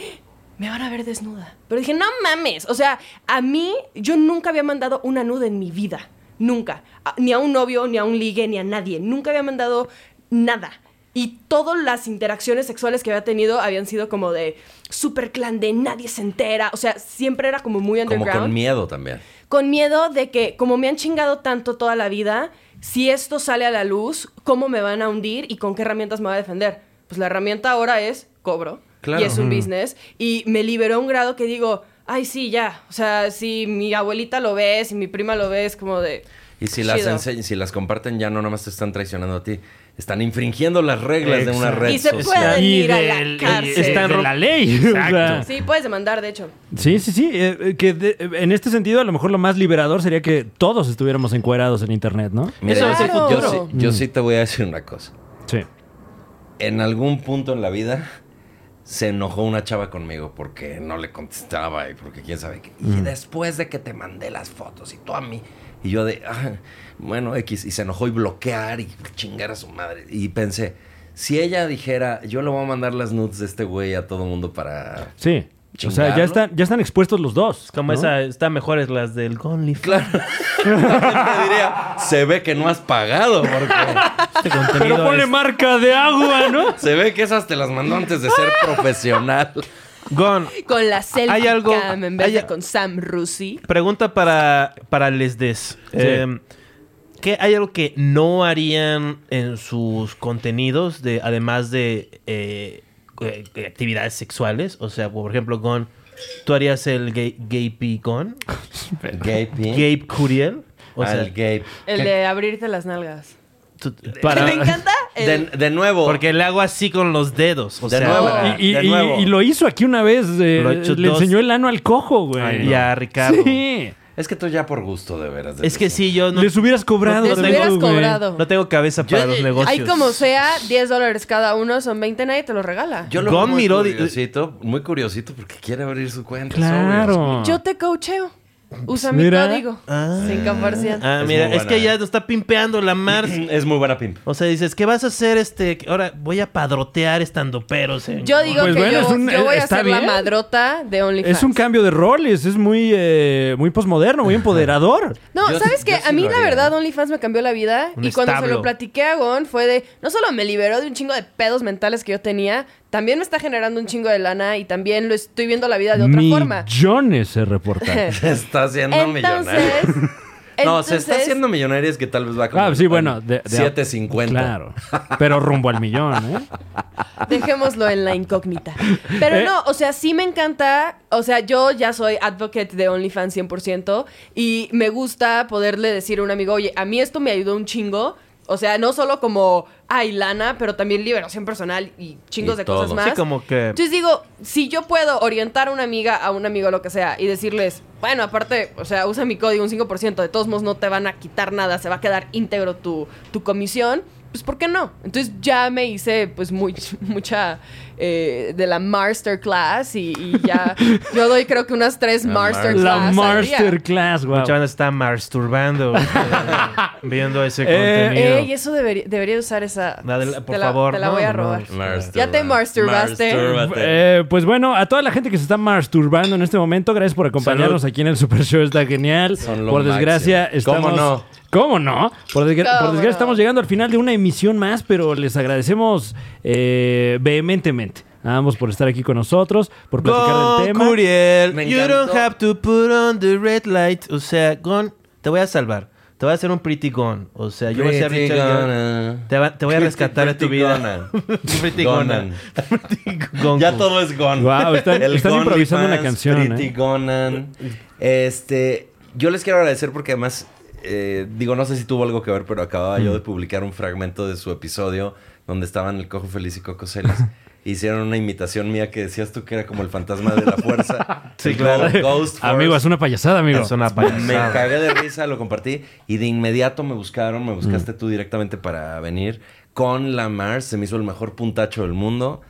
me van a ver desnuda. Pero dije, no mames. O sea, a mí, yo nunca había mandado una nude en mi vida. Nunca. A- Ni a un novio, ni a un ligue, ni a nadie. Nunca había mandado nada. Y todas las interacciones sexuales que había tenido habían sido como de super clan de nadie se entera. O sea, siempre era como muy Como underground con miedo también. con miedo de que como me han chingado tanto toda la vida, si esto sale a la luz, ¿cómo me van a hundir y con qué herramientas me voy a defender? Pues la herramienta ahora es cobro Claro. y es un Mm. business y me liberó a un grado que digo, ay sí, ya, o sea, si mi abuelita lo ve, si mi prima lo ve, es como de... Y si las, chido. ense- si las comparten, ya no nomás te están traicionando a ti. Están infringiendo las reglas de una Exacto. red Y se social. pueden Y ir a la del- cárcel. y están rom- Exacto. Sí, puedes demandar, de hecho. Sí, sí, sí. eh, eh, que de- eh, en este sentido, a lo mejor lo más liberador sería que todos estuviéramos encuerados en Internet, ¿no? Mira, yo, sí- yo sí, yo Mm. sí te voy a decir una cosa. Sí. En algún punto en la vida se enojó una chava conmigo porque no le contestaba y porque quién sabe qué. Y Mm. después de que te mandé las fotos y tú a mí. Y yo de, "Ah, bueno, X. Y se enojó y bloquear y chingar a su madre. Y pensé, si ella dijera, yo le voy a mandar las nudes de este güey a todo mundo para... Sí. O sea, Chingarlo. ya están, ya están expuestos los dos. Como esa, están mejores las del Gonly. Claro. Se ve que no has pagado porque... Pero ponle marca de agua, ¿no? Se ve que esas te las mandó antes de ser profesional. Gon, Con la selfie Hay algo- cam en vez de con Sam Rusi. pregunta para, para Les Des. Eh, ¿Qué hay algo que no harían en sus contenidos, de, además de eh, eh, eh, actividades sexuales? O sea, por ejemplo, Gon, ¿tú harías el gay, gay P Gon? Gay P. Gabe Curiel. O Ah, sea, el Gabe. El de abrirte las nalgas. tú- Me encanta el- de nuevo. Porque le hago así con los dedos. O De sea, nuevo, y, y- y- y lo hizo aquí una vez. eh, Lo ha hecho le dos. enseñó el ano al cojo, güey. Ay, no. Y a Ricardo. Sí. Es que tú ya por gusto, de veras. Es que sí, yo no. Les hubieras cobrado. No Les hubieras cobrado. No tengo cabeza para los negocios. Hay como sea, 10 dólares cada uno, son 20, nadie te los regala. Yo lo Gon veo muy miró- curiosito, muy curiosito porque quiere abrir su cuenta. es obvio. Yo te coacheo. Usa mi código. Sin caparcial. Ah, Es mira, muy es que buena. eh. ya nos está pimpeando la Mars. Es muy buena pimp. O sea, dices, ¿qué vas a hacer este? que Ahora voy a padrotear estandoperos. eh? Yo digo Pues que bueno, yo, es un- yo voy a está ser la bien. madrota de OnlyFans. Es un cambio de roles, es muy, eh, muy posmoderno, muy empoderador. No, ¿sabes qué? A mí la verdad OnlyFans me cambió la vida Un y cuando se establo. lo platiqué a Gon fue de, no solo me liberó de un chingo de pedos mentales que yo tenía, también me está generando un chingo de lana y también lo estoy viendo la vida de otra forma. Millones se reportan. Se está haciendo Entonces, millonario. No, se está entonces- haciendo millonario es que tal vez va como Ah, sí, bueno. De, de- 7.50. Claro. Pero rumbo al millón, ¿eh? Dejémoslo en la incógnita. Pero Eh. no, o sea, sí me encanta. O sea, yo ya soy advocate de OnlyFans 100% y me gusta poderle decir a un amigo, oye, a mí esto me ayudó un chingo. O sea, no solo como, ay, lana, pero también liberación personal y chingos Y de todo. cosas más. Sí, como que- Entonces digo, si yo puedo orientar a una amiga, a un amigo, lo que sea, y decirles, bueno, aparte, o sea, usa mi código un 5%, de todos modos no te van a quitar nada, se va a quedar íntegro tu, tu comisión. pues ¿por qué no? Entonces ya me hice pues muy, mucha eh, de la masterclass y, y ya yo doy creo que unas tres masterclass. La al día. masterclass, güey. Mucha banda está masturbando eh, viendo ese contenido. Ey, eso debería, debería usar esa. La de la- por te favor, Te la no, voy a no. robar. Ya te masturbaste. Este, Eh, pues bueno, a toda la gente que se está masturbando en este momento, gracias por acompañarnos Salud. aquí en el Super Show, está genial. lo por desgracia, máximo. estamos... ¿Cómo no? ¿Cómo no? ¿Cómo Por, desgra- por desgracia, no? estamos llegando al final de una emisión más, pero les agradecemos eh, vehementemente a ambos por estar aquí con nosotros, por platicar Gon del tema. Curiel, Me you encantó. don't have to put on the red light. O sea, Gon, te voy a salvar. Te voy a hacer un pretty Gon. O sea, yo voy a ser Pretty Richard Gona. Gere. Te, va- te voy a Pretty- rescatar de tu Pretty vida. Gona. pretty Gonan. Gona. Ya todo es Gon. Guau, están- están improvisando una canción, Pretty ¿eh? Gonan. Este, yo les quiero agradecer porque además, eh, digo, no sé si tuvo algo que ver, pero acababa yo Mm. de publicar un fragmento de su episodio donde estaban el Cojo Feliz y Coco Celis. Hicieron una imitación mía que decías tú que era como el fantasma de la fuerza. Sí, El claro. Ghost Force. Amigo, es una payasada, amigo. Es una Me payasada. cagué de risa, lo compartí y de inmediato me buscaron, me buscaste Mm. tú directamente para venir con la Mars, se me hizo el mejor puntacho del mundo.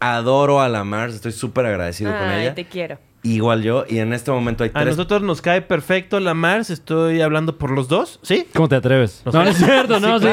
Adoro a la Mars, estoy súper agradecido con Ay, ella. te quiero. Igual yo y en este momento hay A tres nosotros nos cae perfecto la Mars. Estoy hablando por los dos, ¿sí? ¿Cómo te atreves? No, no es cierto, no, sí.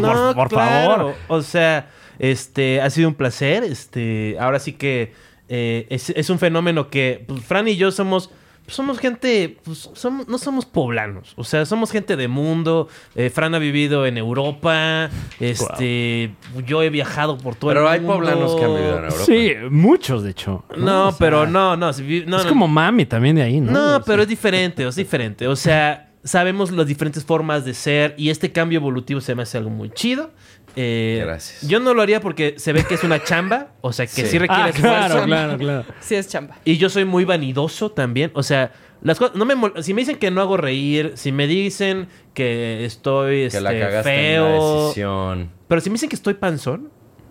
Por- por favor. O sea, este, ha sido un placer. Este, ahora sí que eh, es, es un fenómeno que pues, Fran y yo somos. pues, Somos gente, pues, somos- no somos poblanos, o sea, somos gente de mundo. Eh, Fran ha vivido en Europa, este, yo he viajado por todo Pero el hay mundo. poblanos que han vivido en Ah. Sí, muchos, de hecho. No, O sea, pero no, no, si vi- no, es no. como mami también de ahí, ¿no? No, pero es diferente, es diferente. O sea, sabemos las diferentes formas de ser y este cambio evolutivo se me hace algo muy chido. Gracias. Yo no lo haría porque se ve que es una chamba, o sea, que sí, requiere Ah, claro, esfuerzo. claro, claro. Sí, es chamba. Y yo soy muy vanidoso también. O sea, las cosas. No me mol- si me dicen que no hago reír, si me dicen que estoy que la este, cagaste en la feo. decisión. pero si me dicen que estoy panzón,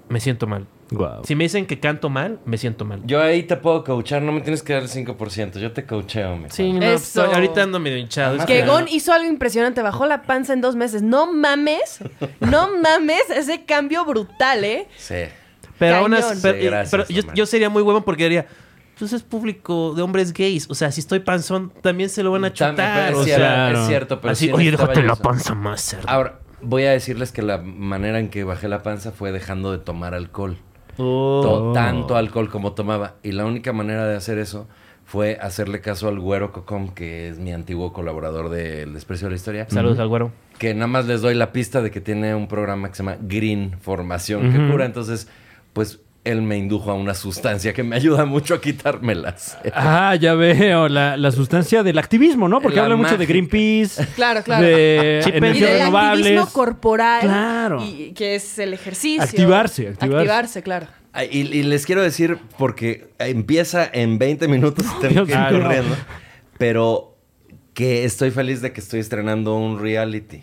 me siento mal. Guau. Si me dicen que canto mal, me siento mal. Yo ahí te puedo coachar, no me tienes que dar el 5%, yo te coacheo, mi Sí, no, Eso. estoy- ahorita ando medio hinchado. es Que que- Gon hizo algo impresionante, bajó la panza en dos meses. No mames, no mames ese cambio brutal, ¿eh? Sí. Pero aún Cañón. así, pero, Sí, gracias, pero yo, Omar. yo sería muy huevón porque diría, pues es público de hombres gays. O sea, si estoy panzón, también se lo van a chutar. pero o sí sea, era- es cierto, pero así, sí este oye, necesitaba déjate yo la eso". panza más, cerdo. Ahora, voy a decirles que la manera en que bajé la panza fue dejando de tomar alcohol. Oh. To- tanto alcohol como tomaba. Y la única manera de hacer eso fue hacerle caso al güero Cocom, que es mi antiguo colaborador del Desprecio de la Historia. Saludos Ujú. al güero. Que nada más les doy la pista de que tiene un programa que se llama Green Formación Ujú. que cura. Entonces, pues él me indujo a una sustancia que me ayuda mucho a quitármelas. Ah, ya veo, la, la sustancia del activismo, ¿no? Porque La habla mucho de mágica. Greenpeace. Claro, claro. De Sí, pero- y energías del activismo renovables. corporal. Claro. Y, que es el ejercicio. Activarse, activarse. Activarse, claro. Ah, Y, y les quiero decir, porque empieza en 20 minutos, tengo que ir Dios mío. corriendo, pero que estoy feliz de que estoy estrenando un reality.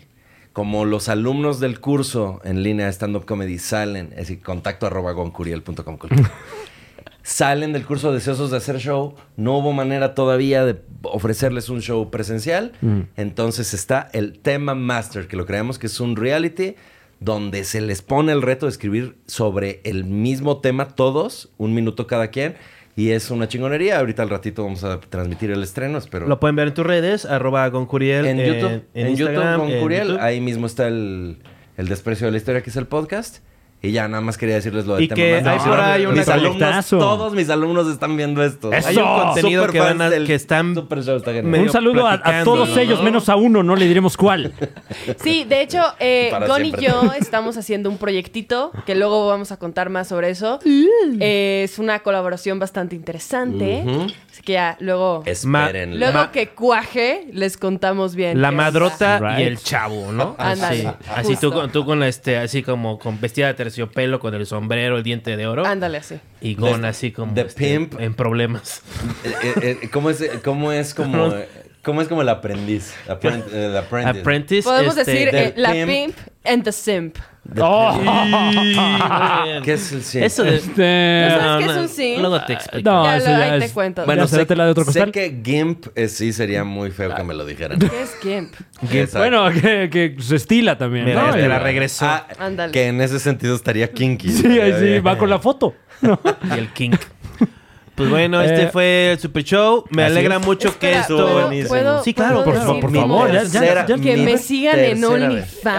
Como los alumnos del curso en línea de stand-up comedy salen, es decir, contacto arroba goncuriel.com. salen del curso deseosos de hacer show, no hubo manera todavía de ofrecerles un show presencial, Mm. entonces está el tema master, que lo creemos que es un reality donde se les pone el reto de escribir sobre el mismo tema todos, un minuto cada quien, y es una chingonería. Ahorita al ratito vamos a transmitir el estreno, espero. Lo pueden ver en tus redes, arroba goncuriel. en eh, YouTube, en, Instagram, YouTube con en Curiel, YouTube. ahí mismo está el, el desprecio de la historia que es el podcast. Y ya nada más quería decirles lo del Y tema que master. hay por ahí una mis alumnos, colectazo. todos mis alumnos están viendo esto. Hay un contenido que van a- que están medio Un saludo a, a platicando, todos ¿no? ellos, menos a uno, no le diremos cuál. Sí, de hecho, eh, Para Gon y siempre. yo estamos haciendo un proyectito que luego vamos a contar más sobre eso. Eh, es una colaboración bastante interesante. Ujú. Así que ya luego, Ma- luego ma- que cuaje, les contamos bien. la qué madrota onda. y el chavo, ¿no? Ándale, Así, así tú, justo. con, tú con este, así como con vestida de terciopelo, con el sombrero, el diente de oro. Ándale, así. Y Gon así como este, en problemas. Eh, eh, eh, ¿Cómo es, cómo es como No. eh, ¿Cómo es como el aprendiz? Aprend- el apprentice. Apprentice, este, Podemos decir Del eh, la pimp. pimp and the simp. Del Oh. pimp. ¿Qué es el simp? Eso de- Este- ¿No sabes qué es un simp? Eh, Ah, Luego te explico. No, Ya, eso lo- ya ahí te es- cuento. Bueno, Bueno, será sé, tela de otro sé costal. que Gimp eh, sí sería muy feo que me lo dijeran. ¿Qué es Gimp? Exacto. Bueno, que, que se estila también. Mira, ¿no? te la Eh, regresó. ah, Ándale. Que en ese sentido estaría kinky. Sí, ahí sí, eh. va con la foto. ¿no? Y el kink. Pues bueno, este Eh, fue el Super Show. Me así alegra es. mucho que Espera, esto. ¿puedo- Buenísimo. puedo- sí, claro, puedo por, decir por mi favor. ya- ya- tercera- ya- Que mi me sigan en tercera vez. Ah, A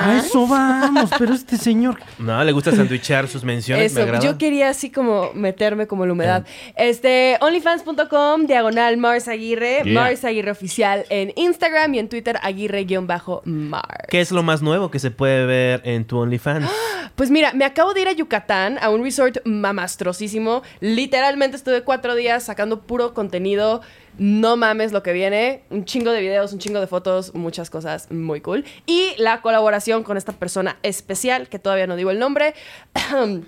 OnlyFans. eso vamos, pero este señor. No, le gusta sandwichar sus menciones. me Eso, agrada. yo quería así como meterme como la humedad. Este, onlyfans.com, diagonal Mars Aguirre, Yeah. Mars Aguirre oficial en Instagram y en Twitter Aguirre-Mars. ¿Qué es lo más nuevo que se puede ver en tu OnlyFans? Pues mira, me acabo de ir a Yucatán, a un resort mamastrosísimo. Literalmente estuve cuatro días sacando puro contenido. No mames lo que viene. Un chingo de videos, un chingo de fotos, muchas cosas muy cool. Y la colaboración con esta persona especial, que todavía no digo el nombre. no,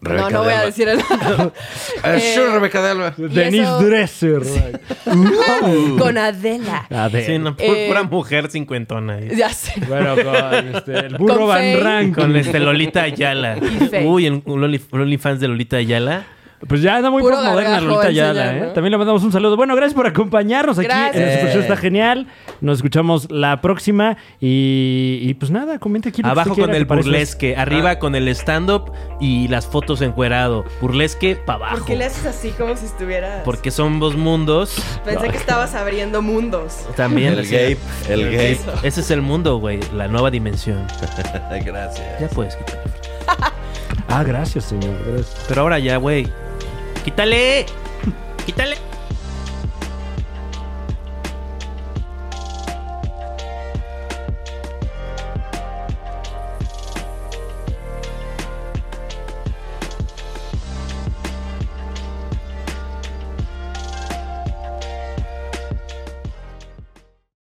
Rebeca no de voy a Alba. decir el nombre. Eh, Rebeca de Alba. Denise eso- Dresser. Uh. con Adela. Sí, no, pu- Eh, pura mujer cincuentona. ahí. Ya sé. Bueno, con este, el burro Con Van Faye. Rank. Con este Lolita Ayala. Fake. Uy, el, un Only- un OnlyFans de Lolita Ayala. Pues ya anda muy Puro postmoderna gargajo Lolita el Ayala, señor, ¿eh? ¿no? También le mandamos un saludo. Bueno, gracias por acompañarnos aquí Gracias. en el Super Show. Eh. Está genial. Nos escuchamos la próxima. Y, y pues nada, comente aquí. lo que Abajo usted quiera, con el que para eso es- burlesque, arriba con el stand-up y las fotos encuerado. Burlesque para abajo. ¿Por qué le haces así como si estuvieras? Porque son dos mundos. Pensé que estabas abriendo mundos. También. El gape, el gape. Ese es el mundo, güey. La nueva dimensión. Gracias. Ya puedes quitarle. Ah, gracias, señor. Gracias. Pero ahora ya, güey. ¡Quítale! ¡Quítale!